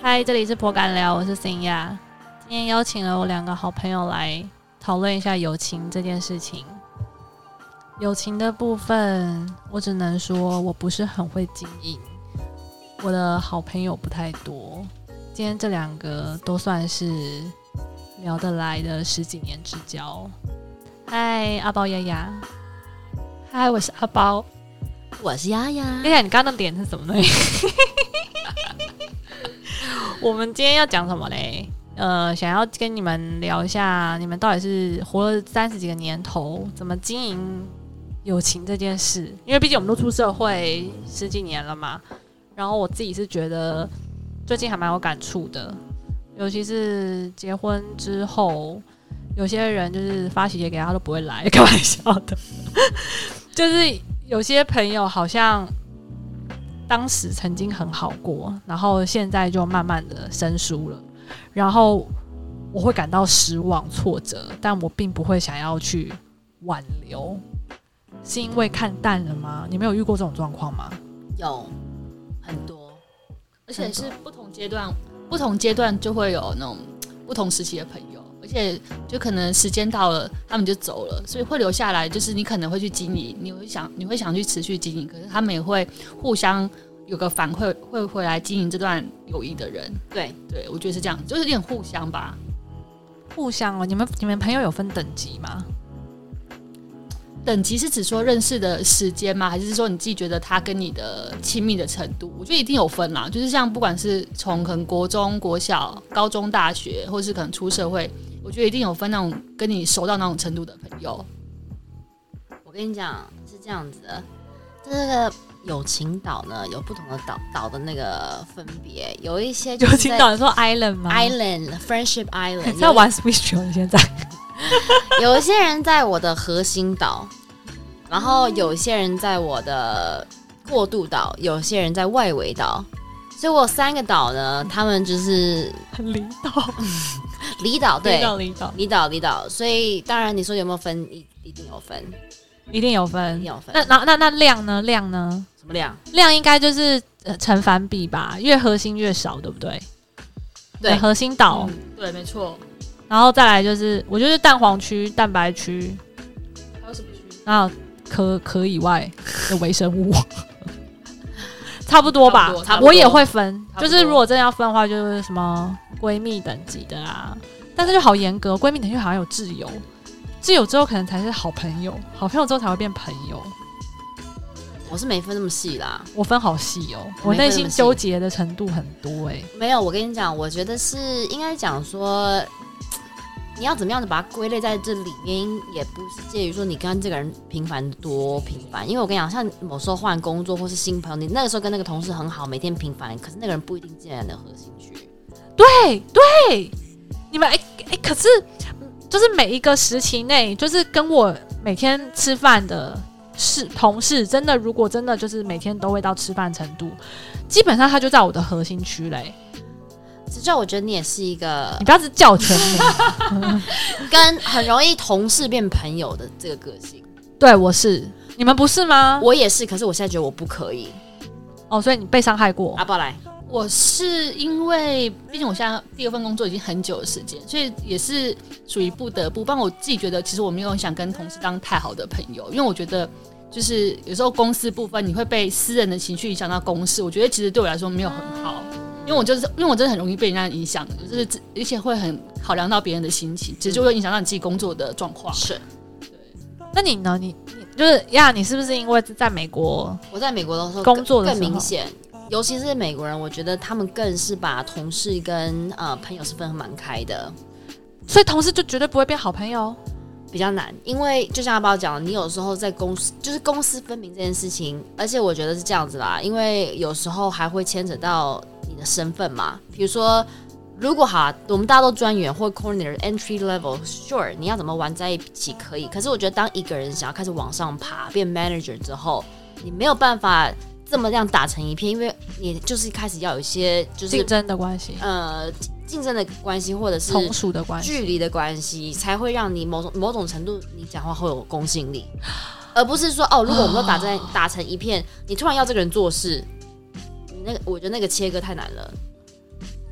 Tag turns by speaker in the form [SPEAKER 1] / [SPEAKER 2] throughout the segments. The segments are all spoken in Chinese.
[SPEAKER 1] 嗨，这里是颇敢聊，我是新亚。今天邀请了我两个好朋友来讨论一下友情这件事情。友情的部分，我只能说我不是很会经营，我的好朋友不太多。今天这两个都算是聊得来的十几年之交。嗨，阿包丫丫。嗨，我是阿包。
[SPEAKER 2] 我是丫丫
[SPEAKER 1] 丫，丫，哎你刚刚的脸是什么东西？我们今天要讲什么嘞？呃，想要跟你们聊一下，你们到底是活了三十几个年头，怎么经营友情这件事？因为毕竟我们都出社会十几年了嘛。然后我自己是觉得最近还蛮有感触的，尤其是结婚之后，有些人就是发喜帖给他都不会来，开玩笑的。 就是有些朋友好像当时曾经很好过，然后现在就慢慢的生疏了，然后我会感到失望、挫折，但我并不会想要去挽留，是因为看淡了吗？你们有遇过这种状况吗？
[SPEAKER 2] 有很多，
[SPEAKER 3] 而且是不同阶段，不同阶段就会有那种不同时期的朋友，而且就可能时间到了，他们就走了，所以会留下来，就是你可能会去经营，你会想你会想去持续经营，可是他们也会互相有个反馈，会回来经营这段友谊的人。
[SPEAKER 2] 对，
[SPEAKER 3] 对我觉得是这样，就是有点互相吧。
[SPEAKER 1] 互相哦，你们你们朋友有分等级 吗？
[SPEAKER 3] 等级是指说认识的时间吗？还是说你自己觉得他跟你的亲密的程度？我觉得一定有分啦，就是像不管是从可能国中、国小、高中、大学，或是可能出社会，我觉得一定有分那种跟你熟到那种程度的朋友。
[SPEAKER 2] 我跟你讲是这样子的，这个友情岛呢有不同的岛岛的那个分别，有一些就
[SPEAKER 1] 有
[SPEAKER 2] 是
[SPEAKER 1] 听
[SPEAKER 2] 在
[SPEAKER 1] 到你说 island 吗
[SPEAKER 2] Island Friendship Island
[SPEAKER 1] 在玩 Switch 哦，你现在
[SPEAKER 2] 有，有一些人在我的核心岛，然后有一些人在我的过渡岛，有些人在外围岛。所以我有三个岛呢，他们就是
[SPEAKER 1] 很离岛，
[SPEAKER 2] 离岛，对
[SPEAKER 1] 离，岛离岛
[SPEAKER 2] 离岛，离岛。所以当然你说有没有分，一一定有分，
[SPEAKER 1] 一定有
[SPEAKER 2] 一
[SPEAKER 1] 分
[SPEAKER 2] 定。有分。
[SPEAKER 1] 那那那那量呢？量呢？
[SPEAKER 2] 什么量？
[SPEAKER 1] 量应该就是呃成反比吧，越核心越少，对不对？
[SPEAKER 2] 对
[SPEAKER 1] 核心岛，
[SPEAKER 3] 嗯，对，没错。
[SPEAKER 1] 然后再来就是我就是蛋黄区、蛋白区，
[SPEAKER 3] 还有什么区？
[SPEAKER 1] 然后壳壳以外的微生 物，差不多吧
[SPEAKER 3] 差不多差。不多
[SPEAKER 1] 我也会分，
[SPEAKER 3] 差不
[SPEAKER 1] 就
[SPEAKER 3] 多
[SPEAKER 1] 是如果真的要分的话，就是什么闺蜜等级的啦，但是就好严格，闺蜜等级好像有挚友，挚友之后可能才是好朋友，好朋友之后才会变朋友。
[SPEAKER 2] 我是没分那么细啦。
[SPEAKER 1] 我分好细哦，
[SPEAKER 2] 我
[SPEAKER 1] 我
[SPEAKER 2] 没分
[SPEAKER 1] 内
[SPEAKER 2] 那
[SPEAKER 1] 心
[SPEAKER 2] 么细
[SPEAKER 1] 纠结的程度很多哎、
[SPEAKER 2] 没有，我跟你讲，我觉得是应该讲说，你要怎么样的把它归类在这里面，也不是介于说你跟这个人频繁多频繁，因为我跟你讲，像某时候换工作或是新朋友，你那个时候跟那个同事很好，每天频繁，可是那个人不一定进来你的核心区。
[SPEAKER 1] 对哎对，你们哎哎，可是嗯就是每一个时期内，就是跟我每天吃饭的是同事，真的如果真的就是每天都会到吃饭程度，基本上他就在我的核心区嘞。
[SPEAKER 2] 只叫我觉得你也是一个
[SPEAKER 1] 你不要只叫全 名，
[SPEAKER 2] 跟很容易同事变朋友的这个个性，
[SPEAKER 1] 对我是，你们不是吗？
[SPEAKER 2] 我也是，可是我现在觉得我不可以。
[SPEAKER 1] 哦，所以你被伤害过
[SPEAKER 2] 阿。宝来，
[SPEAKER 3] 我是因为，毕竟我现在第二份工作已经很久的时间，所以也是属于不得不。不然我自己觉得，其实我没有想跟同事当太好的朋友，因为我觉得就是有时候公司部分你会被私人的情绪影响到公事，我觉得其实对我来说没有很好。因为我就是，因为我真的很容易被人家影响，就是自而且会很考量到别人的心情，其实就会影响到你自己工作的状况。
[SPEAKER 2] 是
[SPEAKER 1] 那你呢？你你就是呀，你是不是因为在美国？
[SPEAKER 2] 我在美国的时候
[SPEAKER 1] 工作的时候
[SPEAKER 2] 更更明显，尤其是美国人，我觉得他们更是把同事跟呃朋友是分得蛮开的，
[SPEAKER 1] 所以同事就绝对不会变好朋友。
[SPEAKER 2] 比较难。因为就像阿宝讲，你有时候在公司就是公私分明这件事情，而且我觉得是这样子啦，因为有时候还会牵扯到你的身份嘛，比如说。如果哈，我们大家都专员或 corner entry level，sure，你要怎么玩在一起可以。可是我觉得，当一个人想要开始往上爬，变 manager 之后，你没有办法这么样打成一片，因为你就是开始要有一些就是
[SPEAKER 1] 竞争的关系，
[SPEAKER 2] 呃竞争的关系，或者是
[SPEAKER 1] 同属的关系，
[SPEAKER 2] 距离的关系，才会让你某种某种程度你讲话会有公信力， 而不是说哦，如果我们都 打在打成一片，你突然要这个人做事，你那个我觉得那个切割太难了。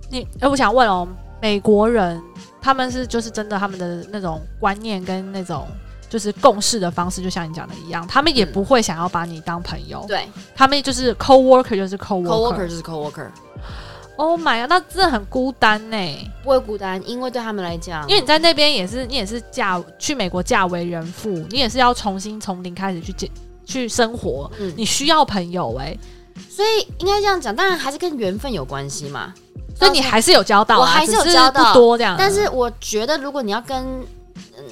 [SPEAKER 1] 你，哎，我想问哦，美国人他们是就是真的他们的那种观念跟那种就是共事的方式，就像你讲的一样，他们也
[SPEAKER 2] 嗯
[SPEAKER 1] 不会想要把你当朋友，
[SPEAKER 2] 对
[SPEAKER 1] 他们就是 co worker 就是 co
[SPEAKER 2] ，coworker
[SPEAKER 1] worker。
[SPEAKER 2] 就是 coworker，
[SPEAKER 1] Oh my god，那真的很孤单呢、
[SPEAKER 2] 不会孤单，因为对他们来讲，
[SPEAKER 1] 因为你在那边也是你也是嫁去美国嫁为人妇，你也是要重新从零开始去建去生活，
[SPEAKER 2] 嗯
[SPEAKER 1] 你需要朋友哎、
[SPEAKER 2] 所以应该这样讲，当然还是跟缘分有关系嘛。
[SPEAKER 1] 所以你还是有交到啊，
[SPEAKER 2] 我还是有
[SPEAKER 1] 只
[SPEAKER 2] 交到
[SPEAKER 1] 不多这样。
[SPEAKER 2] 但是我觉得，如果你要跟，嗯，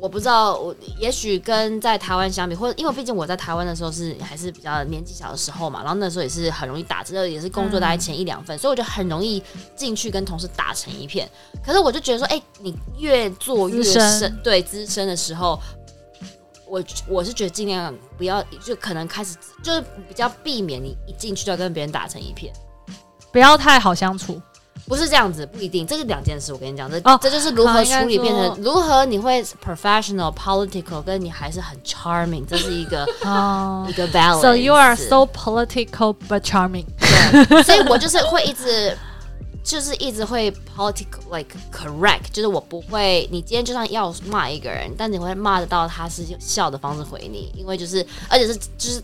[SPEAKER 2] 我不知道，我也许跟在台湾相比，或者因为毕竟我在台湾的时候是还是比较年纪小的时候嘛，然后那时候也是很容易打针，也是工作大概前一两份，所以我就很容易进去跟同事打成一片。可是我就觉得说，哎、你越做越
[SPEAKER 1] 资深
[SPEAKER 2] 深，对资深的时候。我我是觉得尽量不要，就可能开始就是比较避免你一进去就要跟别人打成一片，
[SPEAKER 1] 不要太好相处，
[SPEAKER 2] 不是这样子，不一定，这是两件事。我跟你讲，这、
[SPEAKER 1] 哦
[SPEAKER 2] 这就是如
[SPEAKER 1] 好
[SPEAKER 2] 何
[SPEAKER 1] 应该
[SPEAKER 2] 处理变
[SPEAKER 1] 说
[SPEAKER 2] 成如何你会 professional political，跟你还是很 charming，这是一个
[SPEAKER 1] 哦
[SPEAKER 2] 一个 balance。
[SPEAKER 1] So you are so political but charming。
[SPEAKER 2] 对，所以我就是会一直。就是一直会 political like correct，就是我不会，你今天就算要骂一个人，但你会骂得到他是用笑的方式回你，因为就是而且是就是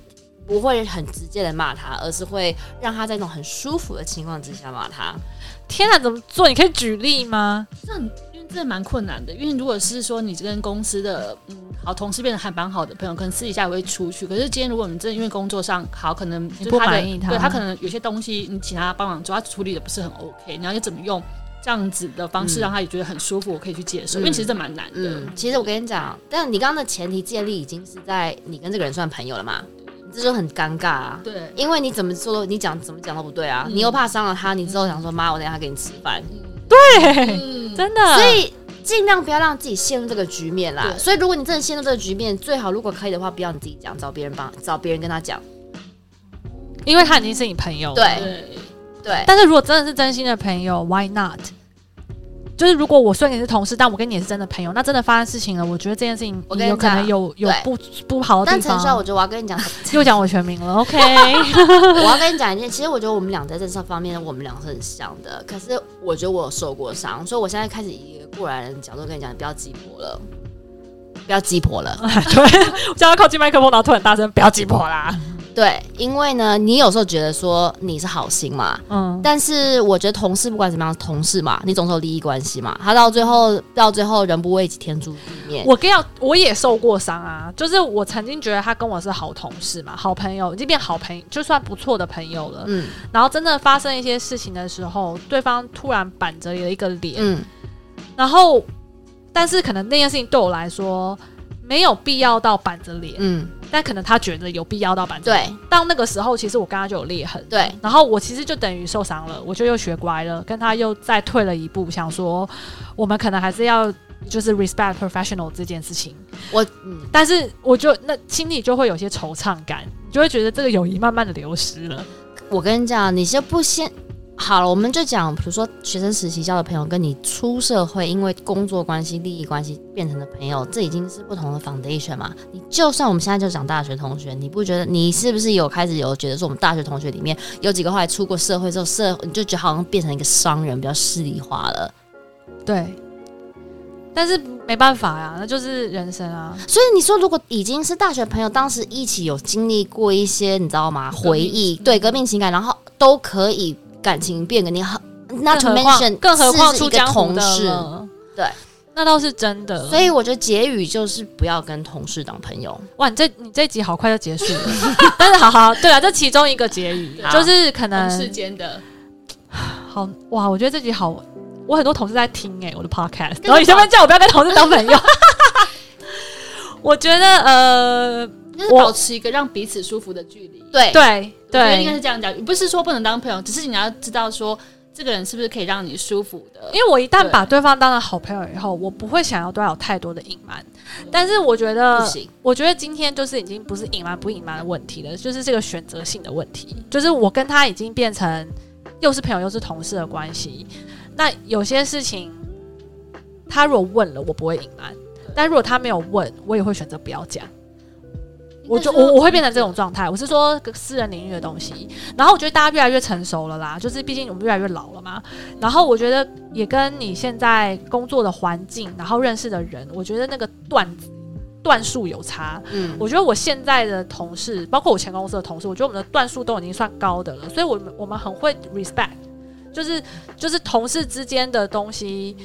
[SPEAKER 2] 不会很直接的骂他，而是会让他在一种很舒服的情况之下骂他。
[SPEAKER 1] 天啊哪，怎么做？你可以举例吗？
[SPEAKER 3] 这很因为这蛮困难的，因为如果是说你跟公司的嗯好同事变得还蛮好的朋友，可能私底下也会出去。可是今天如果你真的因为工作上好，可能
[SPEAKER 1] 你
[SPEAKER 3] 就是
[SPEAKER 1] 不
[SPEAKER 3] 他的
[SPEAKER 1] 满意他
[SPEAKER 3] 对他可能有些东西你请他帮忙做，他处理的不是很 OK，你要怎么用这样子的方
[SPEAKER 2] 嗯
[SPEAKER 3] 式让他也觉得很舒服，我可以去接受，
[SPEAKER 2] 嗯
[SPEAKER 3] 因为其实这蛮难的。
[SPEAKER 2] 嗯，其实我跟你讲，但你刚刚的前提建立已经是在你跟这个人算朋友了嘛，这就很尴尬啊。
[SPEAKER 3] 对，
[SPEAKER 2] 因为你怎么做都，你讲怎么讲都不对啊，
[SPEAKER 3] 嗯
[SPEAKER 2] 你又怕伤了他，你之后想说妈，我等一下给你吃饭，
[SPEAKER 1] 对，
[SPEAKER 3] 嗯，
[SPEAKER 1] 真的。
[SPEAKER 2] 所以尽量不要让自己陷入这个局面啦。
[SPEAKER 3] 对
[SPEAKER 2] 所以如果你真的陷入这个局面，最好如果可以的话，不要你自己讲，找别人帮，找别人跟他讲。
[SPEAKER 1] 因为他已经是你朋
[SPEAKER 3] 哦
[SPEAKER 1] 友了。
[SPEAKER 2] 对
[SPEAKER 3] 对，
[SPEAKER 2] 对，
[SPEAKER 1] 但是如果真的是真心的朋友，Why not？就是如果我虽然你是同事，但我跟你也是真的朋友，那真的发生事情了，我觉得这件事情
[SPEAKER 2] 我跟你
[SPEAKER 1] 有可能
[SPEAKER 2] 讲
[SPEAKER 1] 有有
[SPEAKER 2] 对
[SPEAKER 1] 不不好的
[SPEAKER 2] 但
[SPEAKER 1] 地
[SPEAKER 2] 陈少，我
[SPEAKER 1] 方。
[SPEAKER 2] 觉得我要跟你讲，
[SPEAKER 1] 又讲我全名 了，OK？
[SPEAKER 2] 我要跟你讲一件，其实我觉得我们俩在这方面，我们俩是很像的。可是我觉得我有受过伤，所以我现在开始以一个过来人的角度跟你讲，你不要鸡婆了，不要鸡婆了。
[SPEAKER 1] 对，叫他靠近麦克风，然后突然大声，不要急迫啦。
[SPEAKER 2] 对，因为呢，你有时候觉得说你是好心嘛，
[SPEAKER 1] 嗯，
[SPEAKER 2] 但是我觉得同事不管怎么样，同事嘛，你总是有利益关系嘛。他到最后，到最后人不为己，天诛地灭。
[SPEAKER 1] 我跟要我也受过伤啊，就是我曾经觉得他跟我是好同事嘛，好朋友，已经变好朋友，就算不错的朋友了。
[SPEAKER 2] 嗯
[SPEAKER 1] 然后真的发生一些事情的时候，对方突然板着了一个脸，
[SPEAKER 2] 嗯，
[SPEAKER 1] 然后但是可能那件事情对我来说没有必要到板着脸，
[SPEAKER 2] 嗯，
[SPEAKER 1] 但可能他觉得有必要到板着脸。
[SPEAKER 2] 对
[SPEAKER 1] 到那个时候，其实我跟他就有裂痕。
[SPEAKER 2] 对，
[SPEAKER 1] 然后我其实就等于受伤了，我就又学乖了，跟他又再退了一步，想说我们可能还是要就是 respect professional 这件事情。
[SPEAKER 2] 我嗯，
[SPEAKER 1] 但是我就那心里就会有些惆怅感，你就会觉得这个友谊慢慢的流失了。
[SPEAKER 2] 我跟你讲，你先不先好了，我们就讲，比如说学生时期交的朋友，跟你出社会因为工作关系、利益关系变成的朋友，这已经是不同的 foundation 嘛。你就算我们现在就讲大学同学，你不觉得你是不是有开始有觉得说我们大学同学里面有几个后来出过社会之后，社你就觉得好像变成一个商人，比较势利化了。
[SPEAKER 1] 对，但是没办法呀、那就是人生啊。
[SPEAKER 2] 所以你说，如果已经是大学朋友，当时一起有经历过一些，你知道
[SPEAKER 1] 嗯
[SPEAKER 2] 吗？
[SPEAKER 3] 革命
[SPEAKER 2] 回忆，对革命情感，然后都可以感情变得你很。那
[SPEAKER 1] 更何况，更何况出江湖
[SPEAKER 2] 同
[SPEAKER 1] 的
[SPEAKER 2] 事，
[SPEAKER 1] 了
[SPEAKER 2] 对，
[SPEAKER 1] 那倒是真的。
[SPEAKER 2] 所以我觉得结语就是不要跟同事当朋友。
[SPEAKER 1] 哇，你这你这集好快就结束了， 但是好好对啊，这其中一个结语嗯
[SPEAKER 3] 好
[SPEAKER 1] 就是可
[SPEAKER 3] 同
[SPEAKER 1] 能
[SPEAKER 3] 事间的，
[SPEAKER 1] 好哇，我觉得这集好。我很多同事在听哎、我的 podcast，然后你这边叫我不要跟同事当朋友，我觉得呃，
[SPEAKER 3] 就是
[SPEAKER 1] 我
[SPEAKER 3] 保持一个让彼此舒服的距离。
[SPEAKER 2] 对
[SPEAKER 1] 对
[SPEAKER 3] 我觉得应该
[SPEAKER 1] 对，
[SPEAKER 3] 是这样讲，不是说不能当朋友，只是你要知道说这个人是不是可以让你舒服的。
[SPEAKER 1] 因为我一旦把对方当了好朋友以后，我不会想要对他有太多的隐瞒，但是我觉得
[SPEAKER 2] 不行，
[SPEAKER 1] 我觉得今天就是已经不是隐瞒不隐瞒的问题了，就是这个选择性的问题，就是我跟他已经变成又是朋友又是同事的关系。那有些事情，他如果问了，我不会隐瞒；但如果他没有问，我也会选择不要讲。我就我我会变成这种状态。我是说私人领域的东西，然后我觉得大家越来越成熟了啦，就是毕竟我们越来越老了嘛。然后我觉得也跟你现在工作的环境，然后认识的人，我觉得那个段子段数有差。
[SPEAKER 2] 嗯，
[SPEAKER 1] 我觉得我现在的同事，包括我前公司的同事，我觉得我们的段数都已经算高的了，所以我们我们很会 respect，就是就是同事之间的东西，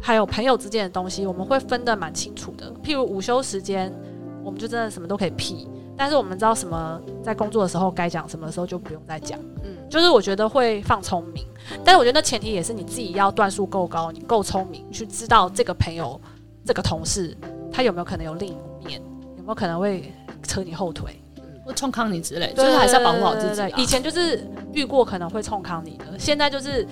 [SPEAKER 1] 还有朋友之间的东西，我们会分得蛮清楚的。譬如午休时间，我们就真的什么都可以屁，但是我们知道什么在工作的时候该讲，什么的时候就不用再讲。嗯
[SPEAKER 2] 嗯，
[SPEAKER 1] 就是我觉得会放聪明，但是我觉得那前提也是你自己要段数够高，你够聪明，去知道这个朋友、这个同事他有没有可能有另一面。有没有可能会扯你后腿？
[SPEAKER 3] 会冲康你之类，就是还是要保护好自己、
[SPEAKER 1] 对
[SPEAKER 3] 啊
[SPEAKER 1] 对对。对以前就是遇过可能会冲康你的，现在就是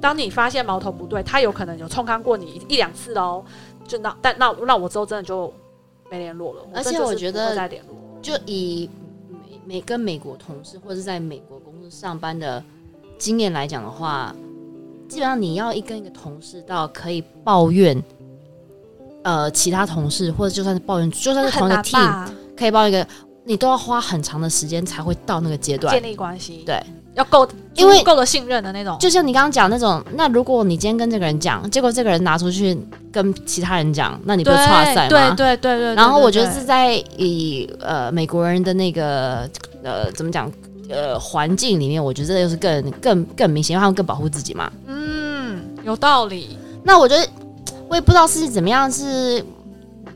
[SPEAKER 1] 当你发现矛头不对，他有可能有冲康过你一一两次喽，就那但那那我之后真的就没联络了。
[SPEAKER 2] 而且
[SPEAKER 1] 真的就是
[SPEAKER 2] 我觉得
[SPEAKER 1] 不会再联络。
[SPEAKER 2] 就以美美跟美国同事或者在美国公司上班的经验来讲的话，基本上你要一跟一个同事到可以抱怨，呃，其他同事或者就算是抱怨，就算是同一个 team，
[SPEAKER 1] 吧
[SPEAKER 2] 可以抱怨一个，你都要花很长的时间才会到那个阶段
[SPEAKER 1] 建。立关系，
[SPEAKER 2] 对，
[SPEAKER 1] 要够，
[SPEAKER 2] 因为
[SPEAKER 1] 足够的信任的那种，
[SPEAKER 2] 就像你刚刚讲那种，那如果你今天跟这个人讲，结果这个人拿出去跟其他人讲，那你不是差赛吗？
[SPEAKER 1] 对对对对对。
[SPEAKER 2] 然后我觉得
[SPEAKER 1] 对
[SPEAKER 2] 是在以呃美国人的那个呃怎么讲呃环境里面，我觉得这又是更更更明显，因为他们更保护自己嘛。
[SPEAKER 1] 嗯，有道理。
[SPEAKER 2] 那我觉得我也不知道是怎么样，是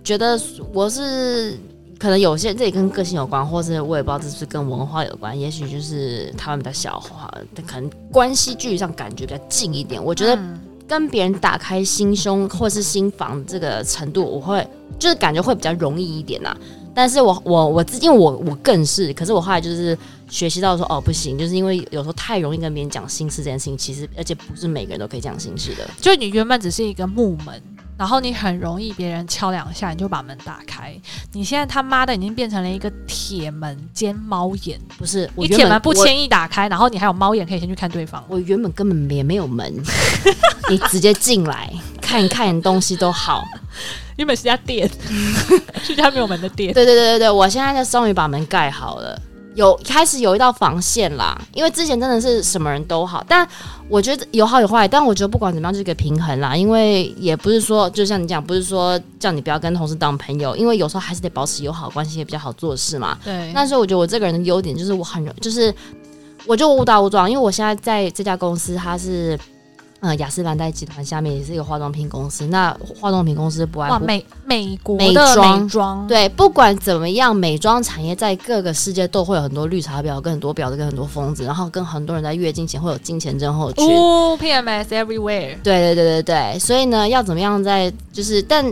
[SPEAKER 2] 觉得我是可能有些这也跟个性有关，或是我也不知道这是不是跟文化有关，也许就是他们比较小化，可能关系距离上感觉比较近一点。我觉得
[SPEAKER 1] 嗯
[SPEAKER 2] 跟别人打开心胸或是心房这个程度，我会就是感觉会比较容易一点呐、但是我我我自因为我我更是，可是我后来就是学习到说哦不行，就是因为有时候太容易跟别人讲心事这件事情，其实而且不是每个人都可以讲心事的。
[SPEAKER 1] 就你原本只是一个木门，然后你很容易别人敲两下你就把门打开，你现在他妈的已经变成了一个铁门兼猫眼，
[SPEAKER 2] 不是，我
[SPEAKER 1] 你
[SPEAKER 2] 原
[SPEAKER 1] 铁
[SPEAKER 2] 本
[SPEAKER 1] 门不
[SPEAKER 2] 我
[SPEAKER 1] 轻易打开，然后你还有猫眼可以先去看对方。
[SPEAKER 2] 我原本根本也没有 门，你直接进来看一看东西都好。
[SPEAKER 1] 原本是家店，是家没有门的 店。
[SPEAKER 2] 对对对对对，我现在就终于把门盖好了，有开始有一道防线啦。因为之前真的是什么人都好，但我觉得有好有坏，但我觉得不管怎么样就是一个平衡啦。因为也不是说，就像你讲，不是说叫你不要跟同事当朋友，因为有时候还是得保持友好关系，也比较好做事嘛。
[SPEAKER 1] 对，
[SPEAKER 2] 那时候我觉得我这个人的优点就是我很容就是我就误打误撞，因为我现在在这家公司，它是呃雅诗兰黛集团下面也是一个化妆品公司。那化妆品公司不外
[SPEAKER 1] 哇，
[SPEAKER 2] 乎
[SPEAKER 1] 美美国
[SPEAKER 2] 美
[SPEAKER 1] 的
[SPEAKER 2] 妆
[SPEAKER 1] 美妆，
[SPEAKER 2] 对，不管怎么样，美妆产业在各个世界都会有很多绿茶婊，跟很多婊子，跟很多疯子，然后跟很多人在月经前会有金钱症候群。
[SPEAKER 1] 哦，PMS everywhere。
[SPEAKER 2] 对对对对对，所以呢，要怎么样在就是，但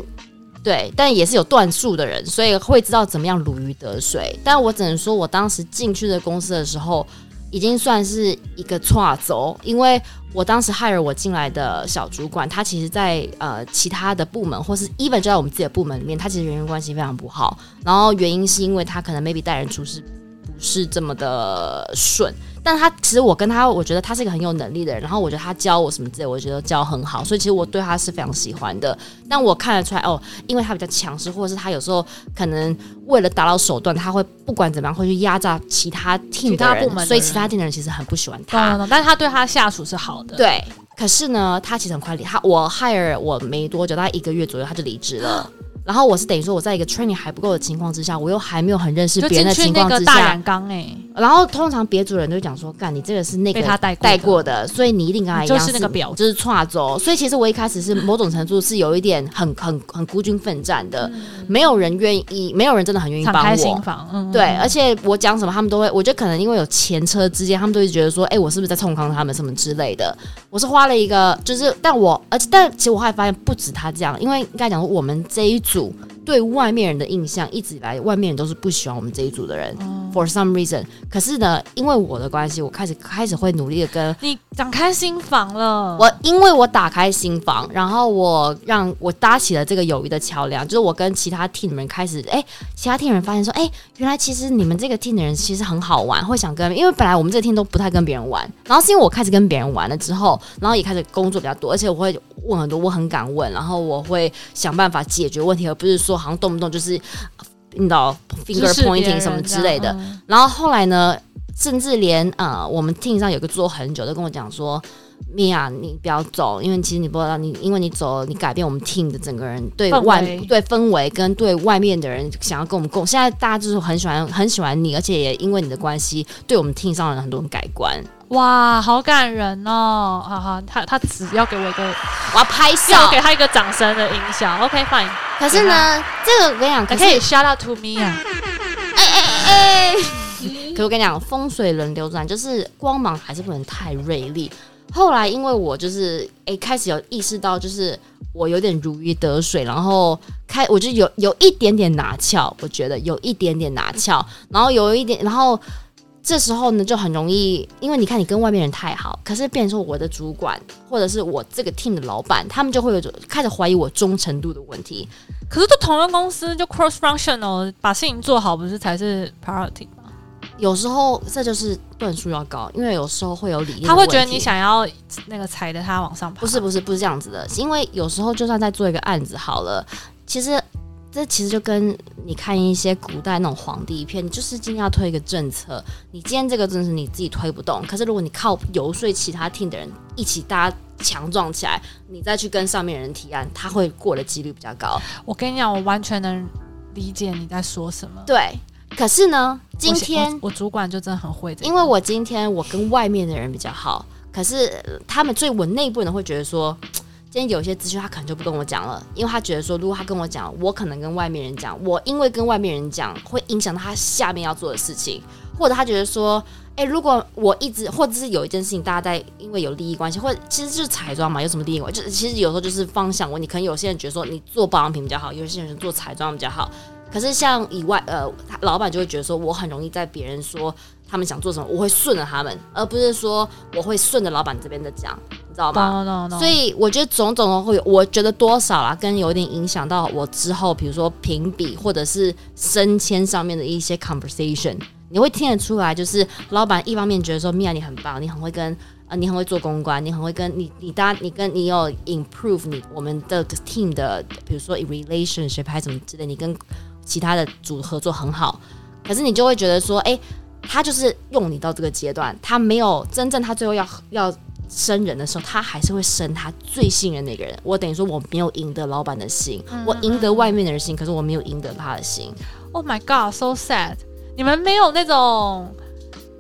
[SPEAKER 2] 对，但也是有段数的人，所以会知道怎么样如鱼得水。但我只能说，我当时进去的公司的时候，已经算是一个岔轴，因为我当时 hire 我进来的小主管，他其实在呃其他的部门，或是 even 就在我们自己的部门里面，他其实人员关系非常不好。然后原因是因为他可能 maybe 待人处事不是这么的顺。但他其实我跟他，我觉得他是一个很有能力的人，然后我觉得他教我什么之类，我觉得教很好，所以其实我对他是非常喜欢的。但我看得出来哦，因为他比较强势，或者是他有时候可能为了达到手段，他会不管怎么样会去压榨其他 team
[SPEAKER 1] 其
[SPEAKER 2] 的
[SPEAKER 1] 他部
[SPEAKER 2] 人，
[SPEAKER 1] 门的人
[SPEAKER 2] 所以其他 team 的人其实很不喜欢
[SPEAKER 1] 懂
[SPEAKER 2] 他。
[SPEAKER 1] 懂懂，但是他对他下属是好的。，
[SPEAKER 2] 对，可是呢，他其实很快离他，我 hire 我没多久，大概一个月左右他就离职
[SPEAKER 1] 啊
[SPEAKER 2] 了。然后我是等于说我在一个 training 还不够的情况之下，我又还没有很认识
[SPEAKER 1] 就
[SPEAKER 2] 别
[SPEAKER 1] 进
[SPEAKER 2] 人的
[SPEAKER 1] 去
[SPEAKER 2] 情
[SPEAKER 1] 那
[SPEAKER 2] 况
[SPEAKER 1] 个
[SPEAKER 2] 之
[SPEAKER 1] 大
[SPEAKER 2] 下
[SPEAKER 1] 染，缸哎，
[SPEAKER 2] 然后通常别组人就会讲说，干你这个是那个
[SPEAKER 1] 被他带过
[SPEAKER 2] 带
[SPEAKER 1] 的
[SPEAKER 2] 过的，所以你一定跟他一样
[SPEAKER 1] 你就是那个婊子
[SPEAKER 2] 就是跨州。所以其实我一开始是某种程度是有一点很很很孤军奋战的，没有人愿意，没有人真的很愿意
[SPEAKER 1] 嗯敞
[SPEAKER 2] 帮
[SPEAKER 1] 开心
[SPEAKER 2] 我。
[SPEAKER 1] 房，嗯，
[SPEAKER 2] 对，而且我讲什么，他们都会，我觉得可能因为有前车之鉴，他们都会觉得说，哎、我是不是在冲康他们什么之类的。我是花了一个，就是，但我，而且，但其实我后来发现不止他这样，因为应该讲说我们这一组对外面人的印象，一直以来外面人都是不喜欢我们这一组的
[SPEAKER 1] 嗯
[SPEAKER 2] 人、f o r some reason。可是呢，因为我的关系，我开始开始会努力的跟
[SPEAKER 1] 你展开心房了。
[SPEAKER 2] 我因为我打开心房，然后我让我搭起了这个友谊的桥梁，就是我跟其他 team 的人开始，哎、其他 team 人发现说，哎、原来其实你们这个 team 的人其实很好玩，会想跟，因为本来我们这个 team 都不太跟别人玩，然后是因为我开始跟别人玩了之后，然后也开始工作比较多，而且我会问很多，我很敢问，然后我会想办法解决问题，而不是说好像动不动就是。你知 道 finger
[SPEAKER 3] 指使别
[SPEAKER 2] pointing
[SPEAKER 3] 人
[SPEAKER 2] 什么之类的。
[SPEAKER 3] 这
[SPEAKER 1] 嗯
[SPEAKER 3] 样，
[SPEAKER 2] 然后后来呢，甚至连呃，我们 team 上有个做很久的跟我讲说。米娅，你不要走，因为其实你不知道，你因为你走了，你改变我们 team 的整个人对
[SPEAKER 1] 氛围
[SPEAKER 2] 外对氛围跟对外面的人想要跟我们共。现在大家就是很喜欢很喜欢你，而且也因为你的关系，对我们 team 上的人很多人改观。
[SPEAKER 1] 哇，好感人哦！好好，他他只要给我一个，
[SPEAKER 2] 我要拍 手。
[SPEAKER 1] 要给他一个掌声的音效。OK fine，
[SPEAKER 2] 可是呢，这个我跟你讲，可
[SPEAKER 1] 你
[SPEAKER 2] 是
[SPEAKER 1] 可以 shout out to me 啊。
[SPEAKER 2] 可我跟你讲，风水轮流转，就是光芒还是不能太锐利。后来因为我就是诶、开始有意识到，就是我有点如鱼得水，然后开我就有有一点点拿翘，我觉得有一点点拿翘，然后有一点，然后这时候呢就很容易，因为你看你跟外面人太好，可是变成说我的主管或者是我这个 team 的老板，他们就会有一种开始怀疑我忠诚度的问题。
[SPEAKER 1] 可是都同一个公司，就 cross functional，把事情做好不是才是 priority 吗？
[SPEAKER 2] 有时候这就是论述要高，因为有时候会有理念的
[SPEAKER 1] 他会觉得
[SPEAKER 2] 问题
[SPEAKER 1] 你想要那个踩着他往上爬。
[SPEAKER 2] 不是不是不是这样子的，因为有时候就算在做一个案子好了，其实这其实就跟你看一些古代那种皇帝片，你就是今天要推一个政策，你今天这个政策你自己推不动，可是如果你靠游说其他 team 的人一起大家强壮起来，你再去跟上面人提案，他会过的几率比较高。
[SPEAKER 1] 我跟你讲，我完全能理解你在说什么。
[SPEAKER 2] 对，可是呢，今天
[SPEAKER 1] 我我我主管就真的很会这个，
[SPEAKER 2] 因为我今天我跟外面的人比较好，可是呃他们所以我内部人会觉得说，今天有些资讯他可能就不跟我讲了，因为他觉得说，如果他跟我讲，我可能跟外面人讲，我因为跟外面人讲会影响到他下面要做的事情，或者他觉得说。哎、如果我一直，或者是有一件事情，大家在因为有利益关系，或者其实就是彩妆嘛，有什么利益关系？就是其实有时候就是方向问题，可能有些人觉得说你做保养品比较好，有些人做彩妆比较好。可是像以外，呃，他老板就会觉得说，我很容易在别人说他们想做什么，我会顺着他们，而不是说我会顺着老板这边的讲，你知道吗？
[SPEAKER 1] no no no，
[SPEAKER 2] 所以我觉得种种的会有，我觉得多少啦，跟有点影响到我之后，比如说评比或者是升迁上面的一些 conversation，你会听得出来，就是老板一方面觉得说米娅你很棒，你很会跟呃你很会做公关，你很会跟你你搭你跟你有 improve 你我们的 team 的，比如说 relationship 还是什么之类，你跟其他的组合作很好，可是你就会觉得说，哎、他就是用你到这个阶段，他没有真正他最后要要生人的时候，他还是会生他最信任的那个人。我等于说我没有赢得老板的心，
[SPEAKER 1] 嗯
[SPEAKER 2] 我赢得外面的人心，可是我没有赢得他的心。
[SPEAKER 1] Oh my god，so sad！你们没有那种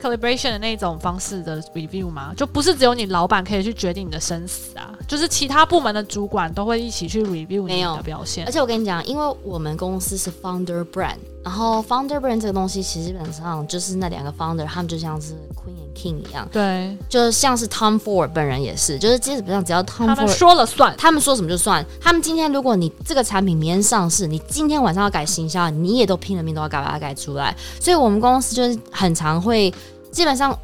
[SPEAKER 1] calibration 的那种方式的 review 吗？就不是只有你老板可以去决定你的生死啊，就是其他部门的主管都会一起去 review
[SPEAKER 2] 没
[SPEAKER 1] 你
[SPEAKER 2] 有
[SPEAKER 1] 的表现
[SPEAKER 2] 而。且我跟你讲，因为我们公司是 founder brand，然后 founder brand 这个东西其实基本上就是那两个 founder，他们就像是 queen and king 一样，
[SPEAKER 1] 对
[SPEAKER 2] 就像是 Tom Ford 本人也是，就是基本上只要 Tom
[SPEAKER 1] 他们
[SPEAKER 2] Ford
[SPEAKER 1] 说了算，
[SPEAKER 2] 他们说什么就算。他们今天如果你这个产品明天上市，你今天晚上要改行销，你也都拼了命都要改把它改出来。所以我们公司就是很常会，基本上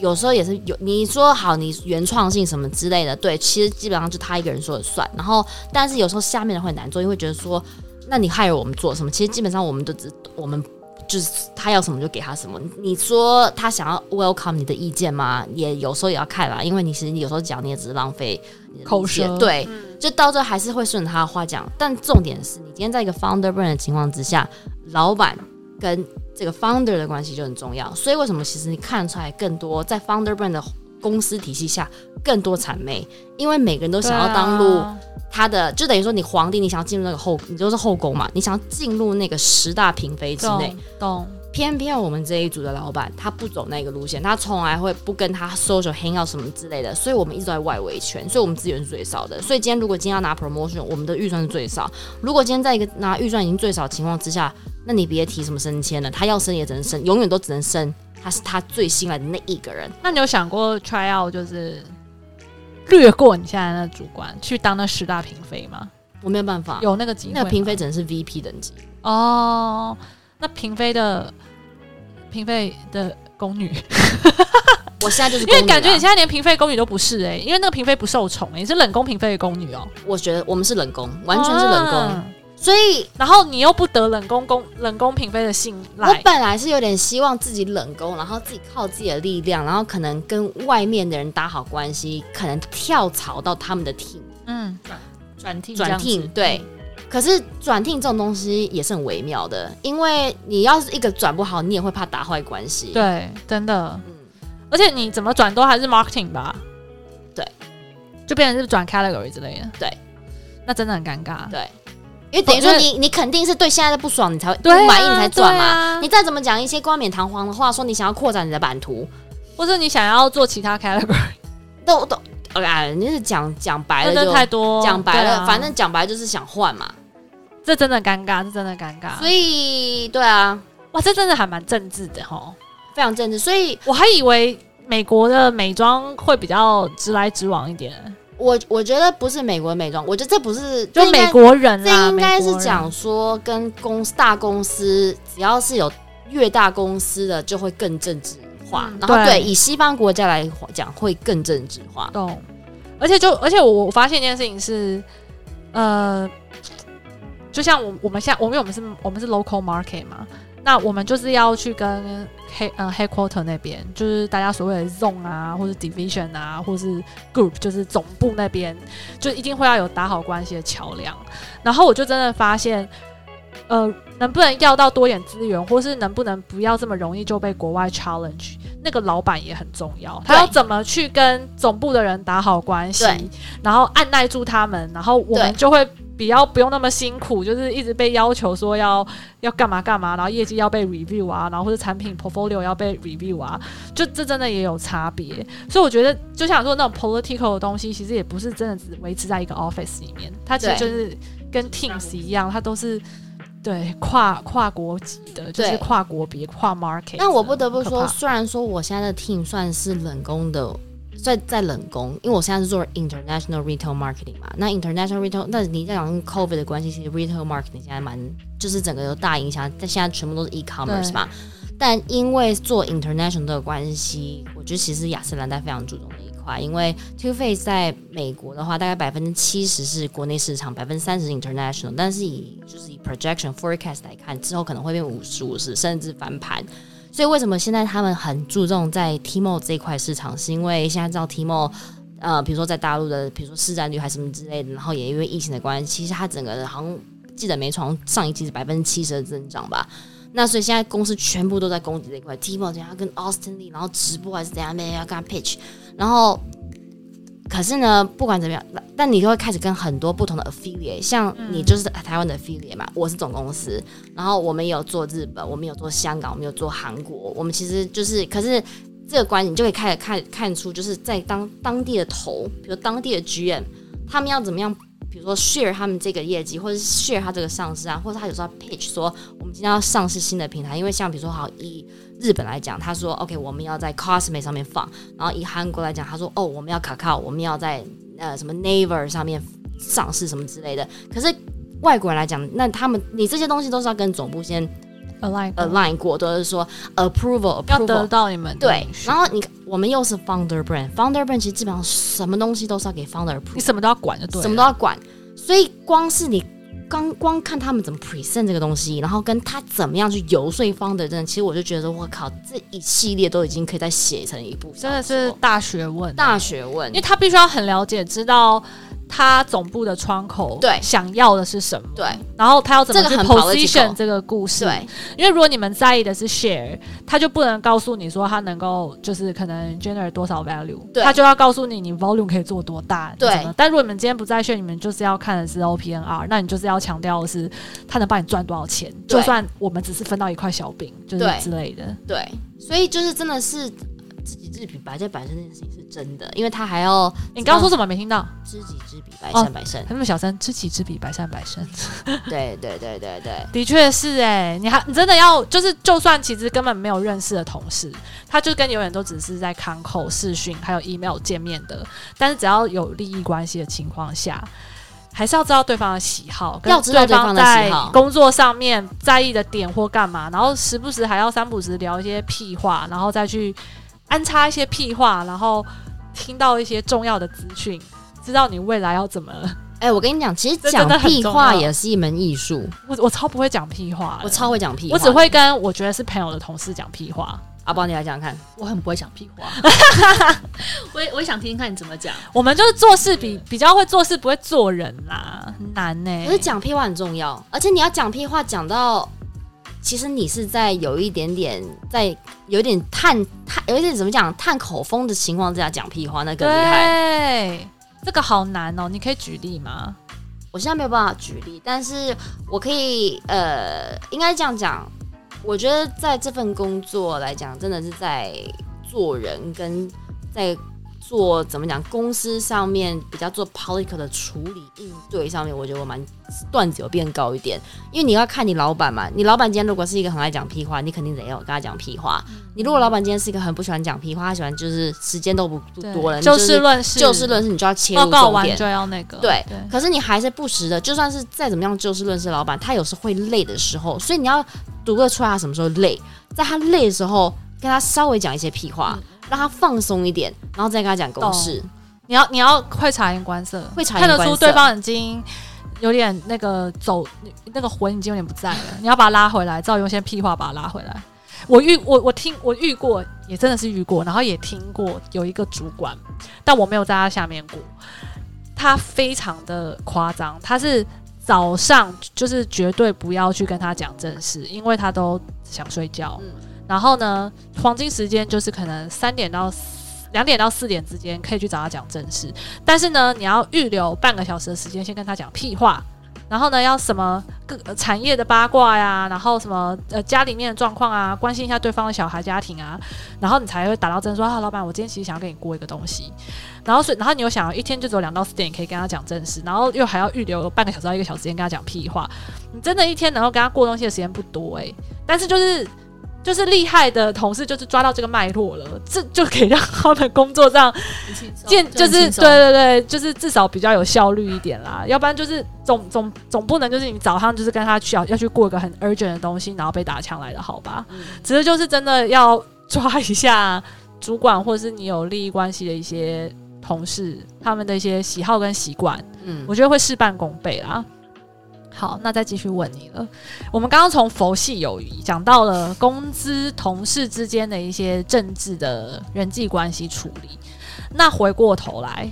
[SPEAKER 2] 有时候也是有你说好你原创性什么之类的，对，其实基本上就他一个人说了算。然后，但是有时候下面人会很难做，因为觉得说，那你害了我们做什么？其实基本上我们都只我们。就是他要什么就给他什么。你说他想要 welcome 你的意见吗？也有时候也要看啦，因为你其实你有时候讲你也只是浪费你的意
[SPEAKER 1] 口
[SPEAKER 2] 见
[SPEAKER 1] 舌
[SPEAKER 2] 对，
[SPEAKER 1] 嗯
[SPEAKER 2] 就到最后还是会顺着他的话讲。但重点是你今天在一个
[SPEAKER 1] 啊
[SPEAKER 2] founder brand 的情况之下，老板跟这个 founder 的关系就很重要。所以为什么其实你看得出来更多在 founder brand 的公司体系下更多谄媚，因为每个人都想要当入
[SPEAKER 1] 啊
[SPEAKER 2] 他的，就等于说你皇帝，你想要进入那个后，你就是后宫嘛，你想要进入那个十大嫔妃之
[SPEAKER 1] 对啊
[SPEAKER 2] 内
[SPEAKER 1] 懂。懂。
[SPEAKER 2] 偏偏我们这一组的老板，他不走那个路线，他从来会不跟他 social hang out 什么之类的，所以我们一直都在外围圈，所以我们资源是最少的。所以今天如果今天要拿 promotion，我们的预算是最少。如果今天在一个拿预算已经最少的情况之下，那你别提什么升迁了，他要升也只能升，永远都只能升他是他最新来的那一个人。
[SPEAKER 1] 那你有想过 try out 就是略过你现在的主管去当那十大嫔妃吗？
[SPEAKER 2] 我没有办法，
[SPEAKER 1] 有那个机会吗？
[SPEAKER 2] 啊那个嫔妃只能是 VP 等级，
[SPEAKER 1] 哦，那嫔妃的嫔妃的宫女。
[SPEAKER 2] 我现在就是
[SPEAKER 1] 因为
[SPEAKER 2] 宫女 啊
[SPEAKER 1] 感觉你现在连嫔妃宫女都不是哎、因为那个嫔妃不受宠哎、你是冷宫嫔妃的宫女哦、
[SPEAKER 2] 我觉得我们是冷宫，完全是冷宫，
[SPEAKER 1] 啊
[SPEAKER 2] 所以
[SPEAKER 1] 然后你又不得冷宫宫冷宫嫔妃的信
[SPEAKER 2] 我
[SPEAKER 1] 赖，
[SPEAKER 2] 本来是有点希望自己冷宫，然后自己靠自己的力量，然后可能跟外面的人打好关系，可能跳槽到他们的 team
[SPEAKER 1] 嗯，
[SPEAKER 3] 转替
[SPEAKER 2] 转 team。对，可是转聘这种东西也是很微妙的，因为你要是一个转不好，你也会怕打坏关系。，
[SPEAKER 1] 对，真的。
[SPEAKER 2] 嗯，
[SPEAKER 1] 而且你怎么转都还是 marketing 吧？
[SPEAKER 2] 对，
[SPEAKER 1] 就变成是转 category 之类的。
[SPEAKER 2] 对，
[SPEAKER 1] 那真的很尴尬。
[SPEAKER 2] 对，因为等于说
[SPEAKER 1] 我觉
[SPEAKER 2] 你你肯定是对现在的不爽，你才会不
[SPEAKER 1] 对啊，
[SPEAKER 2] 满意你才转嘛。
[SPEAKER 1] 嘛
[SPEAKER 2] 你再怎么讲一些冠冕堂皇的话，说你想要扩展你的版图，
[SPEAKER 1] 或者你想要做其他 category，
[SPEAKER 2] 都都哎，你是讲讲白
[SPEAKER 1] 那
[SPEAKER 2] 了
[SPEAKER 1] 真的太
[SPEAKER 2] 就
[SPEAKER 1] 多。
[SPEAKER 2] 讲白
[SPEAKER 1] 对
[SPEAKER 2] 了，
[SPEAKER 1] 啊
[SPEAKER 2] 反正讲白就是想换嘛。
[SPEAKER 1] 这真的尴尬，这真的尴尬。
[SPEAKER 2] 所以对啊，
[SPEAKER 1] 哇，这真的还蛮政治的吼。
[SPEAKER 2] 非常政治。所以
[SPEAKER 1] 我还以为美国的美妆会比较直来直往一点，
[SPEAKER 2] 我我觉得不是美国美妆，我觉得这不是
[SPEAKER 1] 就
[SPEAKER 2] 这应该
[SPEAKER 1] 美国人啊
[SPEAKER 2] 这
[SPEAKER 1] 啦，
[SPEAKER 2] 应该
[SPEAKER 1] 美
[SPEAKER 2] 是
[SPEAKER 1] 国人
[SPEAKER 2] 讲说跟公司大公司，只要是有越大公司的就会更政治化。
[SPEAKER 1] 嗯
[SPEAKER 2] 然后
[SPEAKER 1] 对
[SPEAKER 2] 对以西方国家来讲会更政治化。
[SPEAKER 1] 懂。而且就而且我我发现一件事情是，呃，就像我我们现在我因为我们是我们是 local market 嘛，那我们就是要去跟黑呃 headquarter 那边，就是大家所谓的 zone 啊，或是 division 啊，或是 group，就是总部那边，就一定会要有打好关系的桥梁。然后我就真的发现，呃，能不能要到多一点资源，或是能不能不要这么容易就被国外 challenge，那个老板也很重要，他
[SPEAKER 2] 对
[SPEAKER 1] 要怎么去跟总部的人打好关系
[SPEAKER 2] 对，
[SPEAKER 1] 然后按耐住他们，然后我们
[SPEAKER 2] 对
[SPEAKER 1] 就会比较不用那么辛苦，就是一直被要求说要要干嘛干嘛，然后业绩要被 review 啊，然后或者产品 portfolio 要被 review 啊，就这真的也有差别。所以我觉得，就像说那种 political 的东西，其实也不是真的只维持在一个 office 里面，它其实
[SPEAKER 2] 对
[SPEAKER 1] 就是跟 teams 一样，它都是对跨跨国级的，就是
[SPEAKER 2] 对
[SPEAKER 1] 跨国别、跨 market 的。
[SPEAKER 2] 但我不得不
[SPEAKER 1] 很可
[SPEAKER 2] 说，
[SPEAKER 1] 怕
[SPEAKER 2] 虽然说我现在的 team 算是冷宫的，在在冷宫，因为我现在是做 international retail marketing 嘛。那 international retail，那你在讲 COVID 的关系，其实 retail marketing 现在蛮就是整个有大影响，但现在全部都是 e-commerce
[SPEAKER 1] 对
[SPEAKER 2] 嘛。但因为做 international 的关系，我觉得其实雅诗兰黛非常注重的一块，因为 Too Faced 在美国的话，大概百分之七十是国内市场，百分之三十 international，但是以就是以 projection forecast 来看，之后可能会变五十五十，甚至翻盘。所以为什么现在他们很注重在 Tmall 这一块市场，是因为现在知道 Tmall。呃，比如说在大陆的，比如说市占率还是什么之类的，然后也因为疫情的关系，其实它整个好像记得没错，好像上一季是百分之七十的增长吧。那所以现在公司全部都在攻击这一块，Tmall 等下跟 Austin Lee，然后直播还是怎样，没人要跟他 pitch，然后可是呢，不管怎么样，但你就会开始跟很多不同的 affiliate，像你就是台湾的 affiliate 嘛，我是总公司，然后我们也有做日本，我们有做香港，我们有做韩国，我们其实就是，可是这个关系你就可以开始看看出，就是在当当地的头，比如当地的 GM，他们要怎么样。比如说 share 他们这个业绩，或者是 share 他这个上市啊，或者他有时候要 pitch 说我们今天要上市新的平台，因为像比如说好以日本来讲，他说 OK 我们要在 Cosme 上面放，然后以韩国来讲，他说哦我们要 Kakao，我们要在呃什么 Naver 上面上市什么之类的。可是外国人来讲，那他们你这些东西都是要跟总部先
[SPEAKER 1] align
[SPEAKER 2] align 过，都是说 approval
[SPEAKER 1] 嗯要得嗯
[SPEAKER 2] approval。
[SPEAKER 1] 到你们的
[SPEAKER 2] 对
[SPEAKER 1] 允，许
[SPEAKER 2] 然后你我们又是 founder brand，founder brand 其实基本上什么东西都是要给 founder approval
[SPEAKER 1] 你。什么都要管就对了，啊
[SPEAKER 2] 什么都要管。所以光是你刚光看他们怎么 present 这个东西，然后跟他怎么样去游说方的人，其实我就觉得我靠，这一系列都已经可以再写成一部
[SPEAKER 1] 真
[SPEAKER 2] 小说，
[SPEAKER 1] 的是嗯大学问。啊
[SPEAKER 2] 大学问
[SPEAKER 1] 因为。他必须要很了解，知道他总部的窗口
[SPEAKER 2] 对
[SPEAKER 1] 想要的是什么，
[SPEAKER 2] 对
[SPEAKER 1] 然后他要怎么去
[SPEAKER 2] 这个很
[SPEAKER 1] position
[SPEAKER 2] political
[SPEAKER 1] 这个故事。
[SPEAKER 2] 对
[SPEAKER 1] 因为如果你们在意的是 share，他就不能告诉你说他能够就是可能 generate 多少 value，
[SPEAKER 2] 对
[SPEAKER 1] 他就要告诉你你 volume 可以做多大。你
[SPEAKER 2] 对
[SPEAKER 1] 怎么但如果你们今天不在 share，你们就是要看的是 OPNR，那你就是要强调的是他能帮你赚多少钱，
[SPEAKER 2] 对
[SPEAKER 1] 就算我们只是分到一块小饼，就是
[SPEAKER 2] 对
[SPEAKER 1] 之类的。
[SPEAKER 2] 对，所以就是真的是知己知彼，百战百胜这件事情是真的，因为他还要
[SPEAKER 1] 你刚刚说什么没听到？
[SPEAKER 2] 知己知彼，百
[SPEAKER 1] 哦
[SPEAKER 2] 战百 胜。
[SPEAKER 1] 他那么小声，知己知彼，百战百胜。
[SPEAKER 2] 对对对对对
[SPEAKER 1] 的确是哎、你还你真的要就是，就算其实根本没有认识的同事，他就跟你永远都只是在康口视讯还有 email 见面的，但是只要有利益关系的情况下，还是要知道对方的喜好，跟
[SPEAKER 2] 要知道对方的
[SPEAKER 1] 在
[SPEAKER 2] 喜好
[SPEAKER 1] 工作上面在意的点或干嘛，然后时不时还要三不时聊一些屁话，然后再去安插一些屁话，然后听到一些重要的资讯，知道你未来要怎么。
[SPEAKER 2] 哎、我跟你讲，其实
[SPEAKER 1] 这真
[SPEAKER 2] 讲
[SPEAKER 1] 的很
[SPEAKER 2] 屁
[SPEAKER 1] 重
[SPEAKER 2] 话
[SPEAKER 1] 要
[SPEAKER 2] 也是一门艺术，
[SPEAKER 1] 我我超不会讲屁话的，
[SPEAKER 2] 我超会讲屁话
[SPEAKER 1] 我
[SPEAKER 2] 的，
[SPEAKER 1] 只会跟我觉得是朋友的同事讲屁话，
[SPEAKER 2] 阿宝，你来讲讲看。
[SPEAKER 3] 我很不会讲屁话，我也我也想听听看你怎么讲。
[SPEAKER 1] 我们就是做事比比较会做事，不会做人啦，很难呢、
[SPEAKER 2] 可是讲屁话很重要，而且你要讲屁话讲到，其实你是在有一点点在有点探探有一点怎么讲探口风的情况之下讲屁话，那更厉害。
[SPEAKER 1] 对，这个好难哦，你可以举例吗？
[SPEAKER 2] 我现在没有办法举例，但是我可以呃，应该这样讲，我觉得在这份工作来讲，真的是在做人跟在。做怎么讲？公司上面比较做 political 的处理应对上面，我觉得我蛮段子有变高一点。因为你要看你老板嘛，你老板今天如果是一个很爱讲屁话，你肯定得要跟他讲屁话。
[SPEAKER 1] 嗯
[SPEAKER 2] 你如果老板今天是一个很不喜欢讲屁话，他喜欢就是时间都不不
[SPEAKER 1] 对
[SPEAKER 2] 多了，你
[SPEAKER 1] 就是事论事，
[SPEAKER 2] 就事论事，你就要切入
[SPEAKER 1] 报告
[SPEAKER 2] 重
[SPEAKER 1] 完
[SPEAKER 2] 点。
[SPEAKER 1] 就要那个，
[SPEAKER 2] 对
[SPEAKER 1] 对，
[SPEAKER 2] 可是你还是不时的，就算是再怎么样就事论事，老板他有时会累的时候，所以你要读得出来他啊什么时候累，在他累的时候跟他稍微讲一些屁话，让他放松一点，然后再跟他讲公事。
[SPEAKER 1] 你要你要会察言观色，
[SPEAKER 2] 会察言
[SPEAKER 1] 看
[SPEAKER 2] 观色
[SPEAKER 1] 得出对方已经有点那个走那个魂已经有点不在了，你要把他拉回来，照用一些屁话把他拉回来。我遇我我听我遇过，也真的是遇过，然后也听过有一个主管，但我没有在他下面过，他非常的夸张，他是早上就是绝对不要去跟他讲正事，因为他都想睡觉。
[SPEAKER 2] 嗯
[SPEAKER 1] 然后呢，黄金时间就是可能三点到两点到四点之间可以去找他讲正事，但是呢，你要预留半个小时的时间先跟他讲屁话。然后呢，要什么各、呃产业的八卦呀，然后什么呃家里面的状况啊，关心一下对方的小孩家庭啊，然后你才会打到针说啊，老板，我今天其实想要跟你过一个东西，然后所以然后你又想要一天就只有两到四点可以跟他讲正事，然后又还要预留半个小时到一个小时间跟他讲屁话，你真的一天能够跟他过东西的时间不多诶、但是就是就是厉害的同事就是抓到这个脉络了，这就可以让他们工作上
[SPEAKER 3] 很轻松
[SPEAKER 1] 见就
[SPEAKER 3] 很
[SPEAKER 1] 是
[SPEAKER 3] 哦轻松
[SPEAKER 1] 对对对，就是至少比较有效率一点啦，要不然就是总总总不能就是你早上就是跟他去要要去过一个很 urgent 的东西，然后被打枪来的好吧？
[SPEAKER 3] 嗯
[SPEAKER 1] 只是就是真的要抓一下主管或是你有利益关系的一些同事他们的一些喜好跟习惯，
[SPEAKER 2] 嗯，
[SPEAKER 1] 我觉得会事半功倍啦。好，那再继续问你了。我们刚刚从佛系友谊讲到了公司同事之间的一些政治的人际关系处理，那回过头来，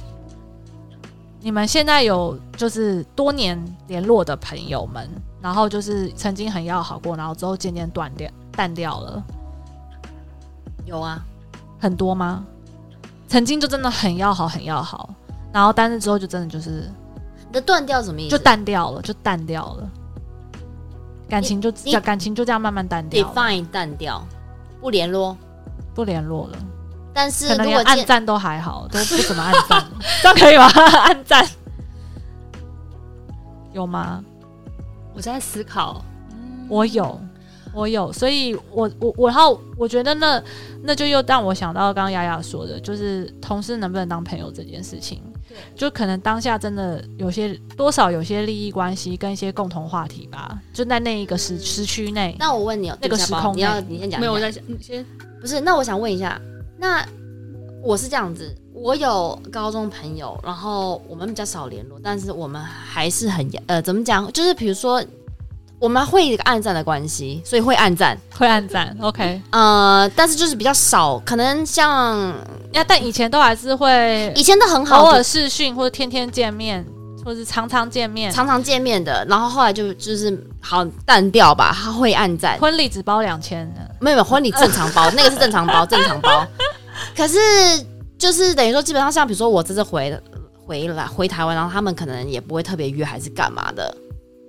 [SPEAKER 1] 你们现在有就是多年联络的朋友们，然后就是曾经很要好过，然后之后渐渐断掉淡掉了
[SPEAKER 2] 有啊，
[SPEAKER 1] 很多吗？曾经就真的很要好很要好，然后但是之后就真的就是
[SPEAKER 2] 你的断掉什么意思？
[SPEAKER 1] 就淡掉了，就淡掉了，感情就
[SPEAKER 2] 你
[SPEAKER 1] 感情就这样慢慢淡掉了，
[SPEAKER 2] define 淡掉，不联络。
[SPEAKER 1] 不联络了，
[SPEAKER 2] 但是
[SPEAKER 1] 可能
[SPEAKER 2] 如
[SPEAKER 1] 连
[SPEAKER 2] 果
[SPEAKER 1] 暗
[SPEAKER 2] 见
[SPEAKER 1] 赞都还好，都不怎么暗 赞了，这样可以吗？暗赞有吗？
[SPEAKER 3] 我在思考，
[SPEAKER 1] 我有，我有，所以我我我然后我觉得那那就又让我想到刚刚雅雅说的，就是同事能不能当朋友这件事情。就可能当下真的有些多少有些利益关系跟一些共同话题吧，就在那一个
[SPEAKER 2] 嗯
[SPEAKER 1] 时时区内。
[SPEAKER 2] 那我问你哦，
[SPEAKER 1] 那个
[SPEAKER 2] 对不起
[SPEAKER 1] 时
[SPEAKER 2] 阿宝
[SPEAKER 1] 空
[SPEAKER 2] 你要
[SPEAKER 1] 内
[SPEAKER 2] 你先讲，
[SPEAKER 3] 没有我
[SPEAKER 2] 你讲
[SPEAKER 3] 在想，你先
[SPEAKER 2] 不是？那我想问一下，那我是这样子，我有高中朋友，然后我们比较少联络，但是我们还是很呃，怎么讲？就是比如说，我们会有一个暗赞的关系，所以会暗赞，
[SPEAKER 1] 会按赞，OK。
[SPEAKER 2] 嗯呃，但是就是比较少，可能像
[SPEAKER 1] 那但以前都还是会
[SPEAKER 2] 以前都很好，
[SPEAKER 1] 偶尔视讯或者天天见面，或是常常见面。
[SPEAKER 2] 常常见面的，然后后来就就是好淡掉吧，他会暗赞。
[SPEAKER 1] 婚礼只包两千的，
[SPEAKER 2] 没有没有婚礼正常包， 那个是正常包，正常包。可是就是等于说，基本上像比如说我这次回回来回台湾，然后他们可能也不会特别约还是干嘛的。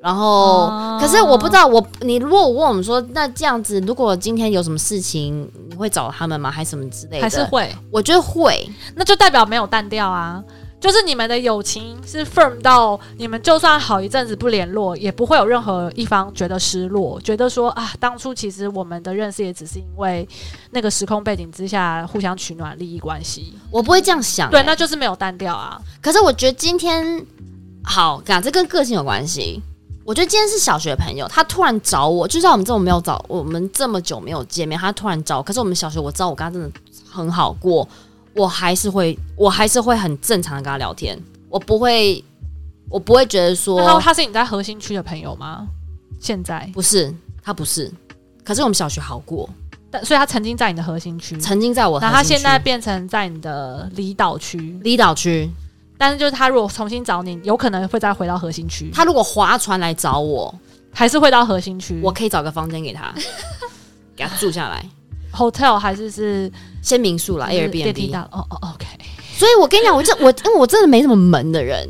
[SPEAKER 2] 然后，
[SPEAKER 1] 哦
[SPEAKER 2] 可是我不知道我你如果我问我们说，那这样子，如果今天有什么事情，你会找他们吗？还是什么之类的？
[SPEAKER 1] 还是会，
[SPEAKER 2] 我觉得会，
[SPEAKER 1] 那就代表没有淡掉啊。就是你们的友情是 firm 到你们就算好一阵子不联络，也不会有任何一方觉得失落，觉得说啊，当初其实我们的认识也只是因为那个时空背景之下互相取暖利益关系。
[SPEAKER 2] 我不会这样想、
[SPEAKER 1] 对，
[SPEAKER 2] 欸
[SPEAKER 1] 那就是没有淡掉啊。
[SPEAKER 2] 可是我觉得今天好，嘎，这跟个性有关系。我觉得今天是小学朋友，他突然找我，就像我们这种没有找，我们这么久没有见面，他突然找我。可是我们小学我知道我跟他真的很好过，我还是会，我还是会很正常的跟他聊天，我不会，我不会觉得
[SPEAKER 1] 那他
[SPEAKER 2] 说
[SPEAKER 1] 他是你在核心区的朋友吗？现在
[SPEAKER 2] 不是他不是。可是我们小学好过，
[SPEAKER 1] 但所以他曾经在你的核心区，
[SPEAKER 2] 曾经在我核
[SPEAKER 1] 然
[SPEAKER 2] 心区，
[SPEAKER 1] 后他现在变成在你的离岛区，
[SPEAKER 2] 离岛区，
[SPEAKER 1] 但是就是他如果重新找你，有可能会再回到核心区，
[SPEAKER 2] 他如果划船来找我，
[SPEAKER 1] 还是会到核心区。
[SPEAKER 2] 我可以找个房间给他，给他住下来，
[SPEAKER 1] hotel 还是是
[SPEAKER 2] 先民宿啦
[SPEAKER 1] 电梯大
[SPEAKER 2] ，Airbnb。
[SPEAKER 1] 楼哦哦，OK，
[SPEAKER 2] 所以我跟你讲，我这我因为我真的没什么门的人，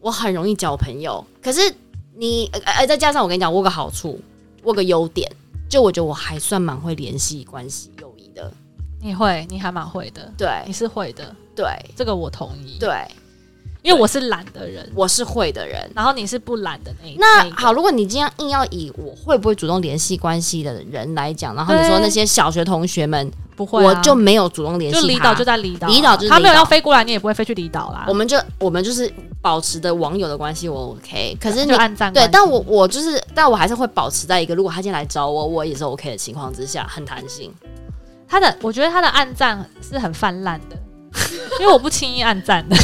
[SPEAKER 2] 我很容易交朋友。可是你呃呃，再加上我跟你讲，我有个好处，我有个优点，就我觉得我还算蛮会联系关系友谊的。
[SPEAKER 1] 你会，你还蛮会的，你
[SPEAKER 2] 对
[SPEAKER 1] 是会的，
[SPEAKER 2] 对
[SPEAKER 1] 这个我同意。，
[SPEAKER 2] 对，
[SPEAKER 1] 因为我是懒的人，
[SPEAKER 2] 我是会的人。
[SPEAKER 1] 然后你是不懒的那一
[SPEAKER 2] 那
[SPEAKER 1] 那个
[SPEAKER 2] 好，如果你今天硬要以我会不会主动联系关系的人来讲，然后你
[SPEAKER 1] 对
[SPEAKER 2] 说那些小学同学们，
[SPEAKER 1] 不会啊、
[SPEAKER 2] 我就没有主动联系
[SPEAKER 1] 就
[SPEAKER 2] 他，
[SPEAKER 1] 离岛就在离岛啊，
[SPEAKER 2] 离岛就是
[SPEAKER 1] 他没有
[SPEAKER 2] 离岛
[SPEAKER 1] 要飞过来，你也不会飞去离岛啦。
[SPEAKER 2] 我们就我们就是保持的网友的关系，我 OK。可是你
[SPEAKER 1] 就按赞关
[SPEAKER 2] 对
[SPEAKER 1] 系，
[SPEAKER 2] 但我我就是，但我还是会保持在一个，如果他今天来找我，我也是 OK 的情况之下，很弹性。
[SPEAKER 1] 他的，我觉得他的暗赞是很泛滥的， 因为我不轻易暗赞 的。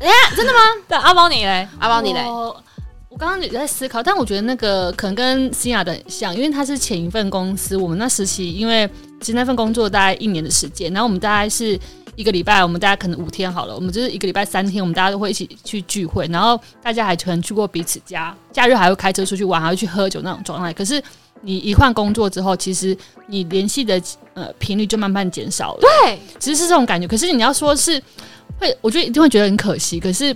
[SPEAKER 2] 哎呀，
[SPEAKER 1] 真的吗？ 对，阿猫你嘞？
[SPEAKER 2] 阿宝，你嘞？
[SPEAKER 3] 我我刚刚也在思考，但我觉得那个可能跟西雅的很像，因为它是前一份公司，我们那时期因为其实那份工作大概一年的时间，然后我们大概是一个礼拜，我们大家可能五天好了，我们就是一个礼拜三天，我们大家都会一起去聚会，然后大家还可能去过彼此家，假日还会开车出去玩，还会去喝酒那种状态。可是你一换工作之后，其实你联系的呃频率就慢慢减少了。
[SPEAKER 1] 对，
[SPEAKER 3] 其实是这种感觉。可是你要说是会，我觉得一定会觉得很可惜。可是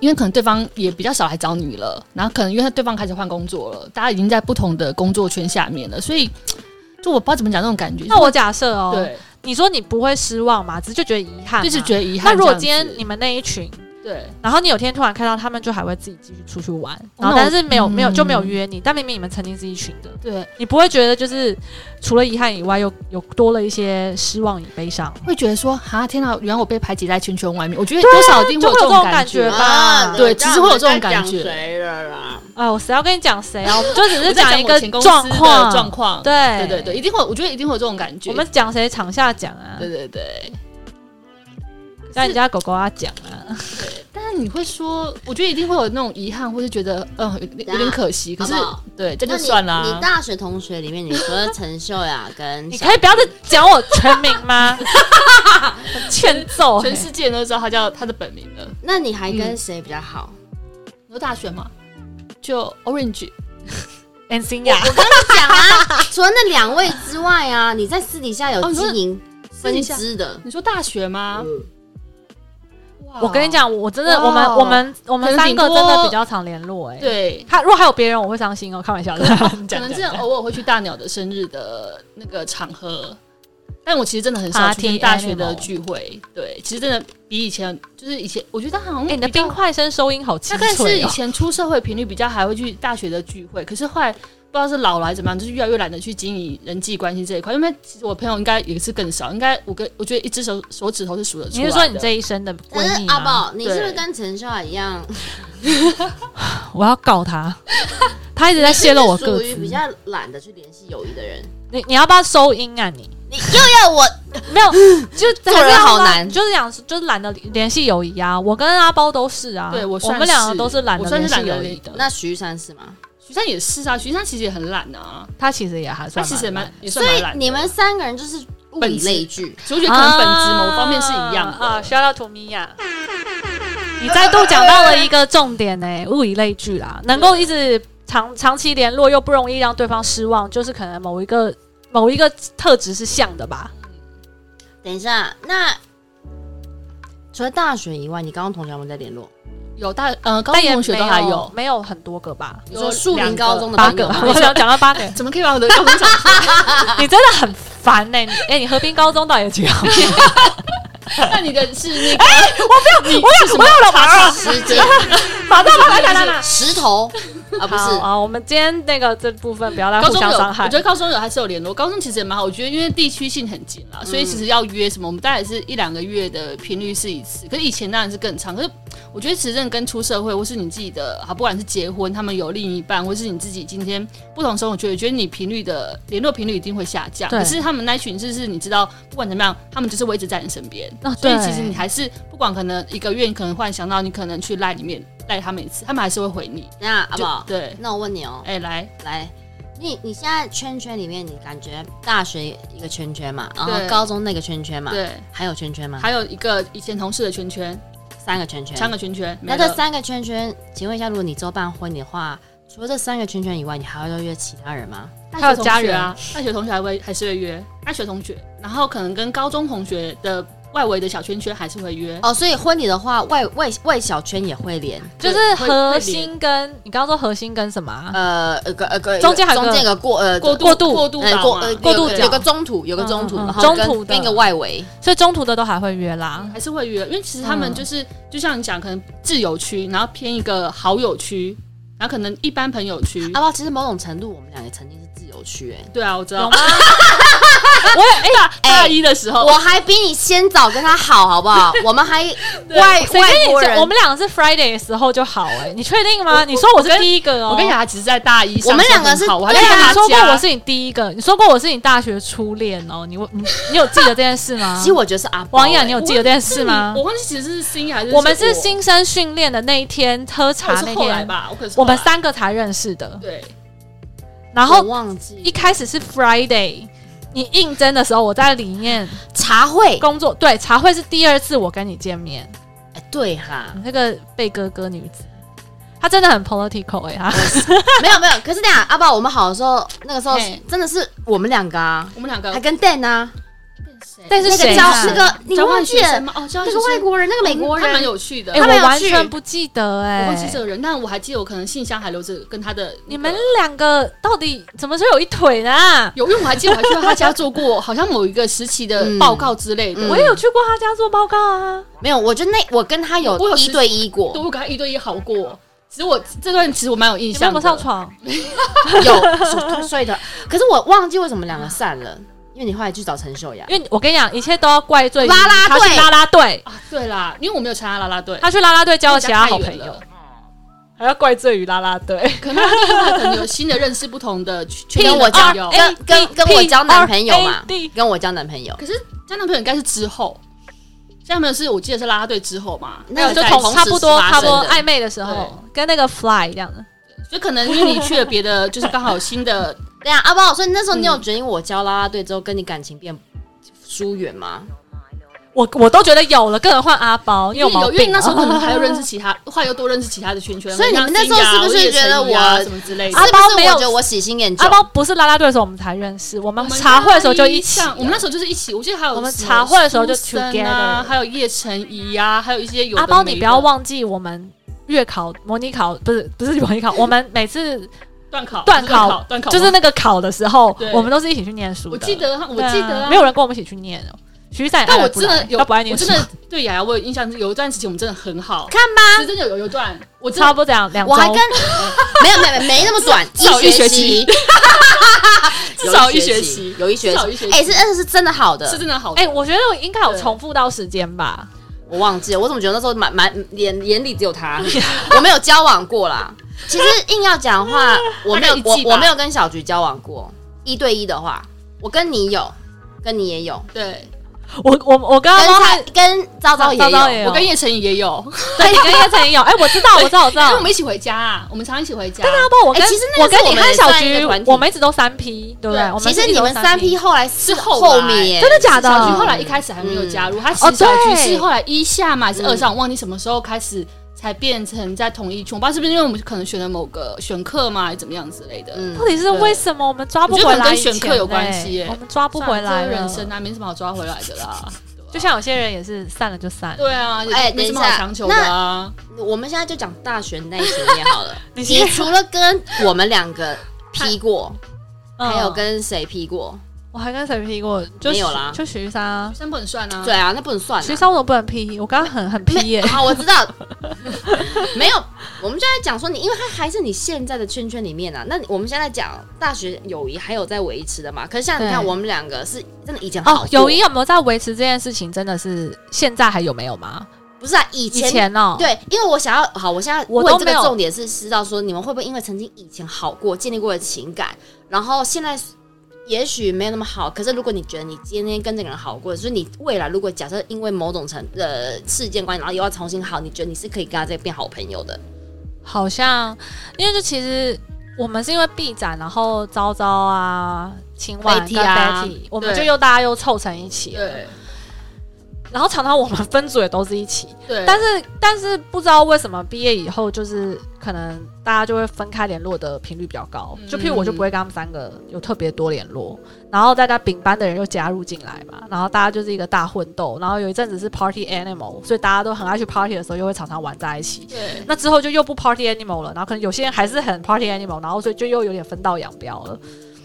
[SPEAKER 3] 因为可能对方也比较少来找你了，然后可能因为对方开始换工作了，大家已经在不同的工作圈下面了，所以就我不知道怎么讲这种感觉。
[SPEAKER 1] 那我假设哦，
[SPEAKER 3] 对，
[SPEAKER 1] 你说你不会失望嘛？只是就觉得遗憾嘛，
[SPEAKER 3] 就是觉得遗
[SPEAKER 1] 那
[SPEAKER 3] 憾这样子。
[SPEAKER 1] 如果今天你们那一群，
[SPEAKER 3] 对
[SPEAKER 1] 然后你有天突然看到他们，就还会自己继续出去玩，然后
[SPEAKER 3] 那
[SPEAKER 1] 但
[SPEAKER 3] 我
[SPEAKER 1] 是没有没有
[SPEAKER 3] 嗯
[SPEAKER 1] 就没有约你，但明明你们曾经是一群的，
[SPEAKER 3] 对，
[SPEAKER 1] 你不会觉得就是除了遗憾以外，又有多了一些失望与悲伤，
[SPEAKER 3] 会觉得说啊，天哪，原来我被排挤在圈圈外面。我觉得多少一啊定会有这种感
[SPEAKER 1] 就会有这种感觉
[SPEAKER 3] 觉。
[SPEAKER 1] 吧啊
[SPEAKER 3] 对其实会有这种感觉
[SPEAKER 2] 谁了啦？
[SPEAKER 1] 啊，我谁要跟你讲谁啊？我们就只
[SPEAKER 3] 我
[SPEAKER 1] 是
[SPEAKER 3] 在
[SPEAKER 1] 讲一
[SPEAKER 3] 我
[SPEAKER 1] 个
[SPEAKER 3] 前公司
[SPEAKER 1] 状
[SPEAKER 3] 的
[SPEAKER 1] 况，
[SPEAKER 3] 状况。
[SPEAKER 1] 对
[SPEAKER 3] 对对对，一定会，我觉得一定会有这种感觉。
[SPEAKER 1] 我们讲谁场下讲啊
[SPEAKER 3] 对，对对。
[SPEAKER 1] 让人家狗狗啊讲啊，
[SPEAKER 3] 但是你会说，我觉得一定会有那种遗憾，或是觉得，嗯、有点有点可惜。 可是，
[SPEAKER 2] 好不好
[SPEAKER 3] 对，这
[SPEAKER 2] 那
[SPEAKER 3] 就
[SPEAKER 2] 你
[SPEAKER 3] 算啦。
[SPEAKER 2] 你大学同学里面，你除了陈秀雅跟
[SPEAKER 1] 你可以不要再讲我全名 吗？欠揍欸、
[SPEAKER 3] 全世界人都知道他叫他的本名了。
[SPEAKER 2] 那你还跟谁比较好？
[SPEAKER 3] 你说大学嘛，就 Orange，
[SPEAKER 1] 安心呀，
[SPEAKER 2] 我跟你讲啊，除了那两位之外啊，你在私底下有
[SPEAKER 3] 哦你说
[SPEAKER 2] 经营
[SPEAKER 3] 私
[SPEAKER 2] 分
[SPEAKER 3] 底下啊
[SPEAKER 2] 支的。嗯
[SPEAKER 3] 你说大学吗？哇
[SPEAKER 1] 我跟你，讲，我真的，
[SPEAKER 3] 哇
[SPEAKER 1] 我们我们我们
[SPEAKER 3] 可能
[SPEAKER 1] 三
[SPEAKER 3] 顶
[SPEAKER 1] 个
[SPEAKER 3] 多
[SPEAKER 1] 真的比较常联络、哎，。
[SPEAKER 3] 对，
[SPEAKER 1] 他如果还有别人，我会伤心哦。开玩笑的，
[SPEAKER 3] 可
[SPEAKER 1] 可
[SPEAKER 3] 能哎真的偶尔会去大鸟的生日的那个场合，但我其实真的很少
[SPEAKER 1] Party
[SPEAKER 3] 去跟大学
[SPEAKER 1] animal
[SPEAKER 3] 的聚会。对，其实真的比以前，就是以前，我觉得好像
[SPEAKER 1] 哎、你的
[SPEAKER 3] 比较
[SPEAKER 1] 冰块声收音好
[SPEAKER 3] 大
[SPEAKER 1] 清
[SPEAKER 3] 概是
[SPEAKER 1] 脆、
[SPEAKER 3] 以
[SPEAKER 1] 哦。
[SPEAKER 3] 前出社会频率比较还会去大学的聚会，可是后来不知道是老了还是怎么样，就是越来越懒得去经营人际关系这一块。因为其实我朋友应该也是更少，应该我跟我觉得一只手手指头是数得出
[SPEAKER 1] 你
[SPEAKER 3] 来的。
[SPEAKER 1] 是说你这一生的
[SPEAKER 2] 可
[SPEAKER 1] 闺
[SPEAKER 2] 是
[SPEAKER 1] 蜜
[SPEAKER 2] 阿
[SPEAKER 1] 吗？
[SPEAKER 2] 宝，你是不是
[SPEAKER 3] 对
[SPEAKER 2] 跟陈秀雅一样，
[SPEAKER 1] 我要告他，他一直在泄露我
[SPEAKER 2] 属
[SPEAKER 1] 个
[SPEAKER 2] 于
[SPEAKER 1] 资。
[SPEAKER 2] 比较懒得去联系友谊的人？
[SPEAKER 1] 你你要不要收音啊你？
[SPEAKER 2] 你又要我
[SPEAKER 1] 没 有，就
[SPEAKER 2] 做
[SPEAKER 1] 还是
[SPEAKER 2] 人
[SPEAKER 1] 要
[SPEAKER 2] 好
[SPEAKER 1] 让
[SPEAKER 2] 难
[SPEAKER 1] 就是讲就是懒得联系友谊啊。我跟阿包都是啊，
[SPEAKER 3] 对我
[SPEAKER 1] 我
[SPEAKER 3] 算
[SPEAKER 1] 们两个都
[SPEAKER 3] 是
[SPEAKER 1] 懒得
[SPEAKER 3] 我算
[SPEAKER 1] 联
[SPEAKER 3] 是
[SPEAKER 1] 系
[SPEAKER 3] 懒得
[SPEAKER 1] 友谊
[SPEAKER 3] 联
[SPEAKER 1] 的。
[SPEAKER 2] 那徐玉山是吗？
[SPEAKER 3] 徐善也是啊，徐善其实也很懒啊，
[SPEAKER 1] 他其实也还
[SPEAKER 3] 他
[SPEAKER 1] 算，
[SPEAKER 3] 其实也蛮，也
[SPEAKER 2] 所
[SPEAKER 3] 算蛮懒
[SPEAKER 2] 以
[SPEAKER 3] 的。
[SPEAKER 2] 你们三个人就是物以
[SPEAKER 3] 本质
[SPEAKER 2] 类聚，
[SPEAKER 3] 所以我觉得可能本质某方面是一样的。
[SPEAKER 1] 啊。需要图米 娅，你再度讲到了一个重点呢、物以类聚啦，能够一直长长期联络又不容易让对方失望，就是可能某一个某一个特质是像的吧。
[SPEAKER 2] 等一下，那除了大学以外，你刚刚同学有没有在联络？
[SPEAKER 3] 有大呃
[SPEAKER 1] 但
[SPEAKER 3] 高中
[SPEAKER 1] 也
[SPEAKER 3] 同学都还
[SPEAKER 1] 没
[SPEAKER 3] 有，
[SPEAKER 1] 没有很多个吧？
[SPEAKER 2] 你说树林高中的
[SPEAKER 1] 八
[SPEAKER 2] 朋
[SPEAKER 1] 个，
[SPEAKER 2] 友吗
[SPEAKER 1] 我想讲到 八个，
[SPEAKER 3] 怎么可以把我的高中讲？
[SPEAKER 1] 你真的很烦呢、你哎、你河滨高中到底有几个？
[SPEAKER 3] 那你的是那个？哎我不要，你是什么？
[SPEAKER 1] 老马，
[SPEAKER 2] 时间
[SPEAKER 1] 马上马上来来来。
[SPEAKER 2] 石头啊，不
[SPEAKER 1] 好
[SPEAKER 2] 是
[SPEAKER 1] 啊，我们今天那个这部分不要再
[SPEAKER 3] 高
[SPEAKER 1] 啊互
[SPEAKER 3] 中
[SPEAKER 1] 相
[SPEAKER 3] 有，
[SPEAKER 1] 伤害
[SPEAKER 3] 我觉。得高中有还是有联络，高中其实也蛮好。我觉得因为地区性很紧啦，
[SPEAKER 1] 嗯
[SPEAKER 3] 所以其实要约什么，我们大概也是一两个月的频率是一次。可是以前当然是更长。可是我觉得其实真的跟出社会，或是你自己的，好不管是结婚，他们有另一半，或是你自己今天不同生活圈，我觉得你频率的联络频率一定会下降。
[SPEAKER 1] 对
[SPEAKER 3] 可是他们那群就是你知道，不管怎么样，他们就是会一直在你身边。
[SPEAKER 1] 哦
[SPEAKER 3] 所以
[SPEAKER 1] 对
[SPEAKER 3] 其实你还是不管可能一个月，你可能忽然想到你可能去赖里面赖他们一次，他们还是会回你。
[SPEAKER 2] 等一下阿
[SPEAKER 3] 就
[SPEAKER 2] 宝。
[SPEAKER 3] 对，
[SPEAKER 2] 那我问你哦，
[SPEAKER 3] 哎、来，
[SPEAKER 2] 来，你你现在圈圈里面，你感觉大学一个圈圈嘛，然后
[SPEAKER 3] 对
[SPEAKER 2] 高中那个圈圈嘛，
[SPEAKER 3] 对，
[SPEAKER 2] 还有圈
[SPEAKER 1] 嗯
[SPEAKER 2] 圈吗？
[SPEAKER 3] 还有一个以前同事的圈圈，
[SPEAKER 2] 三个圈圈，
[SPEAKER 3] 三个圈圈，
[SPEAKER 2] 那
[SPEAKER 3] 没了
[SPEAKER 2] 这三个圈圈，请问一下，如果你之后办婚礼的话，除了这三个圈圈以外，你还会约其他人吗？
[SPEAKER 1] 还有家人
[SPEAKER 3] 啊，大学同学还会还是会约，大学同学，然后可能跟高中同学的外围的小圈圈还是会约，
[SPEAKER 2] 哦，所以婚礼的话，外外外小圈也会连，
[SPEAKER 1] 就是
[SPEAKER 3] 会
[SPEAKER 1] 核心跟你刚刚说核心跟什么啊、
[SPEAKER 2] 呃，呃个呃个
[SPEAKER 1] 中间还有个
[SPEAKER 2] 中间有个过呃
[SPEAKER 3] 过渡
[SPEAKER 1] 过渡哎
[SPEAKER 3] 过渡
[SPEAKER 2] 呃
[SPEAKER 3] 吧
[SPEAKER 2] 过
[SPEAKER 3] 嘛
[SPEAKER 2] 呃
[SPEAKER 1] 过渡
[SPEAKER 2] 有
[SPEAKER 1] 角
[SPEAKER 2] 个有个中途，有个中途，
[SPEAKER 1] 嗯嗯嗯
[SPEAKER 2] 然后跟
[SPEAKER 1] 中途的
[SPEAKER 2] 跟一个外围，
[SPEAKER 1] 所以中途的都还会约啦。
[SPEAKER 3] 还是会约，因为其实他
[SPEAKER 1] 嗯
[SPEAKER 3] 们就是、就像你讲，可能自由区，然后偏一个好友区，然后可能一般朋友区。
[SPEAKER 2] 啊不，其实某种程度我们两个曾经是自由区哎、
[SPEAKER 3] 对啊，我知道
[SPEAKER 1] 有吗。
[SPEAKER 3] 我也 大
[SPEAKER 2] 哎
[SPEAKER 3] 大一的时
[SPEAKER 1] 哦
[SPEAKER 3] 候，
[SPEAKER 2] 我还比你先早跟他好，好 不好？我们还外
[SPEAKER 1] 谁
[SPEAKER 2] 外
[SPEAKER 1] 跟
[SPEAKER 2] 国
[SPEAKER 1] 你
[SPEAKER 2] 人
[SPEAKER 1] 讲？我，们两个是 Friday 的时候就好哎、你确定
[SPEAKER 3] 我
[SPEAKER 1] 吗？
[SPEAKER 3] 我
[SPEAKER 1] 你说我是第一个哦、
[SPEAKER 3] 我跟你讲，他其实在大一上
[SPEAKER 2] 我们两个是
[SPEAKER 3] 是好，我还
[SPEAKER 1] 对
[SPEAKER 3] 在
[SPEAKER 1] 啊，
[SPEAKER 3] 他
[SPEAKER 1] 你说过
[SPEAKER 3] 家
[SPEAKER 1] 我是你第一个，你说过我是你大学初恋哦、你你你有记得这件事吗
[SPEAKER 2] 其？实我觉得是阿宝
[SPEAKER 1] 王
[SPEAKER 2] 哎
[SPEAKER 1] 雅，你有记得这件事吗
[SPEAKER 3] 我？忘记其实是新还是
[SPEAKER 1] 我们是新生训练的那一天喝
[SPEAKER 3] 我
[SPEAKER 1] 茶
[SPEAKER 3] 是
[SPEAKER 1] 那
[SPEAKER 3] 后来
[SPEAKER 1] 天，
[SPEAKER 3] 吧，我可是
[SPEAKER 1] 我们
[SPEAKER 3] 后来
[SPEAKER 1] 三个才认识的。
[SPEAKER 3] 对
[SPEAKER 1] 然
[SPEAKER 2] 我
[SPEAKER 1] 后
[SPEAKER 2] 忘记
[SPEAKER 1] 一开始是 Friday，你应征的时候我在里面
[SPEAKER 2] 茶会，
[SPEAKER 1] 工作，对，茶会是第二次我跟你见面，
[SPEAKER 2] 哎对哈，
[SPEAKER 1] 你那个贝哥哥女子，她真的很 political 哎、欸，她
[SPEAKER 2] 没有没有，可是那样阿宝，我们好的时候，那个时候
[SPEAKER 3] 嘿
[SPEAKER 2] 真的是我们两个啊，
[SPEAKER 3] 我们两个
[SPEAKER 2] 还跟 Dan 啊，
[SPEAKER 1] 但是
[SPEAKER 2] 那
[SPEAKER 1] 谁
[SPEAKER 2] 个
[SPEAKER 1] 啊
[SPEAKER 2] 交？那个你
[SPEAKER 3] 交
[SPEAKER 2] 忘
[SPEAKER 3] 换
[SPEAKER 2] 记
[SPEAKER 3] 学生
[SPEAKER 2] 了
[SPEAKER 3] 吗？哦，交换
[SPEAKER 2] 那个
[SPEAKER 3] 学生嗯
[SPEAKER 2] 外国人，那个美国
[SPEAKER 3] 他蛮
[SPEAKER 2] 人，
[SPEAKER 3] 有趣的
[SPEAKER 1] 哎、。
[SPEAKER 2] 他们
[SPEAKER 1] 我
[SPEAKER 2] 有
[SPEAKER 1] 完
[SPEAKER 2] 去
[SPEAKER 1] 全不记得哎、
[SPEAKER 3] 我忘记这个人，但我还记得我可能信箱还留着跟他的那个
[SPEAKER 1] 你们两个到底怎么说有一腿呢？
[SPEAKER 3] 有，因为我还记得我还去到他家做过，好像某一个时期的报告之类的。
[SPEAKER 2] 嗯
[SPEAKER 1] 我也有去过他家做报告啊，
[SPEAKER 2] 没有，我就那我跟他有
[SPEAKER 3] 我有
[SPEAKER 2] 一
[SPEAKER 3] 时
[SPEAKER 2] 对一过
[SPEAKER 3] 对，，我跟他一对一好过。其实我这段其实我蛮有印
[SPEAKER 1] 你们有
[SPEAKER 3] 象
[SPEAKER 1] 没有
[SPEAKER 3] 的。
[SPEAKER 1] 上床？
[SPEAKER 2] 有所以的，可是我忘记为什么两个散了，因为你后来去找陈秀雅，
[SPEAKER 1] 因为我跟你讲，一切都要怪罪于
[SPEAKER 2] 拉拉
[SPEAKER 1] 他去
[SPEAKER 2] 队
[SPEAKER 1] 拉拉队，
[SPEAKER 3] 啊，对啦，因为我没有参加啦啦队，
[SPEAKER 1] 他去拉拉队交了其他好
[SPEAKER 3] 太
[SPEAKER 1] 朋
[SPEAKER 3] 远
[SPEAKER 1] 友
[SPEAKER 3] 了，，
[SPEAKER 1] 还要怪罪于拉拉队。
[SPEAKER 3] 可能他可能有新的认识不同的 圈
[SPEAKER 2] 跟
[SPEAKER 3] 圈
[SPEAKER 2] 我交
[SPEAKER 3] 交
[SPEAKER 1] 哎
[SPEAKER 3] 友。
[SPEAKER 2] 跟跟
[SPEAKER 1] P-
[SPEAKER 2] 跟我交男朋友嘛
[SPEAKER 1] P-R-A-D，
[SPEAKER 2] 跟我交男朋友，
[SPEAKER 3] 可是交男朋友应该是之后，交男朋友是我记得是啦啦队之后嘛，
[SPEAKER 2] 那
[SPEAKER 1] 就
[SPEAKER 2] 在
[SPEAKER 1] 同
[SPEAKER 2] 同时
[SPEAKER 1] 差不多
[SPEAKER 2] 发
[SPEAKER 1] 差不多
[SPEAKER 2] 生的
[SPEAKER 1] 暧昧的时候，跟那个 Fly 这样的。
[SPEAKER 3] 就可能因为你去了别的，就是刚好有 新的，
[SPEAKER 2] 对啊，阿宝，所以那时候你
[SPEAKER 3] 嗯
[SPEAKER 2] 有决定我交啦啦队之后跟你感情变疏远吗？
[SPEAKER 1] 我我都觉得有了，更何况阿包，因为有
[SPEAKER 3] 因为
[SPEAKER 1] 毛
[SPEAKER 3] 有因
[SPEAKER 1] 病啊、
[SPEAKER 3] 为那时候可能还有认识其他， 后来又多认识其他的圈圈，
[SPEAKER 2] 所以你们那时候
[SPEAKER 3] 像
[SPEAKER 2] 是不是
[SPEAKER 3] Cindy 啊
[SPEAKER 2] 觉得
[SPEAKER 3] 我也成立啊
[SPEAKER 2] 我
[SPEAKER 3] 什么之类的
[SPEAKER 2] 是？不
[SPEAKER 1] 阿宝
[SPEAKER 2] 是
[SPEAKER 1] 没
[SPEAKER 2] 我
[SPEAKER 1] 有
[SPEAKER 2] 觉得我喜新厌 旧
[SPEAKER 1] 阿？包不是拉拉队的时候我们才认识，我们茶会的时候就一起了。
[SPEAKER 3] 我们那时候就是一起，我记得还有
[SPEAKER 1] 我们
[SPEAKER 3] 什么
[SPEAKER 1] 茶会的时候就
[SPEAKER 3] 苏生啊
[SPEAKER 1] together
[SPEAKER 3] 还有叶晨怡啊，还有一些有的
[SPEAKER 1] 阿包，你
[SPEAKER 3] 没
[SPEAKER 1] 不要
[SPEAKER 3] 的
[SPEAKER 1] 忘记我们月考、模拟考不是不是模拟考，我 们每次
[SPEAKER 3] 断考、
[SPEAKER 1] 断考
[SPEAKER 3] 考、断考吗，
[SPEAKER 1] 就是那个考的时候
[SPEAKER 3] 对，
[SPEAKER 1] 我们都是一起去念书的。
[SPEAKER 3] 我记得啊，我
[SPEAKER 1] 对啊，
[SPEAKER 3] 记得啊
[SPEAKER 1] 没有人跟我们一起去念哦。徐仔，
[SPEAKER 3] 但我真的有，
[SPEAKER 1] 他不爱
[SPEAKER 3] 我
[SPEAKER 1] 念书
[SPEAKER 3] 真，的对雅雅，我有印象，有一段时期我们真的很好，
[SPEAKER 2] 看吧，
[SPEAKER 3] 是真的有有一段，我真
[SPEAKER 1] 差
[SPEAKER 3] 的
[SPEAKER 1] 不多这样两周。
[SPEAKER 2] 我还跟没有没有没那么短，
[SPEAKER 3] 至少
[SPEAKER 2] 一
[SPEAKER 3] 一学
[SPEAKER 2] 期，
[SPEAKER 3] 至少
[SPEAKER 2] 有
[SPEAKER 3] 一
[SPEAKER 2] 一学
[SPEAKER 3] 学
[SPEAKER 2] 期
[SPEAKER 3] 期，
[SPEAKER 2] 有一学
[SPEAKER 3] 至少一
[SPEAKER 2] 期
[SPEAKER 3] 学，期
[SPEAKER 2] 哎，是那是真的好的
[SPEAKER 3] 是，真的好。
[SPEAKER 1] 哎、我觉得我应该有
[SPEAKER 3] 对
[SPEAKER 1] 重复到时间吧。
[SPEAKER 2] 我忘记了，我怎么觉得那时候蛮蛮眼眼里只有他，我没有交往过啦。其实硬要讲的话，我没有
[SPEAKER 3] 大概
[SPEAKER 2] 我
[SPEAKER 3] 一季吧
[SPEAKER 2] 我没有跟小菊交往过，一对一的话，我跟你有，跟你也有，
[SPEAKER 3] 对，
[SPEAKER 1] 我我我刚
[SPEAKER 2] 跟
[SPEAKER 1] 刚
[SPEAKER 2] 他跟昭昭也
[SPEAKER 1] 糟糟也
[SPEAKER 2] 有，
[SPEAKER 1] 有
[SPEAKER 3] 我跟叶晨怡 也有，
[SPEAKER 1] 对你跟叶晨也有，哎、我知道，我知道，我知
[SPEAKER 3] 因
[SPEAKER 1] 道。
[SPEAKER 3] 为我们一起回家啊，我们常一起回家。
[SPEAKER 1] 阿包，我跟、
[SPEAKER 2] 哎其实那个
[SPEAKER 1] 跟
[SPEAKER 2] 是
[SPEAKER 1] 你
[SPEAKER 2] 我们
[SPEAKER 1] 和小
[SPEAKER 2] 算一个
[SPEAKER 1] 菊
[SPEAKER 2] 团，体
[SPEAKER 1] 我们一直都三 P，对不对？
[SPEAKER 3] 对
[SPEAKER 1] 我
[SPEAKER 2] 其
[SPEAKER 1] 们
[SPEAKER 2] 实你们三 P 后来是
[SPEAKER 3] 是后
[SPEAKER 2] 后
[SPEAKER 3] 来
[SPEAKER 2] 面耶
[SPEAKER 1] 真的假的？
[SPEAKER 3] 小菊后来一开始还没有加入，他其
[SPEAKER 1] 哦
[SPEAKER 3] 实小菊
[SPEAKER 1] 对
[SPEAKER 3] 是后来一下嘛，还是二上，我忘记什么时候开始才变成在同一群。我不知道是不是因为我们可能选了某个选课嘛，还是怎么样之类的。
[SPEAKER 2] 嗯
[SPEAKER 1] 到，底是为什么我们抓不
[SPEAKER 3] 我
[SPEAKER 1] 回
[SPEAKER 3] 觉得可
[SPEAKER 1] 来
[SPEAKER 3] 能
[SPEAKER 1] 以前呢？
[SPEAKER 3] 跟选课有关系耶
[SPEAKER 1] 我们抓不回来了
[SPEAKER 3] 这是人生啊，没什么好抓回来的啦。
[SPEAKER 1] 就 像有些人也是散了就散了。
[SPEAKER 3] 对啊，
[SPEAKER 2] 哎
[SPEAKER 3] 也没什么
[SPEAKER 2] 等一
[SPEAKER 3] 好
[SPEAKER 2] 下
[SPEAKER 3] 强求的啊。
[SPEAKER 2] 我们现在就讲大学那一群也好了。
[SPEAKER 1] 你
[SPEAKER 2] 你除了跟我们两个 P 过，
[SPEAKER 1] 嗯
[SPEAKER 2] 还有跟谁 P 过？
[SPEAKER 1] 我还跟谁 P 过？就
[SPEAKER 2] 没有啦
[SPEAKER 1] 就徐莎啊，
[SPEAKER 3] 山本很算啊，
[SPEAKER 2] 对，啊，那不能算啊。
[SPEAKER 1] 徐莎我怎么不能 P？我刚刚很很 P 耶、
[SPEAKER 2] 好，我知 道，没有，我们就在讲说你，因为他还是你现在的圈圈里面啊。那我们现在讲大学友谊还有在维持的嘛？可是像你看，
[SPEAKER 1] 对
[SPEAKER 2] 我们两个是真的以前好
[SPEAKER 1] 哦，友谊
[SPEAKER 2] 谊
[SPEAKER 1] 有没有在维持这件事情？真的是现在还有没有吗？
[SPEAKER 2] 不是啊，以
[SPEAKER 1] 以
[SPEAKER 2] 前
[SPEAKER 1] 前哦，
[SPEAKER 2] 对，因为我想要好，我现在
[SPEAKER 1] 我
[SPEAKER 2] 问
[SPEAKER 1] 都
[SPEAKER 2] 这
[SPEAKER 1] 没
[SPEAKER 2] 个
[SPEAKER 1] 有
[SPEAKER 2] 重点是知道说你们会不会因为曾经以前好过建立过的情感，然后现在也许没有那么好，可是如果你觉得你今天跟这个人好过，就是你未来如果假设因为某种程呃事件关系，然后又要重新好，你觉得你是可以跟他再变好朋友的？
[SPEAKER 1] 好像因为就其实我们是因为 B 展，然后招招啊、青婉跟
[SPEAKER 2] Betty 啊
[SPEAKER 1] Betty，我们
[SPEAKER 3] 对
[SPEAKER 1] 就又大家又凑成一起了。
[SPEAKER 3] 对
[SPEAKER 1] 然后常常我们分组也都是一起，
[SPEAKER 3] 对，
[SPEAKER 1] 但是但是不知道为什么毕业以后，就是可能大家就会分开联络的频率比较高。
[SPEAKER 3] 嗯
[SPEAKER 1] 就譬如我就不会跟他们三个有特别多联络，然后大家丙班的人又加入进来嘛，然后大家就是一个大混斗。然后有一阵子是 party animal，所以大家都很爱去 party 的时候，又会常常玩在一起。
[SPEAKER 3] 对
[SPEAKER 1] 那之后就又不 party animal 了，然后可能有些人还是很 party animal，然后所以就又有点分道扬镳了。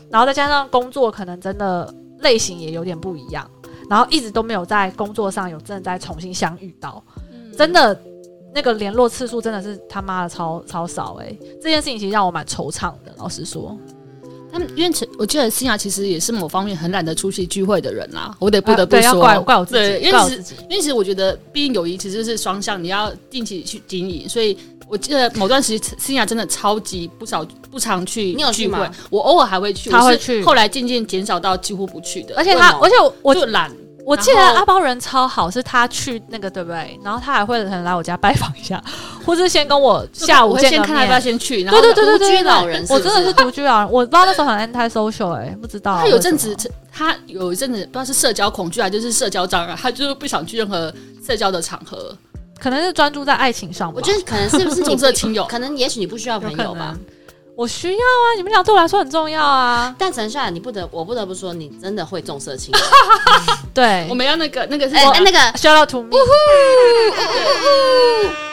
[SPEAKER 1] 然后再加上工作可能真的类型也有点不一样，然后一直都没有在工作上有真的再重新相遇到，
[SPEAKER 3] 嗯
[SPEAKER 1] 真的那个联络次数真的是他妈的超超少哎、这件事情其实让我蛮惆怅的，老实说，
[SPEAKER 3] 他们因为陈我记得思雅其实也是某方面很懒得出席聚会的人啦，我得不得
[SPEAKER 1] 啊
[SPEAKER 3] 不
[SPEAKER 1] 对要
[SPEAKER 3] 说，
[SPEAKER 1] 怪怪我自
[SPEAKER 3] 对因
[SPEAKER 1] 己，
[SPEAKER 3] 为
[SPEAKER 1] 怪我
[SPEAKER 3] 其实
[SPEAKER 1] 自己，
[SPEAKER 3] 因为其实我觉得，毕竟友谊其实是双向，你要定期去经营。所以我记得某段时间，思雅真的超级不少不常去
[SPEAKER 2] 你有去
[SPEAKER 3] 聚会
[SPEAKER 2] 吗，
[SPEAKER 3] 我偶尔还会去，
[SPEAKER 1] 他
[SPEAKER 3] 我
[SPEAKER 1] 会
[SPEAKER 3] 是
[SPEAKER 1] 去
[SPEAKER 3] 后来渐渐减少到几乎不去的。
[SPEAKER 1] 而且
[SPEAKER 2] 为
[SPEAKER 1] 他
[SPEAKER 2] 什么
[SPEAKER 1] 而且我我
[SPEAKER 3] 就懒，
[SPEAKER 1] 我记得
[SPEAKER 3] 然后
[SPEAKER 1] 阿包人超好，是他去那个对不对？然后他还会可能来我家拜访一下，或是先跟我下午
[SPEAKER 3] 我会
[SPEAKER 1] 见
[SPEAKER 3] 先
[SPEAKER 1] 个
[SPEAKER 3] 看他要不要
[SPEAKER 1] 面。
[SPEAKER 3] 先去，然 后
[SPEAKER 1] 对对对对对，
[SPEAKER 2] 独
[SPEAKER 1] 对
[SPEAKER 2] 居老人是
[SPEAKER 1] 我
[SPEAKER 2] 不是
[SPEAKER 1] 真的是独居老人。我不知道那时候很 anti social 哎，不知道
[SPEAKER 3] 他有阵
[SPEAKER 1] 为
[SPEAKER 3] 子
[SPEAKER 1] 什么，
[SPEAKER 3] 他有一阵子不知道是社交恐惧啊，就是社交障碍，他就是不想去任何社交的场合，
[SPEAKER 1] 可能是专注在爱情上吧。
[SPEAKER 2] 我觉得可能是不是你
[SPEAKER 3] 重
[SPEAKER 2] 不
[SPEAKER 3] 色轻友。
[SPEAKER 2] 可能也许你不需要朋
[SPEAKER 1] 有可
[SPEAKER 2] 友吧
[SPEAKER 1] 能，。我需要啊，你们俩对我来说很重要啊。
[SPEAKER 2] 但陈夏，你不得我不得不说，你真的会重色 轻友。
[SPEAKER 1] 对
[SPEAKER 3] 我，们要那个那个是
[SPEAKER 2] 哎、
[SPEAKER 1] 啊
[SPEAKER 2] 哎那个
[SPEAKER 1] shout out to me。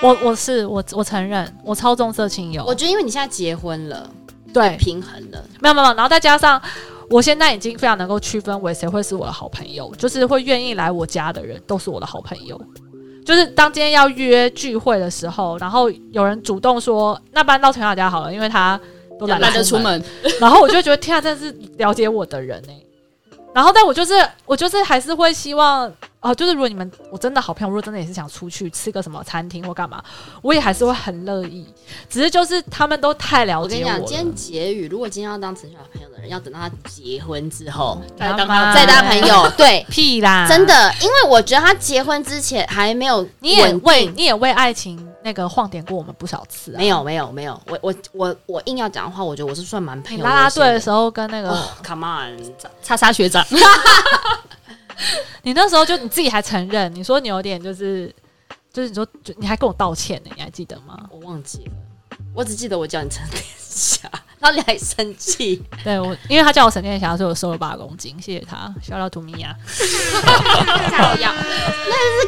[SPEAKER 1] 我我是我我承认，我超重色轻友
[SPEAKER 2] 我。觉得因为你现在结婚了，
[SPEAKER 1] 对，
[SPEAKER 2] 平衡了，
[SPEAKER 1] 没有没有，没有然后再加上我现在已经非常能够区分为谁会是我的好朋友，就是会愿意来我家的人都是我的好朋友。就是当今天要约聚会的时候，然后有人主动说，那不然到陈小家好了，因为他都懒
[SPEAKER 3] 懒得
[SPEAKER 1] 出
[SPEAKER 3] 出
[SPEAKER 1] 门，
[SPEAKER 3] 门，
[SPEAKER 1] 然后我就觉得天啊，真的是了解我的人哎、然后，但我就是我就是还是会希望哦、就是如果你们我真的好朋友，如果真的也是想出去吃个什么餐厅或干嘛，我也还是会很乐意。只是就是他们都太了
[SPEAKER 2] 我跟
[SPEAKER 1] 解
[SPEAKER 2] 你
[SPEAKER 1] 我了。
[SPEAKER 2] 讲，今天结语，如果今天要当陈小朋友的人，要等到他结婚之后
[SPEAKER 3] 再当他
[SPEAKER 1] 哎
[SPEAKER 2] 再当朋友。对，
[SPEAKER 1] 屁啦，
[SPEAKER 2] 真的，因为我觉得他结婚之前还没有
[SPEAKER 1] 你也
[SPEAKER 2] 稳
[SPEAKER 1] 为
[SPEAKER 2] 定
[SPEAKER 1] 你也为爱情那个晃点过我们不少次啊
[SPEAKER 2] 没。有没有没有，我我我我硬要讲的话，我觉得我是算蛮朋
[SPEAKER 1] 你
[SPEAKER 2] 友
[SPEAKER 1] 拉拉队的
[SPEAKER 2] 候。
[SPEAKER 1] 时候跟那个，
[SPEAKER 2] 哦、c o m e on，
[SPEAKER 3] 叉叉学长，
[SPEAKER 1] 你那时候就你自己还承认，你说你有点就是就是你说就你还跟我道歉呢、你还记得吗？
[SPEAKER 2] 我忘记了，我只记得我叫你陈天霞， 然后你还生气。
[SPEAKER 1] 对我，因为他叫我沈殿霞，所以我瘦了八公斤，谢谢他，笑到图米娅。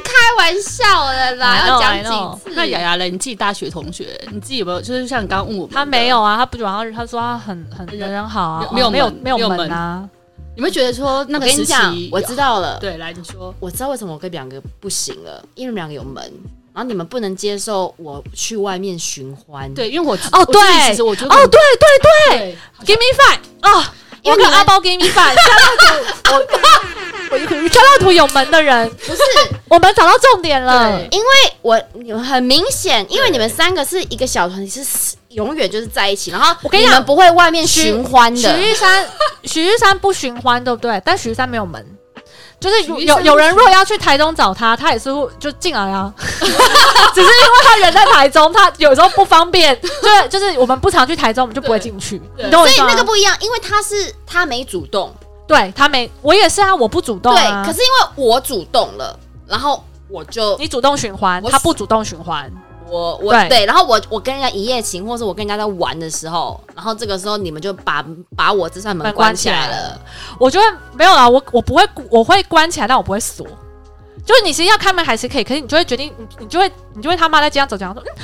[SPEAKER 2] 开玩笑的
[SPEAKER 1] I
[SPEAKER 2] 啦，
[SPEAKER 1] know,
[SPEAKER 2] 要
[SPEAKER 1] I know
[SPEAKER 2] 讲几次？
[SPEAKER 3] 那雅雅嘞，你自己大学同学，你自己有没有？就是像你刚刚问我们的，
[SPEAKER 1] 他没有啊，他不主要他说他很很
[SPEAKER 3] 人
[SPEAKER 1] 人人好啊，
[SPEAKER 3] 没有
[SPEAKER 1] 哦没有
[SPEAKER 3] 门
[SPEAKER 1] 有
[SPEAKER 3] 没有门
[SPEAKER 1] 门啊，
[SPEAKER 3] 你们觉得说那
[SPEAKER 2] 我
[SPEAKER 3] 个
[SPEAKER 2] 跟
[SPEAKER 3] 时
[SPEAKER 2] 你
[SPEAKER 3] 期
[SPEAKER 2] 讲，
[SPEAKER 3] 有
[SPEAKER 2] 我知道了，
[SPEAKER 3] 对，来你说，
[SPEAKER 2] 我知道为什么我跟两个不行了，因为你们两个有门，然后你们不能接受我去外面寻欢。，
[SPEAKER 3] 对，因为我
[SPEAKER 1] 哦
[SPEAKER 3] 我自己
[SPEAKER 1] 对
[SPEAKER 3] 其实我觉得
[SPEAKER 1] 哦对
[SPEAKER 3] 对，
[SPEAKER 1] ，Give me five 啊、
[SPEAKER 2] 因为
[SPEAKER 1] 我
[SPEAKER 2] 你
[SPEAKER 1] 跟
[SPEAKER 2] 们
[SPEAKER 1] 阿包 Give me five，笑到图，我我笑到图有门的人，
[SPEAKER 2] 不是
[SPEAKER 1] 我们找到重点了。
[SPEAKER 3] 对
[SPEAKER 2] 因为我你们很明显，因为你们三个是一个小团体，是永远就是在一起，然后
[SPEAKER 1] 我跟你
[SPEAKER 2] 你
[SPEAKER 1] 讲
[SPEAKER 2] 们不会外面寻欢
[SPEAKER 1] 许
[SPEAKER 2] 的。
[SPEAKER 1] 玉 山，许玉山不寻欢，对不对？但许玉山没有门，就是有
[SPEAKER 3] 许玉山
[SPEAKER 1] 有
[SPEAKER 3] 不
[SPEAKER 1] 有人如果要去台中找他，他也是会就进来 啊。只是因为他人在台中，他有时候不方 便，对，就是我们不常去台中，我们就不会进去。
[SPEAKER 3] 对
[SPEAKER 1] 你懂我
[SPEAKER 2] 所
[SPEAKER 1] 意
[SPEAKER 2] 以
[SPEAKER 1] 思吗？
[SPEAKER 2] 那个不一样，因为他是他没主动，
[SPEAKER 1] 对他没，我也是啊，我不主动
[SPEAKER 2] 对
[SPEAKER 1] 啊。，
[SPEAKER 2] 可是因为我主动了，然后我就
[SPEAKER 1] 你主动循环，
[SPEAKER 2] 我
[SPEAKER 1] 他不主动循环，
[SPEAKER 2] 我我
[SPEAKER 1] 对
[SPEAKER 2] 对然后我我跟人家一夜情，或是我跟人家在玩的时候，然后这个时候你们就把把我这扇门
[SPEAKER 1] 门关
[SPEAKER 2] 关起来
[SPEAKER 1] 起来
[SPEAKER 2] 了。
[SPEAKER 1] 我觉得没有啦，我我不会，我会关起来，但我不会锁。就是你其实要开门还是可以，可是你就会决定，你你就会你就会他妈在街上走，讲说，嗯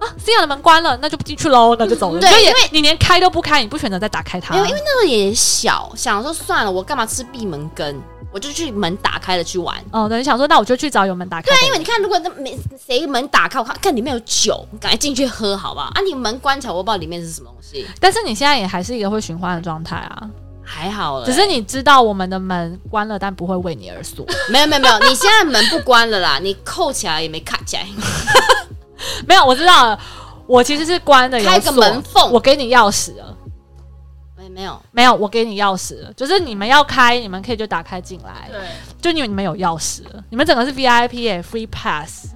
[SPEAKER 1] 啊，这样的门关了，那就不进去喽，那就走了。
[SPEAKER 2] 嗯对
[SPEAKER 1] 你就也
[SPEAKER 2] 因为
[SPEAKER 1] 你连开都不开，你不选择再打开它。
[SPEAKER 2] 没有，因为那时候也小，想说算了，我干嘛吃闭门羹？我就去门打开了去玩。
[SPEAKER 1] 哦，对，你想说，那我就去找有门打开的。
[SPEAKER 2] 对，因为你看，如果那没谁门打开，我看看里面有酒，赶快进去喝好不好？啊，你门关起来，我不知道里面是什么东西，
[SPEAKER 1] 但是你现在也还是一个会循环的状态啊，
[SPEAKER 2] 还好了。
[SPEAKER 1] 只是你知道我们的门关了，但不会为你而锁。
[SPEAKER 2] 没有没有没有，你现在门不关了啦，你扣起来也没卡起来，
[SPEAKER 1] 没有，我知道了，我其实是关的，有
[SPEAKER 2] 开个
[SPEAKER 1] 锁
[SPEAKER 2] 门缝
[SPEAKER 1] 我给你钥匙了。
[SPEAKER 2] 没没有。
[SPEAKER 1] 没有，我给你钥匙了，就是你们要开，你们可以就打开进来，
[SPEAKER 3] 对，
[SPEAKER 1] 就因为你们有钥匙了，你们整个是 VIP 耶、f r e e pass。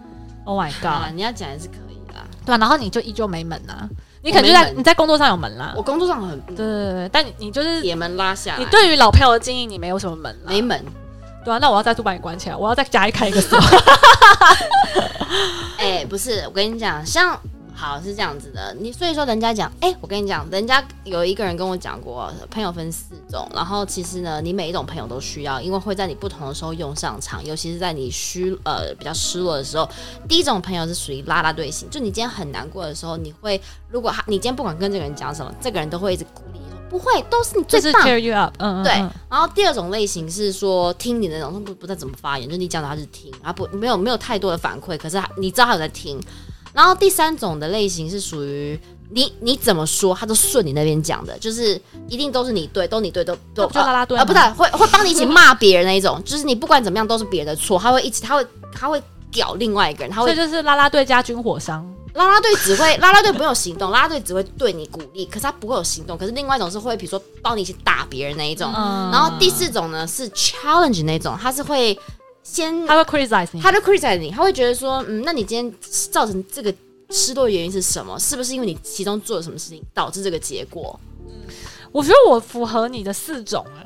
[SPEAKER 1] Oh my
[SPEAKER 2] 好啦
[SPEAKER 1] god！
[SPEAKER 2] 你要讲也是可以啦。
[SPEAKER 1] 对啊、然后你就依旧没门啊，你可能就在
[SPEAKER 2] 没门
[SPEAKER 1] 你在工作上有门啦
[SPEAKER 2] 我。工作上很
[SPEAKER 1] 对对对，但你你就是
[SPEAKER 2] 铁门拉下来，
[SPEAKER 1] 你对于老朋友的经营，你没有什么门啦。
[SPEAKER 2] 没门。
[SPEAKER 1] 对啊，那我要再度把你关起来，我要再加一开一 个锁。
[SPEAKER 2] 哎、不是，我跟你讲，像好是这样子的，你所以说人家讲，哎、我跟你讲，人家有一个人跟我讲过，朋友分四种，然后其实呢，你每一种朋友都需要，因为会在你不同的时候用上场，尤其是在你虚呃比较失落的时候。第一种朋友是属于拉拉队型，就你今天很难过的时候，你会如果他你今天不管跟这个人讲什么，这个人都会一直鼓励你说，不会，都是你
[SPEAKER 1] 就
[SPEAKER 2] 最
[SPEAKER 1] 是
[SPEAKER 2] 棒。
[SPEAKER 1] cheer you up，嗯，嗯
[SPEAKER 2] 对
[SPEAKER 1] 嗯
[SPEAKER 2] 然后第二种类型是说听你的那种，他不不知道怎么发言，就你讲的他是听，他不没有没有太多的反馈，可是他你知道他有在听。然后第三种的类型是属于你你怎么说，他都顺你那边讲的，就是一定都是你对，都你对，都都
[SPEAKER 1] 那不就拉拉队
[SPEAKER 2] 啊，
[SPEAKER 1] 吗
[SPEAKER 2] 不是会会帮你一起骂别人那一种，就是你不管怎么样都是别人的错，他会一起他会他会屌另外一个人，他
[SPEAKER 1] 所以
[SPEAKER 2] 会
[SPEAKER 1] 就是啦啦队加军火商，
[SPEAKER 2] 啦啦队只会啦啦队不用行动，啦啦队只会对你鼓励，可是他不会有行动，可是另外一种是会比如说帮你一起打别人那一种。
[SPEAKER 1] 嗯，
[SPEAKER 2] 然后第四种呢是 challenge 那种，他是会先
[SPEAKER 1] 他会 criticize 你，
[SPEAKER 2] 他就 criticize 你，他会觉得说，嗯，那你今天造成这个失落的原因是什么？是不是因为你其中做了什么事情导致这个结果？
[SPEAKER 1] 我觉得我符合你的四种哎，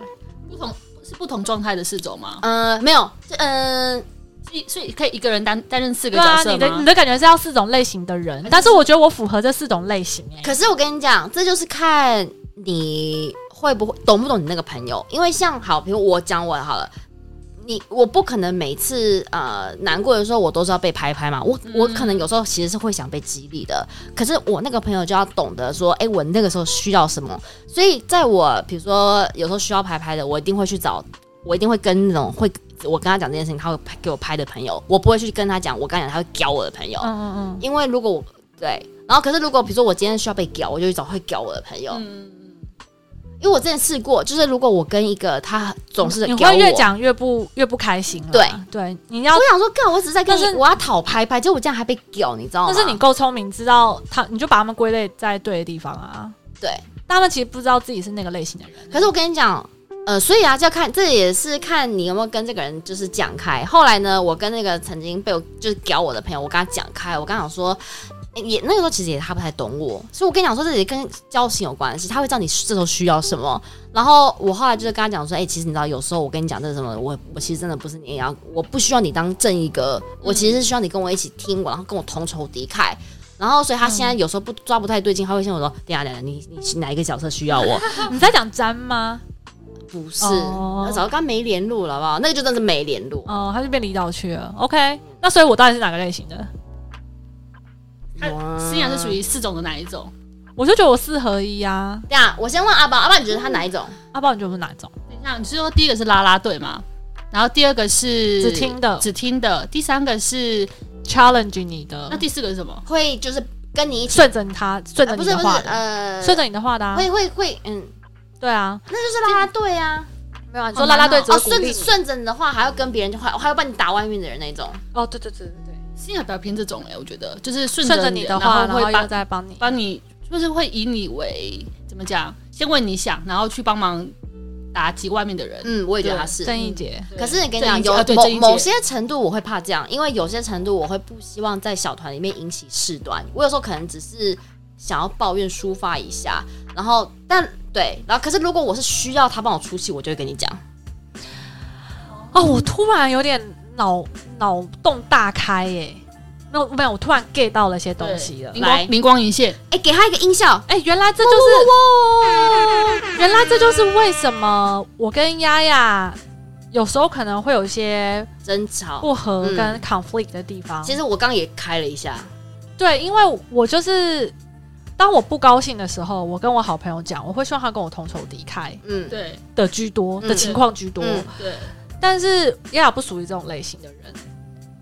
[SPEAKER 3] 不同是不同状态的四种吗？
[SPEAKER 2] 呃，没有，这嗯、
[SPEAKER 3] 所以所以可以一个人担担任四个
[SPEAKER 1] 对
[SPEAKER 3] 角
[SPEAKER 1] 啊，
[SPEAKER 3] 色吗？
[SPEAKER 1] 你的你的感觉是要四种类型的人，但是我觉得我符合这四种类型哎，
[SPEAKER 2] 可是我跟你讲，这就是看你会不会懂不懂你那个朋友，因为像好，比如我讲我的好了。你我不可能每次呃难过的时候我都是要被拍拍嘛，我我可能有时候其实是会想被激励的，可是我那个朋友就要懂得说，哎、我那个时候需要什么，所以在我比如说有时候需要拍拍的，我一定会去找，我一定会跟那种会我跟他讲这件事情，他会拍给我拍的朋友，我不会去跟他讲，我刚讲他会教我的朋友，
[SPEAKER 1] 嗯嗯嗯，
[SPEAKER 2] 因为如果我对，然后可是如果比如说我今天需要被屌，我就去找会屌我的朋友，
[SPEAKER 3] 嗯，
[SPEAKER 2] 因为我之前试过，就是如果我跟一个他总是
[SPEAKER 1] 嗯你
[SPEAKER 2] 屌我，
[SPEAKER 1] 会越讲越不越不开心啦，
[SPEAKER 2] 对
[SPEAKER 1] 对，你要
[SPEAKER 2] 我。想说干，我只是在跟你
[SPEAKER 1] 但是
[SPEAKER 2] 我要讨拍拍，结果我这样还被屌，你知道吗？
[SPEAKER 1] 但是你够聪明，知道他，你就把他们归类在对的地方啊。
[SPEAKER 2] 对，
[SPEAKER 1] 但他们其实不知道自己是那个类型的人。
[SPEAKER 2] 可是我跟你讲。呃，所以啊，就要看，这也是看你有没有跟这个人就是讲开。后来呢，我跟那个曾经被我就是屌我的朋友，我跟他讲开，我跟他讲说，也那个时候其实也他不太懂我，所以我跟你讲说，这也跟交情有关系，他会知道你这时候需要什么。然后我后来就是跟他讲说，哎、其实你知道，有时候我跟你讲这是什么，我我其实真的不是你也要，我不需要你当正一个，我其实是需要你跟我一起听我，然后跟我同仇敌忾。然后，所以他现在有时候不抓不太对劲，他会先我说：“等一下，等一下，你你你哪一个角色需要我？
[SPEAKER 1] 你在讲詹吗？
[SPEAKER 2] 不是，
[SPEAKER 1] 哦
[SPEAKER 2] 那早就跟他没联络了，好不好？那个就真的是没联络。
[SPEAKER 1] 哦，他就变离岛去了。OK，那所以我到底是哪个类型的？
[SPEAKER 2] 哇
[SPEAKER 3] 思雅是属于四种的哪一种？
[SPEAKER 1] 我就觉得我四合一啊。
[SPEAKER 2] 这样，我先问阿宝，阿宝你觉得他哪一种？
[SPEAKER 1] 阿豹，你觉得我是哪种？
[SPEAKER 3] 等一下，你是说第一个是啦啦队吗？然后第二个是
[SPEAKER 1] 只听的嗯
[SPEAKER 3] 只听的，第三个是
[SPEAKER 1] challenge 你的
[SPEAKER 3] 那，第四个是什么？
[SPEAKER 2] 会就是跟你一起，
[SPEAKER 1] 顺着他，顺着
[SPEAKER 2] 呃不
[SPEAKER 1] 你
[SPEAKER 2] 是
[SPEAKER 1] 的
[SPEAKER 2] 不是
[SPEAKER 1] 话的，
[SPEAKER 2] 呃，
[SPEAKER 1] 顺着你的话的啊。
[SPEAKER 2] 会会会，嗯，
[SPEAKER 1] 对啊，
[SPEAKER 2] 那就是啦啦队啊。
[SPEAKER 1] 没有啊，你
[SPEAKER 3] 好
[SPEAKER 1] 说啦啦队
[SPEAKER 3] 难
[SPEAKER 1] 只会
[SPEAKER 2] 哦，
[SPEAKER 1] 鼓
[SPEAKER 2] 顺
[SPEAKER 1] 励
[SPEAKER 2] 着
[SPEAKER 1] 你。
[SPEAKER 2] 顺着你的话，还要跟别人就还还要帮你打外面的人那种。
[SPEAKER 1] 哦，对对对对对，
[SPEAKER 3] 思雅比较偏这种哎、我觉得就是顺
[SPEAKER 1] 顺
[SPEAKER 3] 着
[SPEAKER 1] 着
[SPEAKER 3] 你
[SPEAKER 1] 你的话，然
[SPEAKER 3] 然后
[SPEAKER 1] 后又
[SPEAKER 3] 会帮
[SPEAKER 1] 再帮你。
[SPEAKER 3] 帮你，就是会以你为怎么讲？先为你想，然后去帮忙打击外面的人。
[SPEAKER 2] 嗯，我也觉得他
[SPEAKER 3] 对
[SPEAKER 2] 是。
[SPEAKER 1] 郑义杰，
[SPEAKER 3] 对
[SPEAKER 2] 可是你跟你讲，
[SPEAKER 3] 郑怡洁啊
[SPEAKER 2] 有
[SPEAKER 3] 对
[SPEAKER 2] 某
[SPEAKER 3] 郑怡洁
[SPEAKER 2] 某些程度我会怕这样，因为有些程度我会不希望在小团里面引起事端。我有时候可能只是想要抱怨抒发一下，然后但对，然后可是如果我是需要他帮我出气，我就会跟你讲。
[SPEAKER 1] 哦，我突然有点脑脑洞大开耶。没有没有，我突然 get 到了一些东西了
[SPEAKER 3] 灵。
[SPEAKER 2] 来
[SPEAKER 3] 光灵光一现，
[SPEAKER 2] 哎、给他一个音效，
[SPEAKER 1] 哎、原来这就是 原来这就是为什么我跟丫丫有时候可能会有一些
[SPEAKER 2] 争吵。
[SPEAKER 1] 不合
[SPEAKER 2] 嗯
[SPEAKER 1] 跟 conflict 的地方。
[SPEAKER 2] 其实我刚刚也开了一下，
[SPEAKER 1] 对，因为我就是当我不高兴的时候，我跟我好朋友讲，我会希望他跟我同仇敌忾
[SPEAKER 2] 嗯，
[SPEAKER 3] 对
[SPEAKER 1] 的居多
[SPEAKER 2] 嗯
[SPEAKER 1] 的情况居多。
[SPEAKER 2] 嗯
[SPEAKER 3] 对，
[SPEAKER 1] 但是丫丫不属于这种类型的人，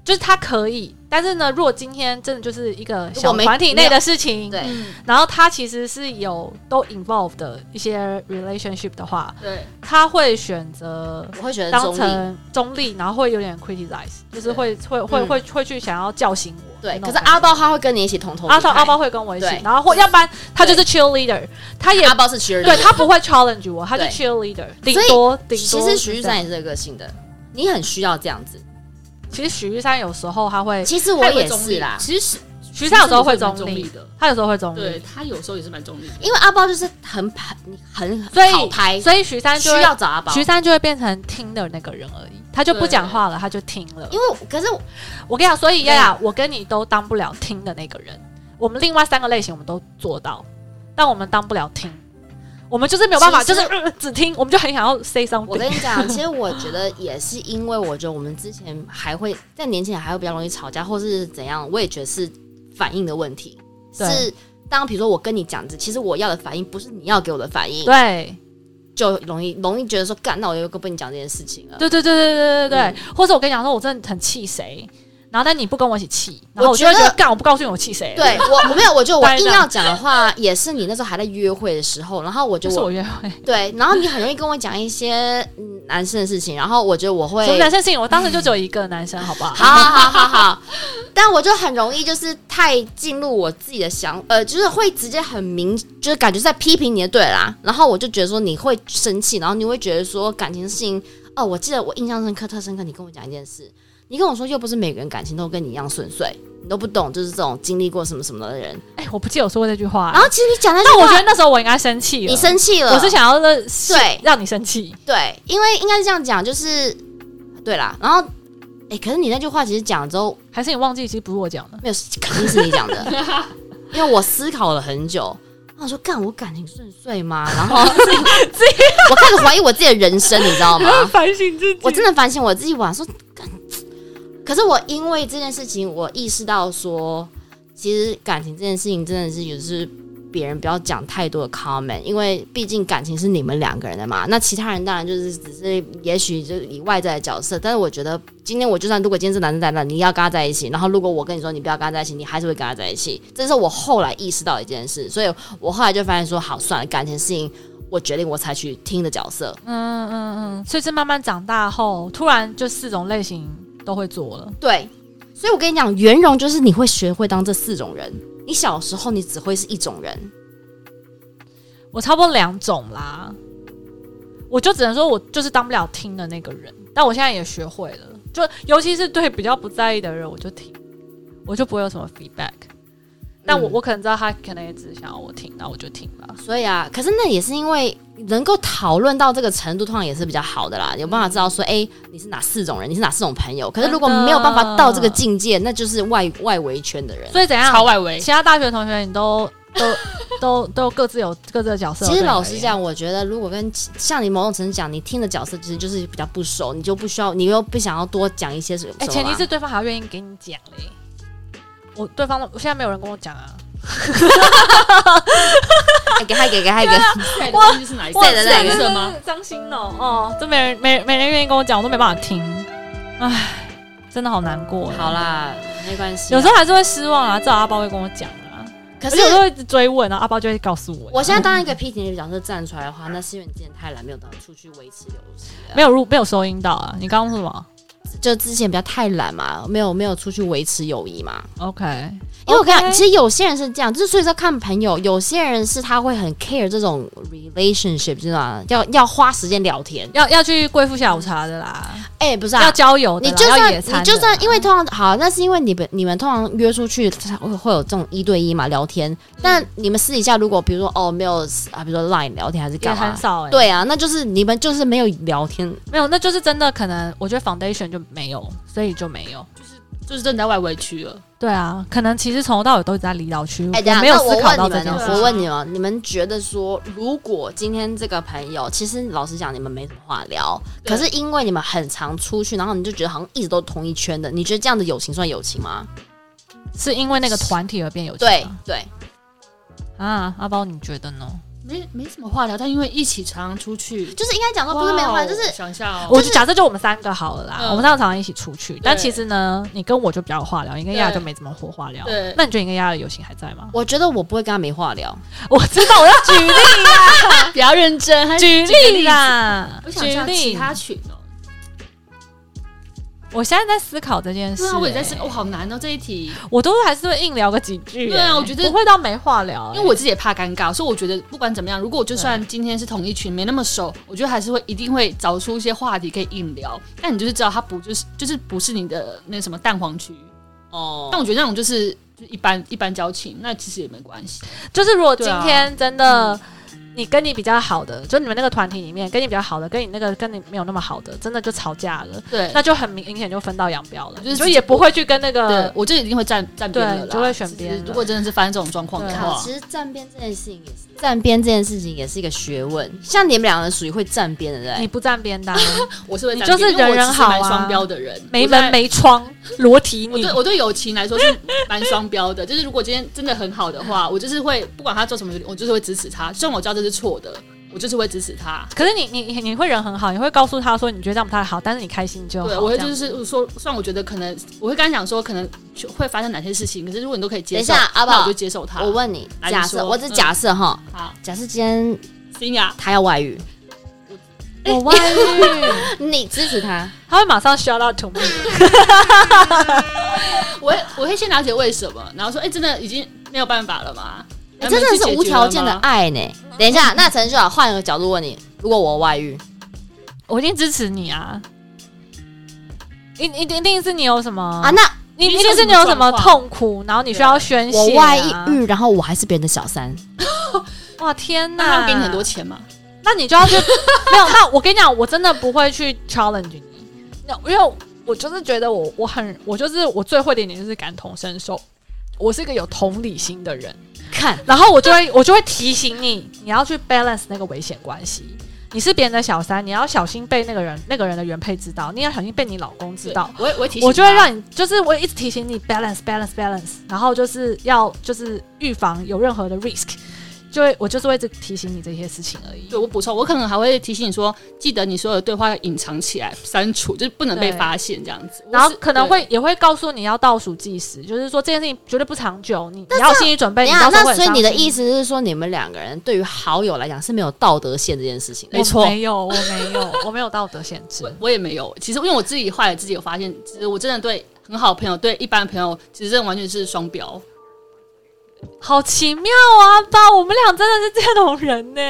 [SPEAKER 1] 就是他可以，但是呢，如果今天真的就是一个
[SPEAKER 2] 如果
[SPEAKER 1] 小
[SPEAKER 2] 没
[SPEAKER 1] 团体内的事情，
[SPEAKER 2] 对
[SPEAKER 3] 嗯
[SPEAKER 1] 然后他其实是有都 involved 的一些 relationship 的话，
[SPEAKER 3] 对，
[SPEAKER 1] 他会选择
[SPEAKER 2] 我会觉得
[SPEAKER 1] 当
[SPEAKER 2] 中立。
[SPEAKER 1] 成中立，然后会有点 criticize，就是会会会
[SPEAKER 2] 嗯
[SPEAKER 1] 会会去想要叫醒我
[SPEAKER 2] 对，
[SPEAKER 1] 的那种
[SPEAKER 2] 可是
[SPEAKER 1] 感觉。
[SPEAKER 2] 阿包他会跟你一起同头
[SPEAKER 1] 阿超
[SPEAKER 2] 阿
[SPEAKER 1] 阿包会跟我一起
[SPEAKER 2] 对，
[SPEAKER 1] 然后或要不然他就是 cheerleader，他也
[SPEAKER 2] 阿包是 c h
[SPEAKER 1] 对他不会 challenge 我，他就
[SPEAKER 2] 对
[SPEAKER 1] cheerleader，顶
[SPEAKER 2] 所以
[SPEAKER 1] 多顶多
[SPEAKER 2] 其实许玉
[SPEAKER 1] 是这样
[SPEAKER 2] 山也是这个性的，你很需要这样子。
[SPEAKER 1] 其实许玉山有时候他会
[SPEAKER 2] 其实我
[SPEAKER 3] 太会
[SPEAKER 2] 也
[SPEAKER 3] 中立
[SPEAKER 2] 是啦，
[SPEAKER 3] 其实许
[SPEAKER 1] 其实他有时候会中
[SPEAKER 3] 中
[SPEAKER 1] 立，
[SPEAKER 3] 的，
[SPEAKER 1] 他有时候会中
[SPEAKER 3] 对
[SPEAKER 1] 立，
[SPEAKER 3] 他有时候也是蛮中立的。
[SPEAKER 2] 因为阿包就是很拍，很
[SPEAKER 1] 所以
[SPEAKER 2] 好拍，
[SPEAKER 1] 所以徐三
[SPEAKER 2] 需
[SPEAKER 1] 就会
[SPEAKER 2] 要找阿包。
[SPEAKER 1] 徐三就会变成听的那个人而已，他就不
[SPEAKER 3] 对
[SPEAKER 1] 讲话了，他就听了。
[SPEAKER 2] 因为可是
[SPEAKER 1] 我跟你讲，所以呀呀，我跟你都当不了听的那个人。我们另外三个类型我们都做到，但我们当不了听，我们就是没有办法，
[SPEAKER 2] 其
[SPEAKER 1] 就
[SPEAKER 2] 实
[SPEAKER 1] 是、呃只听，我们就很想要 say
[SPEAKER 2] 我跟
[SPEAKER 1] something。
[SPEAKER 2] 你 讲，其实我觉得也是因为我觉得我们之前还会在年轻人还会比较容易吵架，或是怎样，我也觉得是反应的问题。
[SPEAKER 1] 对
[SPEAKER 2] 是当比如说我跟你讲这，其实我要的反应不是你要给我的反应，
[SPEAKER 1] 对
[SPEAKER 2] 就容易容易觉得说干，那我又跟你讲这件事情了。
[SPEAKER 1] 对对对对对对对，或者我跟你讲说，我真的很气谁，然后但你不跟我一起气，然后我
[SPEAKER 2] 我
[SPEAKER 1] 就
[SPEAKER 2] 觉
[SPEAKER 1] 会
[SPEAKER 2] 得
[SPEAKER 1] 觉得干，我不告诉你我气谁了，
[SPEAKER 2] 对我我没有，我 觉得
[SPEAKER 1] 大概
[SPEAKER 2] 我
[SPEAKER 1] 这
[SPEAKER 2] 硬
[SPEAKER 1] 样
[SPEAKER 2] 要讲的话，也是你那时候还在约会的时候，然后我觉
[SPEAKER 1] 就
[SPEAKER 2] 得
[SPEAKER 1] 是
[SPEAKER 2] 我
[SPEAKER 1] 我约会。
[SPEAKER 2] 对，然后你很容易跟我讲一些嗯男生的事情，然后我觉得我会
[SPEAKER 1] 什么男生吸引我？当时就只有一个男生，好不好？
[SPEAKER 2] 好好好好好，但我就很容易就是太进入我自己的想，呃，就是会直接很明，就是感觉在批评你的对啦。然后我就觉得说你会生气，然后你会觉得说感情的事情，哦，我记得我印象深刻、特深刻，你跟我讲一件事，你跟我说又不是每个人感情都跟你一样顺遂，你都不懂，就是这种经历过什么什么的人。
[SPEAKER 1] 哎、我不记得我说过这句话、
[SPEAKER 2] 然后其实你讲啊那句
[SPEAKER 1] 但
[SPEAKER 2] 话，
[SPEAKER 1] 我觉得那时候我应该生气了。
[SPEAKER 2] 你生气了，
[SPEAKER 1] 我是想要让
[SPEAKER 2] 对
[SPEAKER 1] 让你生气。
[SPEAKER 2] 对，因为应该是这样讲，就是对啦。然后，哎、可是你那句话其实讲了之后，
[SPEAKER 1] 还是你忘记，其实不是我讲 的。
[SPEAKER 2] 没有，肯定是你讲的，因为我思考了很久。我想说，干我感情顺遂吗？然后我开始怀疑我自己的人生，你知道吗？
[SPEAKER 1] 反省自己
[SPEAKER 2] 我真的反省我自己，我想说，干可是我因为这件事情，我意识到说，其实感情这件事情真的是有时别人不要讲太多的 comment，因为毕竟感情是你们两个人的嘛。那其他人当然就是只是也许就是以外在的角色，但是我觉得今天我就算如果今天这男生在那，你要跟他在一起，然后如果我跟你说你不要跟他在一起，你还是会跟他在一起。这是我后来意识到一件事，所以我后来就发现说，好算了，感情事情我决定我采取听的角色。
[SPEAKER 1] 嗯嗯嗯，所以是慢慢长大后，突然就四种类型都会做了。
[SPEAKER 2] 对，所以我跟你讲，圆融就是你会学会当这四种人。你小时候你只会是一种人，
[SPEAKER 1] 我差不多两种啦，我就只能说我就是当不了听的那个人，但我现在也学会了，就尤其是对比较不在意的人，我就听，我就不会有什么 feedback。但我、
[SPEAKER 2] 嗯
[SPEAKER 1] 我可能知道他可能也只想要我听，那我就听吧。
[SPEAKER 2] 所以啊，可是那也是因为能够讨论到这个程度，通常也是比较好的啦。有办法知道说，哎、你是哪四种人，你是哪四种朋友。可是如果
[SPEAKER 1] 真的
[SPEAKER 2] 没有办法到这个境界，那就是外外围圈 的人。
[SPEAKER 1] 所以怎样？
[SPEAKER 3] 超外
[SPEAKER 2] 哎
[SPEAKER 3] 围，
[SPEAKER 1] 其他大学同学你都都都都各自有各自的角色。
[SPEAKER 2] 其实
[SPEAKER 1] 对
[SPEAKER 2] 老
[SPEAKER 1] 而啊
[SPEAKER 2] 实
[SPEAKER 1] 言，
[SPEAKER 2] 讲，我觉得如果跟像你某种程度讲，你听的角色其实就是比较不熟，你就不需要，你又不想要多讲一些什么。
[SPEAKER 1] 哎、前提是对方还要愿意给你讲嘞。我对方，我现在没有人跟我讲啊。
[SPEAKER 2] 哎给他给给他给，
[SPEAKER 1] 啊
[SPEAKER 3] 对，东西是哪一个？
[SPEAKER 2] 我对对对
[SPEAKER 3] 蓝色吗？？
[SPEAKER 1] 张欣哦，哦，都没人没没人愿意跟我讲，我都没办法听，唉，真的好难过。啊
[SPEAKER 2] 好，啦，没关系啊。
[SPEAKER 1] 有时候还是会失望啊，至少阿包会跟我讲啊，
[SPEAKER 2] 可
[SPEAKER 1] 而
[SPEAKER 2] 是
[SPEAKER 1] 且我都会一直追问啊，阿包就会告诉我。
[SPEAKER 2] 我现在当一个批评的角色站出来的话，那是因为你之前太懒，没有当出去维持流程。
[SPEAKER 1] 没有入没有收音到啊，你刚刚说什么
[SPEAKER 2] 就之前比较太懒嘛，没有没有出去维持友谊嘛。
[SPEAKER 1] ？OK，
[SPEAKER 2] 因为我跟你讲，
[SPEAKER 1] OK
[SPEAKER 2] 其实有些人是这样，就是所以说看朋友，有些人是他会很 care 这种 relationship，知道吗？要要花时间聊天。
[SPEAKER 1] 要要去贵妇下午茶的啦，
[SPEAKER 2] 哎、不是
[SPEAKER 1] 要
[SPEAKER 2] 啊。
[SPEAKER 1] 郊游的
[SPEAKER 2] 你
[SPEAKER 1] 啦，
[SPEAKER 2] 就
[SPEAKER 1] 要
[SPEAKER 2] 算
[SPEAKER 1] 野餐的啊啦
[SPEAKER 2] 你就算，因为通常好，那是因为你们你们通常约出去才会会有这种一对一嘛聊天，
[SPEAKER 1] 嗯
[SPEAKER 2] 但你们私底下如果比如说哦没有啊，比如说 Line 聊天还是
[SPEAKER 1] 也
[SPEAKER 2] 干
[SPEAKER 1] 很
[SPEAKER 2] 嘛？
[SPEAKER 1] 少哎、，
[SPEAKER 2] 对啊，那就是你们就是没有聊天
[SPEAKER 1] 没有，那就是真的可能，我觉得 foundation 就没有，所以就没有。
[SPEAKER 3] 就是真的在外围区了。
[SPEAKER 1] 对啊，可能其实从头到尾都一直在离岛区，
[SPEAKER 2] 哎、
[SPEAKER 1] 我
[SPEAKER 2] 等一下，
[SPEAKER 1] 没有
[SPEAKER 2] 那我
[SPEAKER 1] 思考
[SPEAKER 2] 问
[SPEAKER 1] 到
[SPEAKER 2] 你
[SPEAKER 1] 这
[SPEAKER 2] 们
[SPEAKER 1] 件
[SPEAKER 2] 哦
[SPEAKER 1] 事。，
[SPEAKER 2] 我问你们哦，你们觉得说，如果今天这个朋友，其实老实讲，你们没什么话聊，
[SPEAKER 3] 对
[SPEAKER 2] 可是因为你们很常出去，然后你就觉得好像一直都同一圈的，你觉得这样的友情算友情吗？
[SPEAKER 1] 是因为那个团体而变有钱
[SPEAKER 2] 对
[SPEAKER 1] 吗
[SPEAKER 2] 对，
[SPEAKER 1] 啊，阿包你觉得呢？
[SPEAKER 3] 没没什么话聊，但因为一起常常出去，
[SPEAKER 2] 就是应该讲说不是没有话，
[SPEAKER 3] 哇哦
[SPEAKER 2] 就是
[SPEAKER 3] 想一下哦，
[SPEAKER 1] 我就假设就我们三个好了啦，
[SPEAKER 3] 嗯
[SPEAKER 1] 我们三个常常一起出去，但其实呢，你跟我就比较有话聊，你跟
[SPEAKER 3] 对
[SPEAKER 1] 丫丫就没怎么火话聊。
[SPEAKER 3] 对
[SPEAKER 1] 那你觉得你跟丫丫的友情还在吗？
[SPEAKER 2] 我觉得我不会跟他没话聊，
[SPEAKER 1] 我知道，我要举例
[SPEAKER 3] 比较认真，还
[SPEAKER 1] 举
[SPEAKER 3] 个
[SPEAKER 1] 例
[SPEAKER 3] 子。
[SPEAKER 1] 啦，
[SPEAKER 3] 我想一
[SPEAKER 1] 举
[SPEAKER 3] 下其
[SPEAKER 1] 例。
[SPEAKER 3] 他群哦，
[SPEAKER 1] 我现在在思考这件事、
[SPEAKER 3] 对啊，我也在思，
[SPEAKER 1] 欸
[SPEAKER 3] 我、好难哦这一题，
[SPEAKER 1] 我都还是会硬聊个几句、
[SPEAKER 3] 对啊
[SPEAKER 1] 欸
[SPEAKER 3] 我觉得
[SPEAKER 1] 不会到没话聊欸、
[SPEAKER 3] 因为我自己也怕尴尬，所以我觉得不管怎么样，如果我就算今天是同一群，没那么熟，我觉得还是会一定会找出一些话题可以硬聊。但你就是知道他不就是就是不是你的那什么蛋黄区，
[SPEAKER 2] 哦
[SPEAKER 3] 但我觉得那种就是就一般一般交情，那其实也没关系。
[SPEAKER 1] 就是如果今
[SPEAKER 3] 对啊
[SPEAKER 1] 天真的、你跟你比较好的，就你们那个团体里面跟你比较好的，跟你那个跟你没有那么好的，真的就吵架了，
[SPEAKER 3] 对，
[SPEAKER 1] 那就很明显就分道扬镳了，
[SPEAKER 3] 就是
[SPEAKER 1] 你就也不会去跟那
[SPEAKER 3] 对
[SPEAKER 1] 个
[SPEAKER 3] 我就一定会站站边
[SPEAKER 1] 呃对
[SPEAKER 3] 了啦，
[SPEAKER 1] 你就会选
[SPEAKER 3] 其实
[SPEAKER 1] 边了
[SPEAKER 3] 如果真的是发生这种状况的
[SPEAKER 1] 对
[SPEAKER 2] 好，
[SPEAKER 3] 话
[SPEAKER 2] 其，实站边这件事情也是站边这件事情也是一个学问。像你们两个属于会站边的
[SPEAKER 1] 你
[SPEAKER 2] 人，
[SPEAKER 1] 不站边 的啊、
[SPEAKER 3] 我是会
[SPEAKER 1] 你
[SPEAKER 3] 站
[SPEAKER 1] 就
[SPEAKER 3] 边，
[SPEAKER 1] 是
[SPEAKER 3] 因为我
[SPEAKER 1] 人人
[SPEAKER 3] 其实
[SPEAKER 1] 好
[SPEAKER 3] 蛮
[SPEAKER 1] 啊
[SPEAKER 3] 双标的人，
[SPEAKER 1] 没
[SPEAKER 3] 我在
[SPEAKER 1] 门没窗，裸体
[SPEAKER 3] 我
[SPEAKER 1] 你
[SPEAKER 3] 对。我对友情来说是蛮双标的，就是如果今天真的很好的话，我就是会不管他做什么，我就是会支持他。虽然我知道这是错的，我就是会支持他。
[SPEAKER 1] 可是你你你你会人很好，你会告诉他说你觉得这样不太好，但是你开心就好。
[SPEAKER 3] 对，我会
[SPEAKER 1] 这样
[SPEAKER 3] 就是说，虽然我觉得可能我会跟他讲说，可能会发生哪些事情，可是如果你都可以接
[SPEAKER 2] 等一
[SPEAKER 3] 受，
[SPEAKER 2] 下阿
[SPEAKER 3] 那
[SPEAKER 2] 宝
[SPEAKER 3] 我就接受他。
[SPEAKER 2] 我问你，
[SPEAKER 3] 来你
[SPEAKER 2] 假设
[SPEAKER 3] 说
[SPEAKER 2] 我只假设哈，
[SPEAKER 3] 好，
[SPEAKER 2] 假设今天
[SPEAKER 3] 新雅，
[SPEAKER 2] 他要外遇，
[SPEAKER 1] 我外遇，
[SPEAKER 2] 你支持他？
[SPEAKER 1] 他会马上 shout out to me。
[SPEAKER 3] 我会我会先了解为什么，然后说，哎、真的已经没有办法了吗？
[SPEAKER 1] 哎
[SPEAKER 2] 你哎真的是无条件的啊
[SPEAKER 3] 爱。
[SPEAKER 2] 爱呢。等一下，那陈秀啊，换个角度问你，如果我外遇，
[SPEAKER 1] 我一定支持你啊！一一定一定是你有什么
[SPEAKER 2] 啊，那
[SPEAKER 1] 你
[SPEAKER 3] 你
[SPEAKER 1] 一
[SPEAKER 3] 是
[SPEAKER 1] 定是你
[SPEAKER 3] 什么
[SPEAKER 1] 有什么
[SPEAKER 3] 状况
[SPEAKER 1] 痛苦，然后你需要宣泄、啊。
[SPEAKER 2] 我外遇，然后我还是别人的小三，
[SPEAKER 1] 哇天
[SPEAKER 3] 那他
[SPEAKER 1] 哪！
[SPEAKER 3] 会给你很多，钱吗？
[SPEAKER 1] 那你就 要去没有？那我跟你讲，我真的不会去 challenge 你，那因为我就是觉得我我很我就是我最会的一点就是感同身受，我是一个有同理心的人。
[SPEAKER 2] 看
[SPEAKER 1] 然后我就会 我就会提醒你，你要去 balance 那个危险关系。你是别人的小三，你要小心被那个人那个人的原配知道，你要小心被你老公知道。
[SPEAKER 3] 对，我会我会提醒他，
[SPEAKER 1] 我就会让你，就是我一直提醒你 balance balance balance，然后就是要就是预防有任何的 risk，就会我就是会一直提醒你这些事情而已。
[SPEAKER 3] 对我补充，我可能还会提醒你说，记得你所有的对话要隐藏起来、删除，就是不能被
[SPEAKER 1] 对
[SPEAKER 3] 发现这样子。
[SPEAKER 1] 然后
[SPEAKER 3] 我是
[SPEAKER 1] 可能
[SPEAKER 3] 对
[SPEAKER 1] 会也会告诉你要倒数计时，就是说这件事情绝对不长久，你你要有心理准备。
[SPEAKER 2] 等一
[SPEAKER 1] 你
[SPEAKER 2] 下，
[SPEAKER 1] 到时候会
[SPEAKER 2] 那
[SPEAKER 1] 很
[SPEAKER 2] 所以你的
[SPEAKER 1] 伤心
[SPEAKER 2] 意思是说，你们两个人对于好友来讲是没有道德线这件事情的？
[SPEAKER 3] 没错
[SPEAKER 1] 我没有，我没有，我没有道德限制
[SPEAKER 3] 我。我也没有，其实因为我自己后来自己有发现，其实我真的对很好的朋友，对一般的朋友，其实真的完全是双标。
[SPEAKER 1] 好奇妙啊，爸！我们俩真的是这种人呢、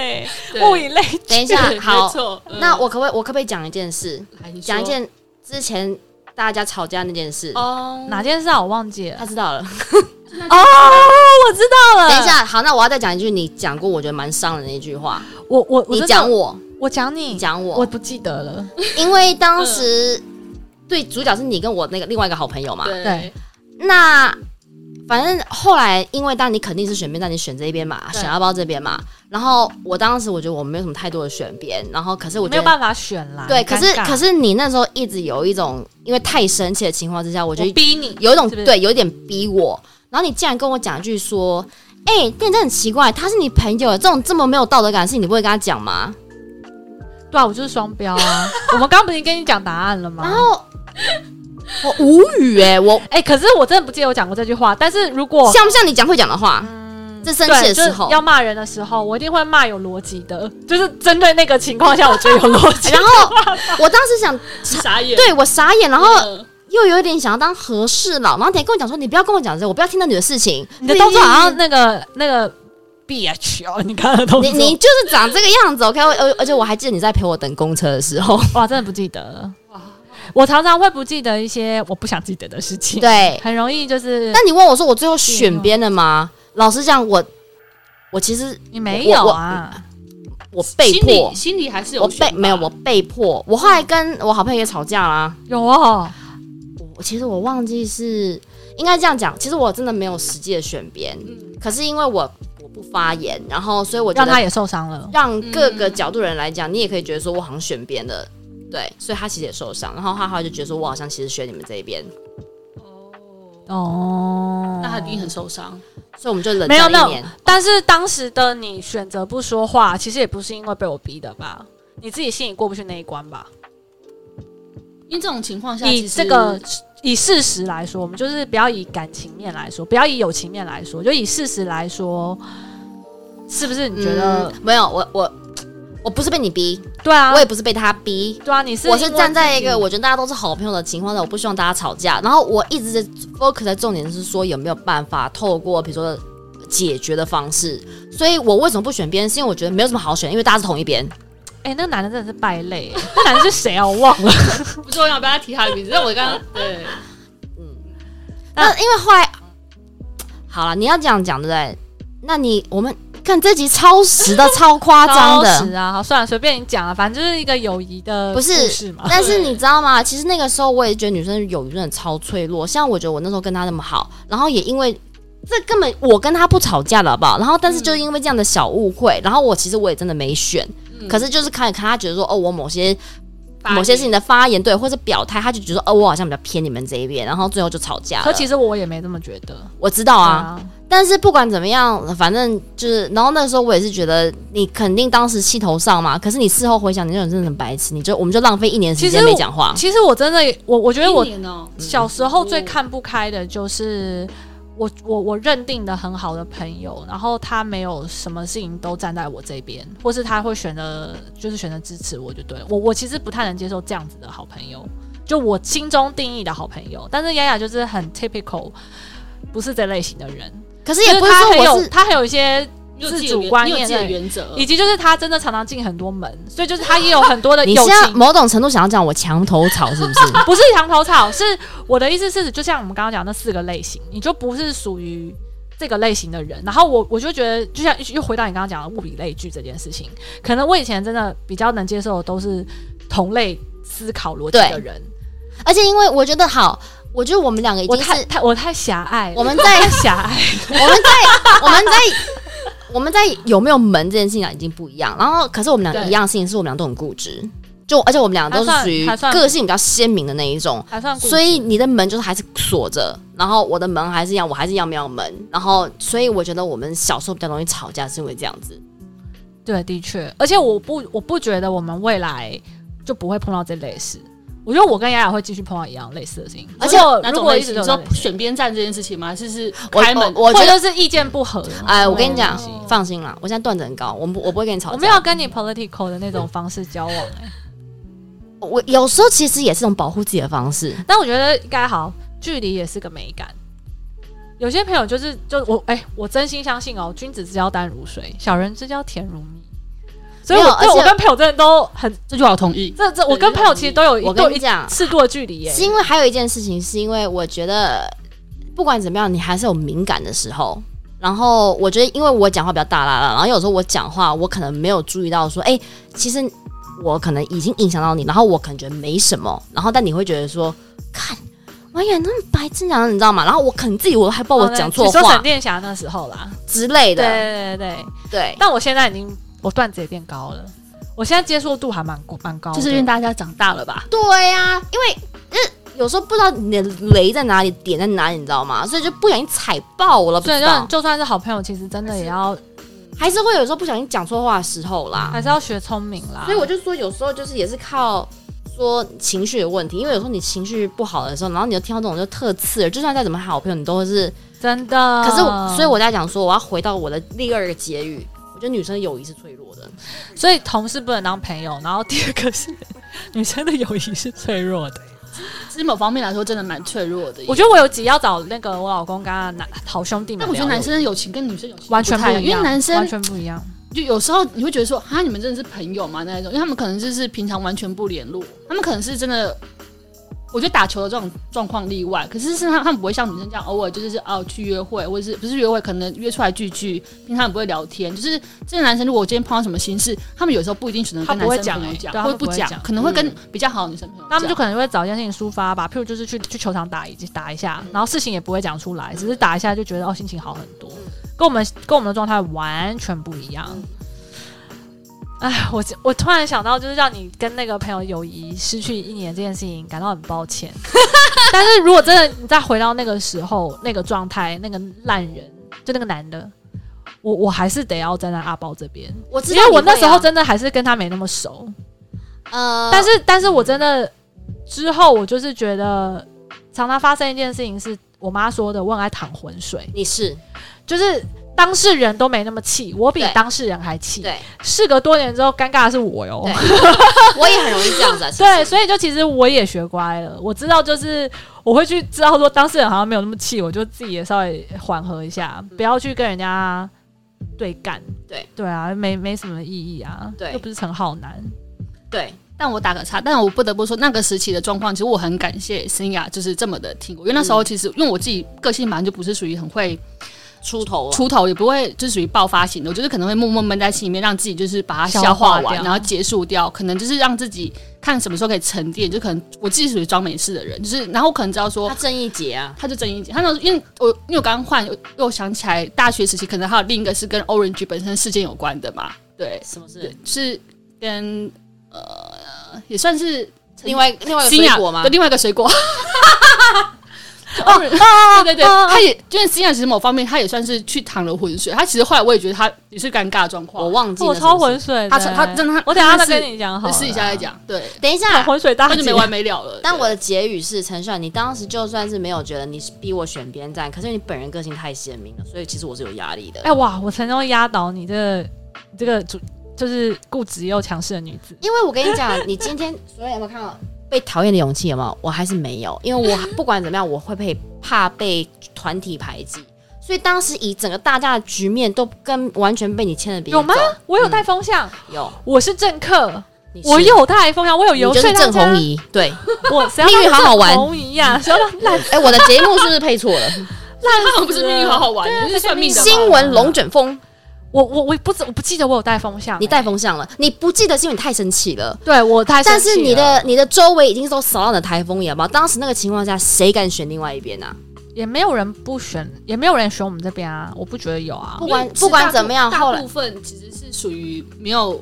[SPEAKER 3] 对
[SPEAKER 1] 物以类聚。
[SPEAKER 2] 等一下
[SPEAKER 3] 对，没
[SPEAKER 2] 好，
[SPEAKER 3] 错。嗯
[SPEAKER 2] 那我可不可以我可不可以讲一件事？
[SPEAKER 3] 来你说
[SPEAKER 2] 讲一件之前大家吵架那件事，
[SPEAKER 3] 哦，
[SPEAKER 1] 哪件事啊？我忘记了。
[SPEAKER 2] 他知道了。
[SPEAKER 1] 哦，我知道了。
[SPEAKER 2] 等一，下，好，那我要再讲一句你讲过我觉得蛮伤人的一句话，
[SPEAKER 1] 我我我
[SPEAKER 2] 你
[SPEAKER 1] 真的
[SPEAKER 2] 讲，我，
[SPEAKER 1] 我讲你
[SPEAKER 2] 你，讲
[SPEAKER 1] 我
[SPEAKER 2] 我，
[SPEAKER 1] 不记得了。
[SPEAKER 2] 因为当时对主角是你跟我那个另外一个好朋友嘛，
[SPEAKER 3] 对
[SPEAKER 1] 对
[SPEAKER 2] 那反正后来，因为当你肯定是选边，但你选这一边嘛，
[SPEAKER 3] 对
[SPEAKER 2] 选要包这边嘛。然后我当时我觉得我没有什么太多的选边，然后可是我
[SPEAKER 1] 没
[SPEAKER 2] 觉
[SPEAKER 1] 有
[SPEAKER 2] 得
[SPEAKER 1] 办法选啦。
[SPEAKER 2] 对，
[SPEAKER 1] 尴
[SPEAKER 2] 可
[SPEAKER 1] 尬
[SPEAKER 2] 是可是你那时候一直有一种因为太生气的情况之下，我觉
[SPEAKER 1] 我
[SPEAKER 2] 得
[SPEAKER 1] 逼你，
[SPEAKER 2] 有一种
[SPEAKER 1] 是不是
[SPEAKER 2] 对有一点逼我。然后你竟然跟我讲一句说：“哎、店真的很奇怪，他是你朋友，这种这么没有道德感的事情，你不会跟他讲吗
[SPEAKER 1] 对啊，我就是双标啊。 我们刚刚不是跟你讲答案了？”吗？
[SPEAKER 2] 然后我无语哎、我
[SPEAKER 1] 哎、可是我真的不记得我讲过这句话。但是如果
[SPEAKER 2] 像不像你讲会讲的话？这生气
[SPEAKER 1] 哦对
[SPEAKER 2] 的
[SPEAKER 1] 就是
[SPEAKER 2] 时候，
[SPEAKER 1] 要骂人的时候，我一定会骂有逻辑的，就是针对那个情况下，我觉得有逻辑。
[SPEAKER 2] 然后我当 时想，
[SPEAKER 3] 你傻眼。
[SPEAKER 2] 对我傻眼，然后
[SPEAKER 3] 嗯
[SPEAKER 2] 又有一点想要当和事佬，然后你跟我讲说，你不要跟我讲这个，我不要听 到你的事情，
[SPEAKER 1] 你的动作好像那个那个 B H 哦，你刚刚的动
[SPEAKER 2] 你
[SPEAKER 1] 作，
[SPEAKER 2] 你就是长这个样子，OK？我而而且我还记得你在陪我等公车 的时候，
[SPEAKER 1] 哇，真的不记得了。
[SPEAKER 3] 哇
[SPEAKER 1] 我常常会不记得一些我不想记得的事情，，
[SPEAKER 2] 对。
[SPEAKER 1] 很容易就是
[SPEAKER 2] 那你问我说，我最后选边了吗？
[SPEAKER 1] 啊
[SPEAKER 2] 老实讲，我我其实
[SPEAKER 1] 你没有啊，
[SPEAKER 2] 我被
[SPEAKER 3] 心
[SPEAKER 2] 迫
[SPEAKER 3] 里，心里还是有
[SPEAKER 2] 我
[SPEAKER 3] 选
[SPEAKER 2] 被
[SPEAKER 3] 吧
[SPEAKER 2] 没有，我被迫。我后来跟我好朋友也吵架啦。
[SPEAKER 1] 有哦，
[SPEAKER 2] 我其实我忘记是应该这样讲，其实我真的没有实际的选边，
[SPEAKER 3] 嗯
[SPEAKER 2] 可是因为我我不发言，然后所以我觉
[SPEAKER 1] 让
[SPEAKER 2] 得
[SPEAKER 1] 他也受伤了。
[SPEAKER 2] 让各个角度人来讲，你也可以觉得说我好像选边的，对，所以他其实也受伤，然后他后来就觉得说我好像其实选你们这一边，
[SPEAKER 1] 哦
[SPEAKER 3] 那他一定很受伤。
[SPEAKER 2] 所以我们就冷
[SPEAKER 1] 没有
[SPEAKER 2] 战了
[SPEAKER 1] 那
[SPEAKER 2] 一年。
[SPEAKER 1] 但是当时的你选择不说话，其实也不是因为被我逼的吧？你自己心里过不去那一关吧？
[SPEAKER 3] 因为这种情况下，
[SPEAKER 1] 以
[SPEAKER 3] 其实
[SPEAKER 1] 这个以事实来说，我们就是不要以感情面来说，不要以友情面来说，就以事实来说，是不是？你觉得、
[SPEAKER 2] 嗯没有？我我我不是被你逼，
[SPEAKER 1] 对啊
[SPEAKER 2] 我？也不是被他逼。
[SPEAKER 1] 对啊，你是
[SPEAKER 2] 我是
[SPEAKER 1] 因为
[SPEAKER 2] 站在
[SPEAKER 1] 自
[SPEAKER 2] 一
[SPEAKER 1] 己
[SPEAKER 2] 个我觉得大家都是好朋友的情况下，我不希望大家吵架。然后我一直在 focus 在重点是说有没有办法透过比如说解决的方式。所以我为什么不选边？是因为我觉得没有什么好选，因为大家是同一边。
[SPEAKER 1] 哎、那个男的真的是败类、欸， 那男的是谁啊？我忘 了。
[SPEAKER 3] 不重要，
[SPEAKER 1] 啊
[SPEAKER 3] 不要提他的名字。但我刚刚对，
[SPEAKER 2] 那因为后来好了，你要这样讲对不对？那你我们看这集超 时的，超夸张
[SPEAKER 1] 超时
[SPEAKER 2] 的。
[SPEAKER 1] 啊！好，算了，随便你讲啊，反正就是一个友谊的
[SPEAKER 2] 不是
[SPEAKER 1] 故事嘛。
[SPEAKER 2] 但是你知道吗？其实那个时候我也觉得女生友谊真的超脆弱。像我觉得我那时候跟她那么好，然后也因为这根本我跟她不吵架了，好不好？然后但是
[SPEAKER 1] 嗯
[SPEAKER 2] 就是因为这样的小误会，然后我其实我也真的没选，
[SPEAKER 3] 嗯
[SPEAKER 1] 嗯
[SPEAKER 2] 可是就是看看她觉得说哦，我某些
[SPEAKER 3] 发言
[SPEAKER 2] 某些事情的发言对或者表态，她就觉得说哦，我好像比较偏你们这一边，然后最后就吵架
[SPEAKER 1] 可
[SPEAKER 2] 了。
[SPEAKER 1] 其实我也没这么觉得
[SPEAKER 2] 我知道啊，
[SPEAKER 1] 啊。
[SPEAKER 2] 但是不管怎么样，反正就是，然后那时候我也是觉得你肯定当时气头上嘛，可是你事后回想，你这种真的很白痴，你就我们就浪费一年时
[SPEAKER 1] 其
[SPEAKER 2] 间
[SPEAKER 1] 实
[SPEAKER 2] 没
[SPEAKER 1] 我
[SPEAKER 2] 讲话。
[SPEAKER 1] 其实我真的，我我觉得我
[SPEAKER 3] 一年哦
[SPEAKER 1] 小时候最看不开的就是我我我认定的很好的朋友，然后他没有什么事情都站在我这边，或是他会选择就是选择支持我就对了我我其实不太能接受这样子的好朋友，就我心中定义的好朋友，但是雅雅就是很 typical，不是这类型的人，
[SPEAKER 2] 可是也不
[SPEAKER 1] 就是他很
[SPEAKER 2] 说我
[SPEAKER 1] 有
[SPEAKER 2] 是，
[SPEAKER 1] 他很有一些
[SPEAKER 3] 你有自
[SPEAKER 1] 自
[SPEAKER 3] 己的
[SPEAKER 1] 主
[SPEAKER 3] 原
[SPEAKER 1] 观
[SPEAKER 3] 你有
[SPEAKER 1] 念
[SPEAKER 3] 自己的
[SPEAKER 1] 在。
[SPEAKER 3] 原则，
[SPEAKER 1] 以及就是他真的常常进很多门，所以就是他也有很多的
[SPEAKER 2] 你
[SPEAKER 1] 友
[SPEAKER 2] 现
[SPEAKER 1] 情。
[SPEAKER 2] 在某种程度想要讲我墙头草 是不是？
[SPEAKER 1] 不是墙头草，是我的意思是，就像我们刚刚讲的那四个类型，你就不是属于这个类型的人。然后我我就觉得，就像又回到你刚刚讲的物以类聚这件事情，可能我以前真的比较能接受的都是同类思考逻辑
[SPEAKER 2] 对
[SPEAKER 1] 的人，
[SPEAKER 2] 而且因为我觉得好，我觉得我们两个已
[SPEAKER 1] 我
[SPEAKER 2] 经是
[SPEAKER 1] 太太我太狭隘了，
[SPEAKER 2] 我们在
[SPEAKER 1] 太狭隘。
[SPEAKER 2] 我们在我们在我们在有没有门这件事情上已经不一样，然后可是我们两个
[SPEAKER 3] 对
[SPEAKER 2] 一样的事情是我们俩都很固执，就而且我们俩都是
[SPEAKER 1] 还算
[SPEAKER 2] 属于
[SPEAKER 1] 还算
[SPEAKER 2] 个性比较鲜明的那一种，
[SPEAKER 1] 还算固执
[SPEAKER 2] 所以你的门就是还是锁着，然后我的门还是一样，我还是一样没有门，然后所以我觉得我们小时候比较容易吵架，是因为这样子。
[SPEAKER 1] 对，的确，而且我不我不觉得我们未来就不会碰到这类事。我觉得我跟雅雅会继续碰到一样类似的事情，
[SPEAKER 2] 而且
[SPEAKER 3] 哪
[SPEAKER 1] 如
[SPEAKER 3] 种
[SPEAKER 1] 果
[SPEAKER 3] 类
[SPEAKER 1] 一直
[SPEAKER 3] 型？
[SPEAKER 1] 都
[SPEAKER 3] 你
[SPEAKER 1] 有
[SPEAKER 3] 说
[SPEAKER 1] 类似
[SPEAKER 3] 选边站这件事情吗？是是
[SPEAKER 2] 我
[SPEAKER 3] 开门
[SPEAKER 2] 我我觉
[SPEAKER 1] 或
[SPEAKER 2] 得，
[SPEAKER 1] 者是意见不合，哦
[SPEAKER 2] 哎，我跟你讲
[SPEAKER 1] 这种东，西
[SPEAKER 2] 放心啦，我现在断整高，我不我不会跟你吵架。
[SPEAKER 1] 我没有跟你 political 的那种方式交往、欸，
[SPEAKER 2] 我有时候其实也是一种保护自己的方式。
[SPEAKER 1] 但我觉得应该好，距离也是个美感。有些朋友就是就我哎、我真心相信哦，君子之交淡如水，小人之交甜如蜜。所以
[SPEAKER 2] 没
[SPEAKER 1] 我
[SPEAKER 2] 有
[SPEAKER 1] 对
[SPEAKER 2] 而且
[SPEAKER 1] 我跟朋友真的都很
[SPEAKER 3] 这句话我同意。
[SPEAKER 1] 这这，我跟朋友其实都有一
[SPEAKER 2] 我
[SPEAKER 1] 都有
[SPEAKER 2] 跟你
[SPEAKER 1] 一
[SPEAKER 2] 讲，
[SPEAKER 1] 适度的距 离耶、
[SPEAKER 2] 是因为还有一件事情，是因为我觉得不管怎么样，你还是有敏感的时候。然后我觉得，因为我讲话比较大啦啦，然后有时候我讲话，我可能没有注意到说，哎、其实我可能已经影响到你，然后我可能觉得没什么，然后但你会觉得说，看，妈呀，那么白痴讲，你知道吗？然后我可能自己我都还不知道我哦讲
[SPEAKER 1] 哦
[SPEAKER 2] 错
[SPEAKER 1] 你说
[SPEAKER 2] 话
[SPEAKER 1] 闪电侠那时候啦，
[SPEAKER 2] 之类
[SPEAKER 1] 对对对
[SPEAKER 2] 的，
[SPEAKER 1] 对。
[SPEAKER 2] 对。
[SPEAKER 1] 但我现在已经我段子也变高了，我现在接受度还蛮蛮高的，
[SPEAKER 3] 就是因为大家长大了吧？
[SPEAKER 2] 对呀、因为呃有时候不知道你的雷在哪里，点在哪里，你知道吗？所以就不小心踩爆了，不
[SPEAKER 1] 所以
[SPEAKER 2] 知
[SPEAKER 1] 就
[SPEAKER 2] 道，
[SPEAKER 1] 就算是好朋友，其实真的也要
[SPEAKER 2] 还是会有时候不小心讲错话的时候啦。
[SPEAKER 1] 还是要学聪明啦。
[SPEAKER 2] 所以我就说，有时候就是也是靠说情绪的问题，因为有时候你情绪不好的时候，然后你就听到这种就特刺耳，就算再怎么好朋友，你都是。
[SPEAKER 1] 真的。
[SPEAKER 2] 可是我，所以我在讲说，我要回到我的第二个结语，我觉得女生的友谊是脆弱的。
[SPEAKER 1] 所以同事不能当朋友，然后第二个是女生的友谊是脆弱的。
[SPEAKER 3] 其实某方面来说，真的蛮脆弱的耶。
[SPEAKER 1] 我觉得我有集要找那个我老公跟他男好兄弟们
[SPEAKER 3] 但
[SPEAKER 1] 聊
[SPEAKER 3] 我
[SPEAKER 1] 的，
[SPEAKER 3] 觉得男生的友情跟女生友情
[SPEAKER 1] 完全
[SPEAKER 3] 不太一
[SPEAKER 1] 一样，
[SPEAKER 3] 因为男生
[SPEAKER 1] 完全不一样。
[SPEAKER 3] 就有时候你会觉得说，啊，你们真的是朋友吗？那一种，因为他们可能就是平常完全不联络，他们可能是真的。我觉得打球的这种状况例外，可是事实上他们不会像女生这样偶尔就是哦去约会，或者是不是约会，可能约出来聚聚，平常也不会聊天。就是这些男生，如果我今天碰到什么心事，他们有时候不一定选择跟
[SPEAKER 1] 他
[SPEAKER 3] 男
[SPEAKER 1] 不会
[SPEAKER 3] 生
[SPEAKER 1] 讲
[SPEAKER 3] 朋友
[SPEAKER 1] 欸
[SPEAKER 3] 讲，
[SPEAKER 1] 对他
[SPEAKER 3] 或
[SPEAKER 1] 们
[SPEAKER 3] 者不
[SPEAKER 1] 不会
[SPEAKER 3] 讲，
[SPEAKER 1] 讲
[SPEAKER 3] 可能会跟
[SPEAKER 2] 嗯
[SPEAKER 3] 比较好的女生朋友讲。
[SPEAKER 1] 那他们就可能会找一件事情抒发吧，譬如就是去去球场打一打一下，然后事情也不会讲出来，只是打一下就觉得哦心情好很多，跟我们跟我们的状态完全不一样。哎，我我突然想到，就是让你跟那个朋友友谊失去一年这件事情，感到很抱歉。但是如果真的你再回到那个时候、那个状态、那个烂人，就那个男的，我我还是得要站在阿包这边，
[SPEAKER 2] 我知
[SPEAKER 1] 因
[SPEAKER 2] 道、啊
[SPEAKER 1] 为我那时候，真的还是跟他没那么熟。
[SPEAKER 2] 呃，
[SPEAKER 1] 但是，但是我真的之后，我就是觉得常常发生一件事情，是我妈说的，我很爱淌浑水，
[SPEAKER 2] 你是
[SPEAKER 1] 就是当事人都没那么气，我比
[SPEAKER 2] 对
[SPEAKER 1] 当事人还气。
[SPEAKER 2] 对，
[SPEAKER 1] 事隔多年之后，尴尬的是我哟。
[SPEAKER 2] 对我也很容易这样子啊。其 实
[SPEAKER 1] 对，所以就其实我也学乖了，我知道就是我会去知道说当事人好像没有那么气，我就自己也稍微缓和一下，不要去跟人家对干。
[SPEAKER 2] 嗯对
[SPEAKER 1] 对啊，没没什么意义啊，
[SPEAKER 2] 对
[SPEAKER 1] 又不是陈浩南。
[SPEAKER 2] 对，
[SPEAKER 3] 但我打个岔，但我不得不说，那个时期的状况，其实我很感谢新雅，就是这么的听我，因为那时候其实、因为我自己个性本来就不是属于很会
[SPEAKER 2] 出头了。
[SPEAKER 3] 出头也不会就属于爆发型的，我觉得可能会默默闷在心里面，让自己就是把它
[SPEAKER 1] 消
[SPEAKER 3] 消
[SPEAKER 1] 化
[SPEAKER 3] 化
[SPEAKER 1] 掉
[SPEAKER 3] 完，然后结束掉，可能就是让自己看什么时候可以沉淀。就可能我自己属于装没事的人，就是然后我可能知道说
[SPEAKER 2] 他正义姐啊，
[SPEAKER 3] 他就睁一眼，他那时候因为我因为我刚刚换，又又想起来大学时期可能还有另一个是跟 Orange 本身事件有关的嘛，对，
[SPEAKER 2] 什么事
[SPEAKER 3] 对？是跟呃也算是
[SPEAKER 2] 另外啊另外一个
[SPEAKER 3] 新
[SPEAKER 2] 水
[SPEAKER 3] 雅
[SPEAKER 2] 果吗
[SPEAKER 3] 的？另外一个 水果。哦，对对
[SPEAKER 1] 啊
[SPEAKER 3] 对，他也就是新雅，其实某方面他也算是去淌了浑水。他其实后来我也觉得他也是尴尬的状况，
[SPEAKER 2] 我忘记了
[SPEAKER 1] 我
[SPEAKER 2] 是不是。
[SPEAKER 1] 超浑水的，
[SPEAKER 3] 他他真的他
[SPEAKER 1] 我等一下再
[SPEAKER 3] 真的是
[SPEAKER 1] 跟你讲好
[SPEAKER 3] 就
[SPEAKER 1] 了，
[SPEAKER 3] 试一下再讲。对，
[SPEAKER 2] 等一
[SPEAKER 1] 好
[SPEAKER 2] 下，
[SPEAKER 1] 浑水大
[SPEAKER 3] 他
[SPEAKER 1] 姐
[SPEAKER 3] 就没完没了了。
[SPEAKER 2] 但
[SPEAKER 3] 对
[SPEAKER 2] 我的结语是：陈帅，你当时就算是没有觉得你是逼我选边站，可是你本人个性太鲜明了，所以其实我是有压力的。
[SPEAKER 1] 哎哇，我成功压倒你这个你这个主就是固执又强势的女子。
[SPEAKER 2] 因为我跟你讲，你今天 所以有没有看到被讨厌的勇气？有没有？我还是没有，因为我不管怎么样，我会被怕被团体排挤，所以当时以整个大家的局面都跟完全被你牵着鼻子
[SPEAKER 1] 有吗
[SPEAKER 2] 走？
[SPEAKER 1] 我有带风向，
[SPEAKER 2] 有，
[SPEAKER 1] 我是政客，
[SPEAKER 2] 你是
[SPEAKER 1] 我，有带风向，我有
[SPEAKER 2] 你
[SPEAKER 1] 游
[SPEAKER 2] 就是
[SPEAKER 1] 说大
[SPEAKER 2] 郑
[SPEAKER 1] 家
[SPEAKER 2] 红。怡。对，
[SPEAKER 1] 我谁要
[SPEAKER 2] 命运好好玩
[SPEAKER 1] 当郑红怡呀，谁要 当烂
[SPEAKER 2] 哎，我的节目是不是配 错了？
[SPEAKER 1] 烂？
[SPEAKER 3] 他好像不是命运好好玩，
[SPEAKER 1] 啊
[SPEAKER 3] 就是算命的吧。
[SPEAKER 2] 新闻龙卷风，
[SPEAKER 1] 我我我不知我不记得我有带风向，欸
[SPEAKER 2] 你带风向了，你不记得是因为你太生气了。
[SPEAKER 1] 对我太生
[SPEAKER 2] 但
[SPEAKER 1] 气了，
[SPEAKER 2] 是你的你的周围已经都扫到你的台风眼吧？当时那个情况下，谁敢选另外一边啊？
[SPEAKER 1] 也没有人不选，也没有人选我们这边啊，我不觉得有啊
[SPEAKER 2] 不。管
[SPEAKER 3] 因为其实
[SPEAKER 2] 不管怎么样，
[SPEAKER 3] 大部
[SPEAKER 2] 后
[SPEAKER 3] 大
[SPEAKER 2] 来
[SPEAKER 3] 部分其实是属于没有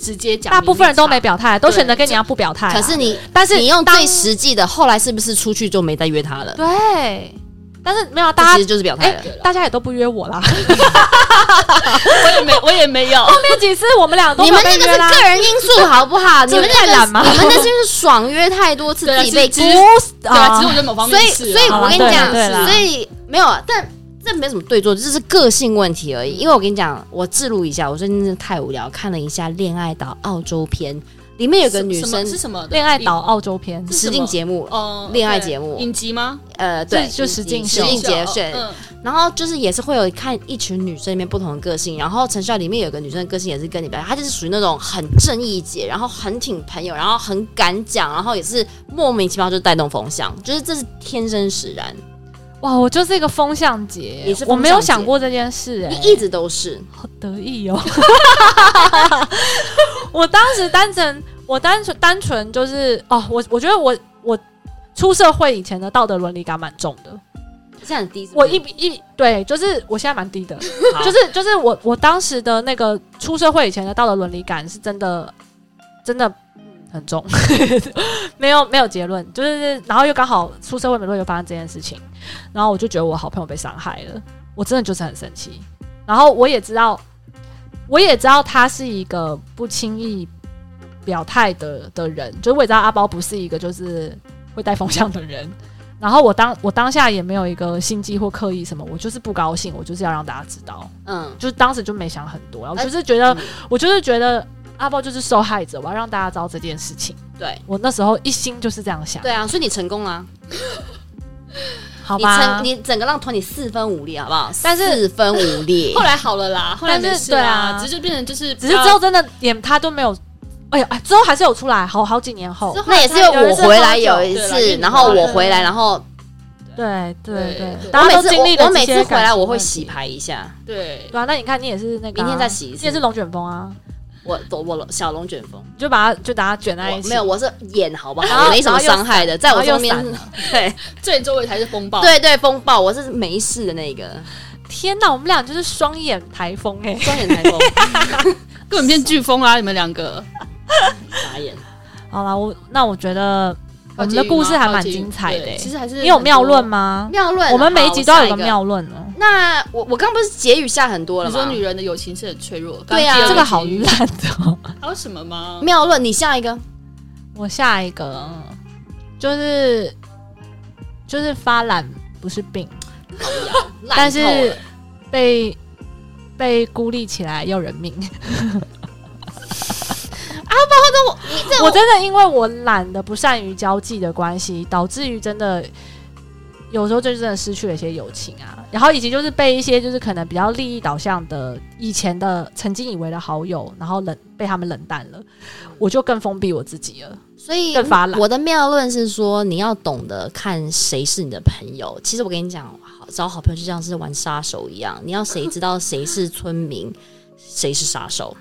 [SPEAKER 3] 直接讲，
[SPEAKER 1] 大部分人都没。表态，都选择跟你一样不表态啊。
[SPEAKER 2] 可是你
[SPEAKER 1] 但是
[SPEAKER 2] 你用
[SPEAKER 1] 当
[SPEAKER 2] 最实际的，后来是不是出去就没再约他了？
[SPEAKER 1] 对，但是没有啊
[SPEAKER 2] 这
[SPEAKER 1] 大
[SPEAKER 2] 其
[SPEAKER 1] 家
[SPEAKER 2] 实就是表态
[SPEAKER 1] 哎
[SPEAKER 2] 了。，
[SPEAKER 1] 大家也都不约我啦。
[SPEAKER 3] 我也没，我也没有。
[SPEAKER 1] 后面几次我们俩都
[SPEAKER 2] 你
[SPEAKER 1] 没有
[SPEAKER 2] 们
[SPEAKER 1] 被
[SPEAKER 2] 那个
[SPEAKER 1] 约啦
[SPEAKER 2] 是。个人因素，好不好？你
[SPEAKER 1] 这
[SPEAKER 2] 们
[SPEAKER 1] 个
[SPEAKER 2] 那
[SPEAKER 1] 太
[SPEAKER 2] 个
[SPEAKER 1] 懒吗
[SPEAKER 2] 你们那就是爽约太多次，
[SPEAKER 3] 对啊
[SPEAKER 2] 自己被
[SPEAKER 3] 其
[SPEAKER 2] 辜
[SPEAKER 3] 实对啊，
[SPEAKER 1] 哦
[SPEAKER 3] 其实我觉得某方
[SPEAKER 2] 所
[SPEAKER 3] 面
[SPEAKER 2] 以，
[SPEAKER 3] 是啊，
[SPEAKER 2] 所以
[SPEAKER 1] 好
[SPEAKER 2] 我
[SPEAKER 1] 啦
[SPEAKER 2] 跟你
[SPEAKER 1] 对啦
[SPEAKER 2] 讲，
[SPEAKER 1] 对啦
[SPEAKER 2] 所以没有，啊，但这没什么对错，这是个性问题而已。因为我跟你讲，我记录一下，我最近真的太无聊，看了一下《恋爱岛澳洲篇》，里面有个女
[SPEAKER 3] 什么
[SPEAKER 2] 生
[SPEAKER 3] 是什么的
[SPEAKER 1] 恋爱岛澳洲篇，
[SPEAKER 3] 是
[SPEAKER 2] 实境节目，
[SPEAKER 3] 哦
[SPEAKER 2] 恋爱节目
[SPEAKER 3] 影集吗？
[SPEAKER 2] 呃，对，
[SPEAKER 1] 就实境
[SPEAKER 2] 实境节选，
[SPEAKER 3] 嗯
[SPEAKER 2] 然后就是也是会有看一群女生里面不同的个性，然后陈校里面有个女生的个性也是跟你比较，她就是属于那种很正义姐，然后很挺朋友，然后很敢讲，然后也是莫名其妙就带动风向，就是这是天生使然，
[SPEAKER 1] 哇，我就是一个风向姐，
[SPEAKER 2] 你是风向姐
[SPEAKER 1] 我没有想过这件事、哎，
[SPEAKER 2] 你一直都是。
[SPEAKER 1] 好得意哦。 我当时单纯，我单纯单纯就是哦，我我觉得我我出社会以前的道德伦理感蛮重的，
[SPEAKER 2] 现在很低是不
[SPEAKER 1] 我
[SPEAKER 2] 是，
[SPEAKER 1] 一一对，就是我现在蛮低的，
[SPEAKER 2] 好
[SPEAKER 1] 就是就是我我当时的那个出社会以前的道德伦理感是真的真的嗯很重， 没有没有结论，就是然后又刚好出社会没多久发生这件事情，然后我就觉得我好朋友被伤害了，我真的就是很生气，然后我也知道我也知道他是一个不轻易表态的的人，就是我也知道阿包不是一个就是会带风向的人。然后我当我当下也没有一个心机或刻意什么，我就是不高兴，我就是要让大家知道。
[SPEAKER 2] 嗯，
[SPEAKER 1] 就是当时就没想很多，然后
[SPEAKER 2] 哎
[SPEAKER 1] 就是觉得，
[SPEAKER 2] 嗯
[SPEAKER 1] 我就是觉得阿豹就是受害者，我要让大家知道这件事情。
[SPEAKER 2] 对
[SPEAKER 1] 我那时候一心就是这样想，
[SPEAKER 2] 对啊，所以你成功了啊，
[SPEAKER 1] 好
[SPEAKER 2] 你
[SPEAKER 1] 吧
[SPEAKER 2] 成？你整个让团体四分五裂，好不好？
[SPEAKER 1] 但是
[SPEAKER 2] 四分五裂
[SPEAKER 3] 后，来好了啦，后来没事
[SPEAKER 1] 但是对啊
[SPEAKER 3] 啦，只是就变成就是
[SPEAKER 1] 只是之后真的也他都没有，哎呀，哎，之后还是有出来，好好几年后
[SPEAKER 3] 之，后
[SPEAKER 2] 那也是因为我回来有一
[SPEAKER 3] 对啦因为
[SPEAKER 2] 次，
[SPEAKER 3] 你
[SPEAKER 2] 然后
[SPEAKER 3] 回来
[SPEAKER 2] 我
[SPEAKER 3] 了
[SPEAKER 2] 回来，然后
[SPEAKER 1] 对对
[SPEAKER 3] 对
[SPEAKER 1] 对，
[SPEAKER 3] 对
[SPEAKER 1] 大家
[SPEAKER 2] 我每
[SPEAKER 1] 都
[SPEAKER 2] 次
[SPEAKER 1] 经历
[SPEAKER 2] 我
[SPEAKER 1] 了
[SPEAKER 2] 我每
[SPEAKER 1] 这些
[SPEAKER 2] 次回来
[SPEAKER 1] 感情
[SPEAKER 2] 我会
[SPEAKER 1] 问题
[SPEAKER 2] 洗，牌一下，
[SPEAKER 3] 对，
[SPEAKER 1] 对啊，那你看你也是那个啊，
[SPEAKER 2] 明天再洗一
[SPEAKER 1] 你
[SPEAKER 2] 次
[SPEAKER 1] 也。是龙卷风啊，
[SPEAKER 2] 我我我小龙卷风，
[SPEAKER 1] 你就把它就把它卷在
[SPEAKER 2] 我
[SPEAKER 1] 一起，
[SPEAKER 2] 没有，我是演好不
[SPEAKER 1] 然
[SPEAKER 2] 好？
[SPEAKER 1] 后
[SPEAKER 2] 我没什么伤害的，在我
[SPEAKER 1] 然后又
[SPEAKER 2] 中
[SPEAKER 1] 散，
[SPEAKER 2] 间 对
[SPEAKER 3] 最周围才是风暴，，
[SPEAKER 2] 对对，风暴，我是没事的那个，
[SPEAKER 1] 天哪，我们俩就是双眼台风哎、
[SPEAKER 2] 双眼台风，
[SPEAKER 3] 根本变飓风啊啦，你们两个。
[SPEAKER 2] 傻 眼。
[SPEAKER 1] 好啦，我那我觉得我们的故事还蛮精彩的、
[SPEAKER 3] 对其
[SPEAKER 1] 欸，
[SPEAKER 3] 实还是
[SPEAKER 1] 你有妙论
[SPEAKER 3] 很
[SPEAKER 1] 吗？
[SPEAKER 2] 妙论，
[SPEAKER 1] 我们每一集都要有
[SPEAKER 2] 好
[SPEAKER 1] 个。妙论哦、
[SPEAKER 2] 我下那我我刚不是结语下很多
[SPEAKER 3] 多。
[SPEAKER 2] 了
[SPEAKER 3] 你说
[SPEAKER 2] 吗
[SPEAKER 3] 女？人的友情是很脆弱，
[SPEAKER 2] 对啊
[SPEAKER 3] 刚刚第二
[SPEAKER 1] 这个好
[SPEAKER 3] 集
[SPEAKER 1] 烂哦、
[SPEAKER 3] 还有什么吗？
[SPEAKER 2] 妙论，你下一个
[SPEAKER 1] 我下一个就是就是发懒不是病，
[SPEAKER 2] 烂
[SPEAKER 1] 但
[SPEAKER 2] 透了
[SPEAKER 1] 是被被孤立起来要人命。
[SPEAKER 2] 你这
[SPEAKER 1] 我真的因为我懒得不善于交际的关系，导致于真的有时候就真的失去了一些友情啊。然后以及就是被一些就是可能比较利益导向的以前的曾经以为的好友，然后冷被他们冷淡了，我就更封闭我自己了。
[SPEAKER 2] 所以
[SPEAKER 1] 更发懒
[SPEAKER 2] 我的妙论是说，你要懂得看谁是你的朋友。其实我跟你讲，好找好朋友就像是玩杀手一样，你要谁知道谁是村民，谁是杀手？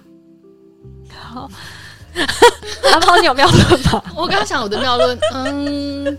[SPEAKER 1] 好，阿猫，你有妙论吗？
[SPEAKER 3] 我刚刚想我的妙论，嗯，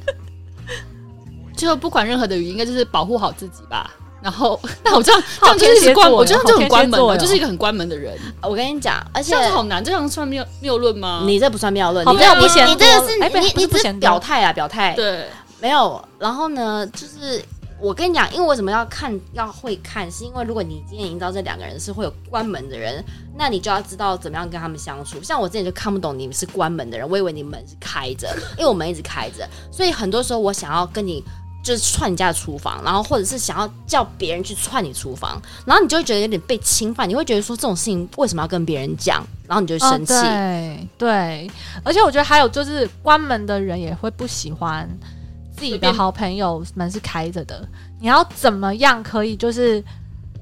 [SPEAKER 3] 就不管任何的语言，应该就是保护好自己吧。然后， 但我这样这
[SPEAKER 1] 好
[SPEAKER 3] 样就是
[SPEAKER 1] 天蝎
[SPEAKER 3] 关，
[SPEAKER 1] 座
[SPEAKER 3] 我觉得
[SPEAKER 1] 哟
[SPEAKER 3] 这
[SPEAKER 1] 好
[SPEAKER 3] 很
[SPEAKER 1] 天
[SPEAKER 3] 关
[SPEAKER 1] 蝎
[SPEAKER 3] 门
[SPEAKER 1] 座
[SPEAKER 3] 的，
[SPEAKER 1] 哟
[SPEAKER 3] 就是一个很关门的人，
[SPEAKER 2] 我跟你讲，而
[SPEAKER 3] 这
[SPEAKER 2] 且
[SPEAKER 3] 样子好难，这样算谬谬论吗？
[SPEAKER 2] 你这不算妙论，
[SPEAKER 1] 好
[SPEAKER 2] 你这个
[SPEAKER 1] 朋友不
[SPEAKER 2] 不
[SPEAKER 1] 嫌
[SPEAKER 2] 你这个
[SPEAKER 1] 多哎不
[SPEAKER 2] 是你
[SPEAKER 1] 不
[SPEAKER 2] 你
[SPEAKER 1] 是不
[SPEAKER 2] 只是
[SPEAKER 1] 嫌多
[SPEAKER 2] 表态啊，表态。
[SPEAKER 3] 对，
[SPEAKER 2] 没有，然后呢，就是我跟你讲，因为为什么要看要会看，是因为如果你今天已经知道这两个人是会有关门的人，那你就要知道怎么样跟他们相处。像我之前就看不懂你们是关门的人，我以为你门是开着，因为我门一直开着，所以很多时候我想要跟你。就是串你家的厨房，然后或者是想要叫别人去串你厨房，然后你就会觉得有点被侵犯，你会觉得说这种事情为什么要跟别人讲，然后你就会生气。
[SPEAKER 1] 哦对对，而且我觉得还有就是关门的人也会不喜欢自己的好朋友门是开着的。你要怎么样可以就是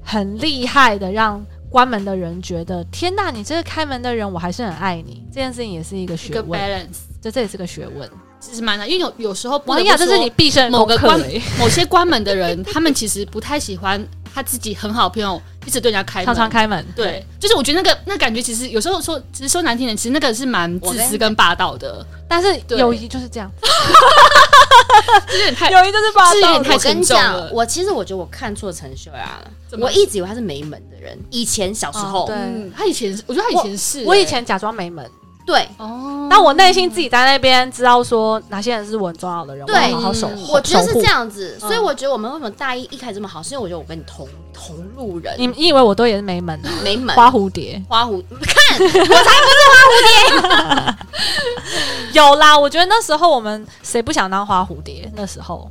[SPEAKER 1] 很厉害的让关门的人觉得天呐，你这个开门的人我还是很爱你。这件事情也是一个
[SPEAKER 3] 一
[SPEAKER 1] 学
[SPEAKER 3] 个
[SPEAKER 1] 问，
[SPEAKER 3] balance
[SPEAKER 1] 这这也是个学问。
[SPEAKER 3] 其实蛮难，因为有有时候不
[SPEAKER 1] 王
[SPEAKER 3] 得
[SPEAKER 1] 雅，
[SPEAKER 3] 不
[SPEAKER 1] 这是
[SPEAKER 3] 说
[SPEAKER 1] 你毕生的
[SPEAKER 3] 某
[SPEAKER 1] 功
[SPEAKER 3] 个
[SPEAKER 1] 课
[SPEAKER 3] 关
[SPEAKER 1] 欸
[SPEAKER 3] 某些关门的人， 他们其实不太喜欢他自己很好的朋友一直对人家开门，
[SPEAKER 1] 常常开门。
[SPEAKER 3] 对，就是我觉得那个那感觉，其实有时候说，其实说难听点，其实那个是蛮自私跟霸道的，
[SPEAKER 1] 但是
[SPEAKER 3] 对
[SPEAKER 1] 友谊就是这 样，
[SPEAKER 3] 这有点太
[SPEAKER 1] 友谊就是霸
[SPEAKER 3] 这有
[SPEAKER 1] 道
[SPEAKER 3] 点
[SPEAKER 1] 的。
[SPEAKER 3] 太
[SPEAKER 2] 我跟
[SPEAKER 3] 沉
[SPEAKER 2] 你
[SPEAKER 3] 重
[SPEAKER 2] 讲
[SPEAKER 3] 了，。
[SPEAKER 2] 我其实我觉得我看错陈秀雅了。啊
[SPEAKER 3] 怎么
[SPEAKER 2] 我一直以为他是没门的人，以前小时候，
[SPEAKER 1] 哦对
[SPEAKER 3] 嗯，他以前是，我觉得他以前是欸、
[SPEAKER 1] 我以前假装没门，
[SPEAKER 2] 对
[SPEAKER 3] 哦，
[SPEAKER 1] 但我内心自己在那边知道说哪些人是我很重要的人，我
[SPEAKER 2] 对
[SPEAKER 1] 要好嗯好守
[SPEAKER 3] 嗯
[SPEAKER 1] 护。
[SPEAKER 2] 我觉得是
[SPEAKER 1] 守护
[SPEAKER 2] 这样子，所以
[SPEAKER 1] 嗯
[SPEAKER 2] 我觉得我们为什么大一一开始这么好，是因为我觉得我跟你同同路人，
[SPEAKER 1] 你你以为我都也是没门的？
[SPEAKER 2] 没门。
[SPEAKER 1] 花蝴蝶
[SPEAKER 2] 花蝴，
[SPEAKER 1] 有啦，我觉得那时候我们谁不想当花蝴蝶？那时候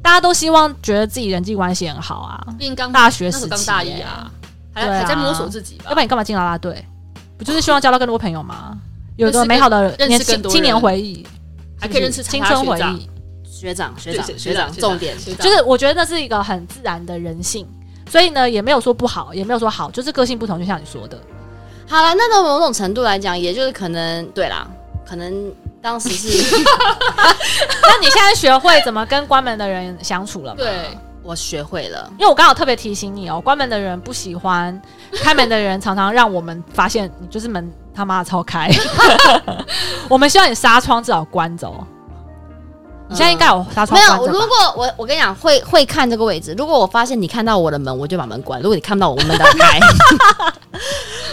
[SPEAKER 1] 大家都希望觉得自己人际关系很好啊，
[SPEAKER 3] 毕竟刚
[SPEAKER 1] 大学
[SPEAKER 3] 嗯
[SPEAKER 1] 时
[SPEAKER 3] 那时
[SPEAKER 1] 期
[SPEAKER 3] 候刚大一啊，还
[SPEAKER 1] 对啊
[SPEAKER 3] 还在摸索自己吧
[SPEAKER 1] 要不。然你干嘛进啦啦队？不就是希望交到更多朋友吗？有个
[SPEAKER 3] 认识更
[SPEAKER 1] 美好的
[SPEAKER 3] 认识
[SPEAKER 1] 年
[SPEAKER 3] 更
[SPEAKER 1] 轻
[SPEAKER 3] 多人
[SPEAKER 1] 青年回忆，是不
[SPEAKER 3] 还
[SPEAKER 1] 是
[SPEAKER 3] 可以认识
[SPEAKER 1] 青
[SPEAKER 3] 长
[SPEAKER 1] 春
[SPEAKER 3] 大
[SPEAKER 1] 回
[SPEAKER 3] 学长
[SPEAKER 1] 忆，
[SPEAKER 2] 学长学
[SPEAKER 3] 对
[SPEAKER 2] 长学长，
[SPEAKER 3] 学
[SPEAKER 2] 重点
[SPEAKER 3] 学长
[SPEAKER 1] 就是我觉得那是一个很自然的人性，所以呢也没有说不好，也没有说好，就是个性不同，就像你说的，
[SPEAKER 2] 好了，那从某种程度来讲，也就是可能对啦，可能当时 是
[SPEAKER 1] 那你现在学会怎么跟关门的人相处了吗？
[SPEAKER 3] 对，
[SPEAKER 2] 我学会了，
[SPEAKER 1] 因为我刚好特别提醒你哦，关门的人不喜欢，开门的人常常让我们发现你就是门他妈的超开。 我们希望你纱窗至少关着哦，你现在应该有纱
[SPEAKER 2] 嗯
[SPEAKER 1] 窗
[SPEAKER 2] 没
[SPEAKER 1] 关
[SPEAKER 2] 有。
[SPEAKER 1] 着
[SPEAKER 2] 如
[SPEAKER 1] 吧？
[SPEAKER 2] 果我我跟你讲，会会看这个位置，如果我发现你看到我的门，我就把门关；如果你看不到我，我门打开。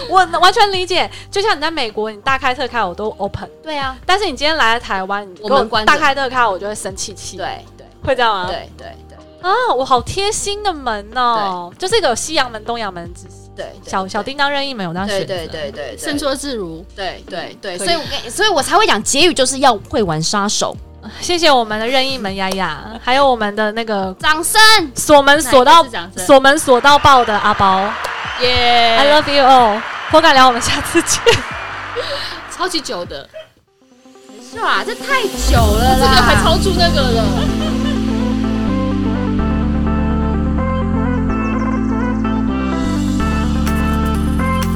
[SPEAKER 1] 我完全理解，就像你在美国，你大开特开我都 open，
[SPEAKER 2] 对啊，
[SPEAKER 1] 但是你今天来了台湾，你给
[SPEAKER 2] 我
[SPEAKER 1] 我
[SPEAKER 2] 们关着
[SPEAKER 1] 大开特开，我就会生气气。，
[SPEAKER 2] 对对
[SPEAKER 1] 会这样吗？
[SPEAKER 2] 对对对
[SPEAKER 1] 啊，我好贴心的门哦，就是一个有西洋门、东洋门之
[SPEAKER 2] 对，
[SPEAKER 1] 小小叮当任意门，我当时
[SPEAKER 2] 对
[SPEAKER 1] 选择。
[SPEAKER 2] 对对对，
[SPEAKER 3] 伸缩自如，
[SPEAKER 2] 对对对，
[SPEAKER 3] 可
[SPEAKER 2] 所
[SPEAKER 3] 以
[SPEAKER 2] 以我跟，所以我才会讲结语就是要会玩杀手，
[SPEAKER 1] 谢谢我们的任意门丫丫，还有我们的那个
[SPEAKER 2] 掌声。
[SPEAKER 1] 锁门锁
[SPEAKER 3] 哪一
[SPEAKER 1] 到
[SPEAKER 3] 个是掌声
[SPEAKER 1] 锁门锁到爆的阿包
[SPEAKER 3] 耶
[SPEAKER 2] 哎
[SPEAKER 1] ，I love you all，颇感聊，我们下次见。
[SPEAKER 3] 超级久的，
[SPEAKER 2] 是吧？这太久了
[SPEAKER 1] 啊
[SPEAKER 3] 这个还超出那个了。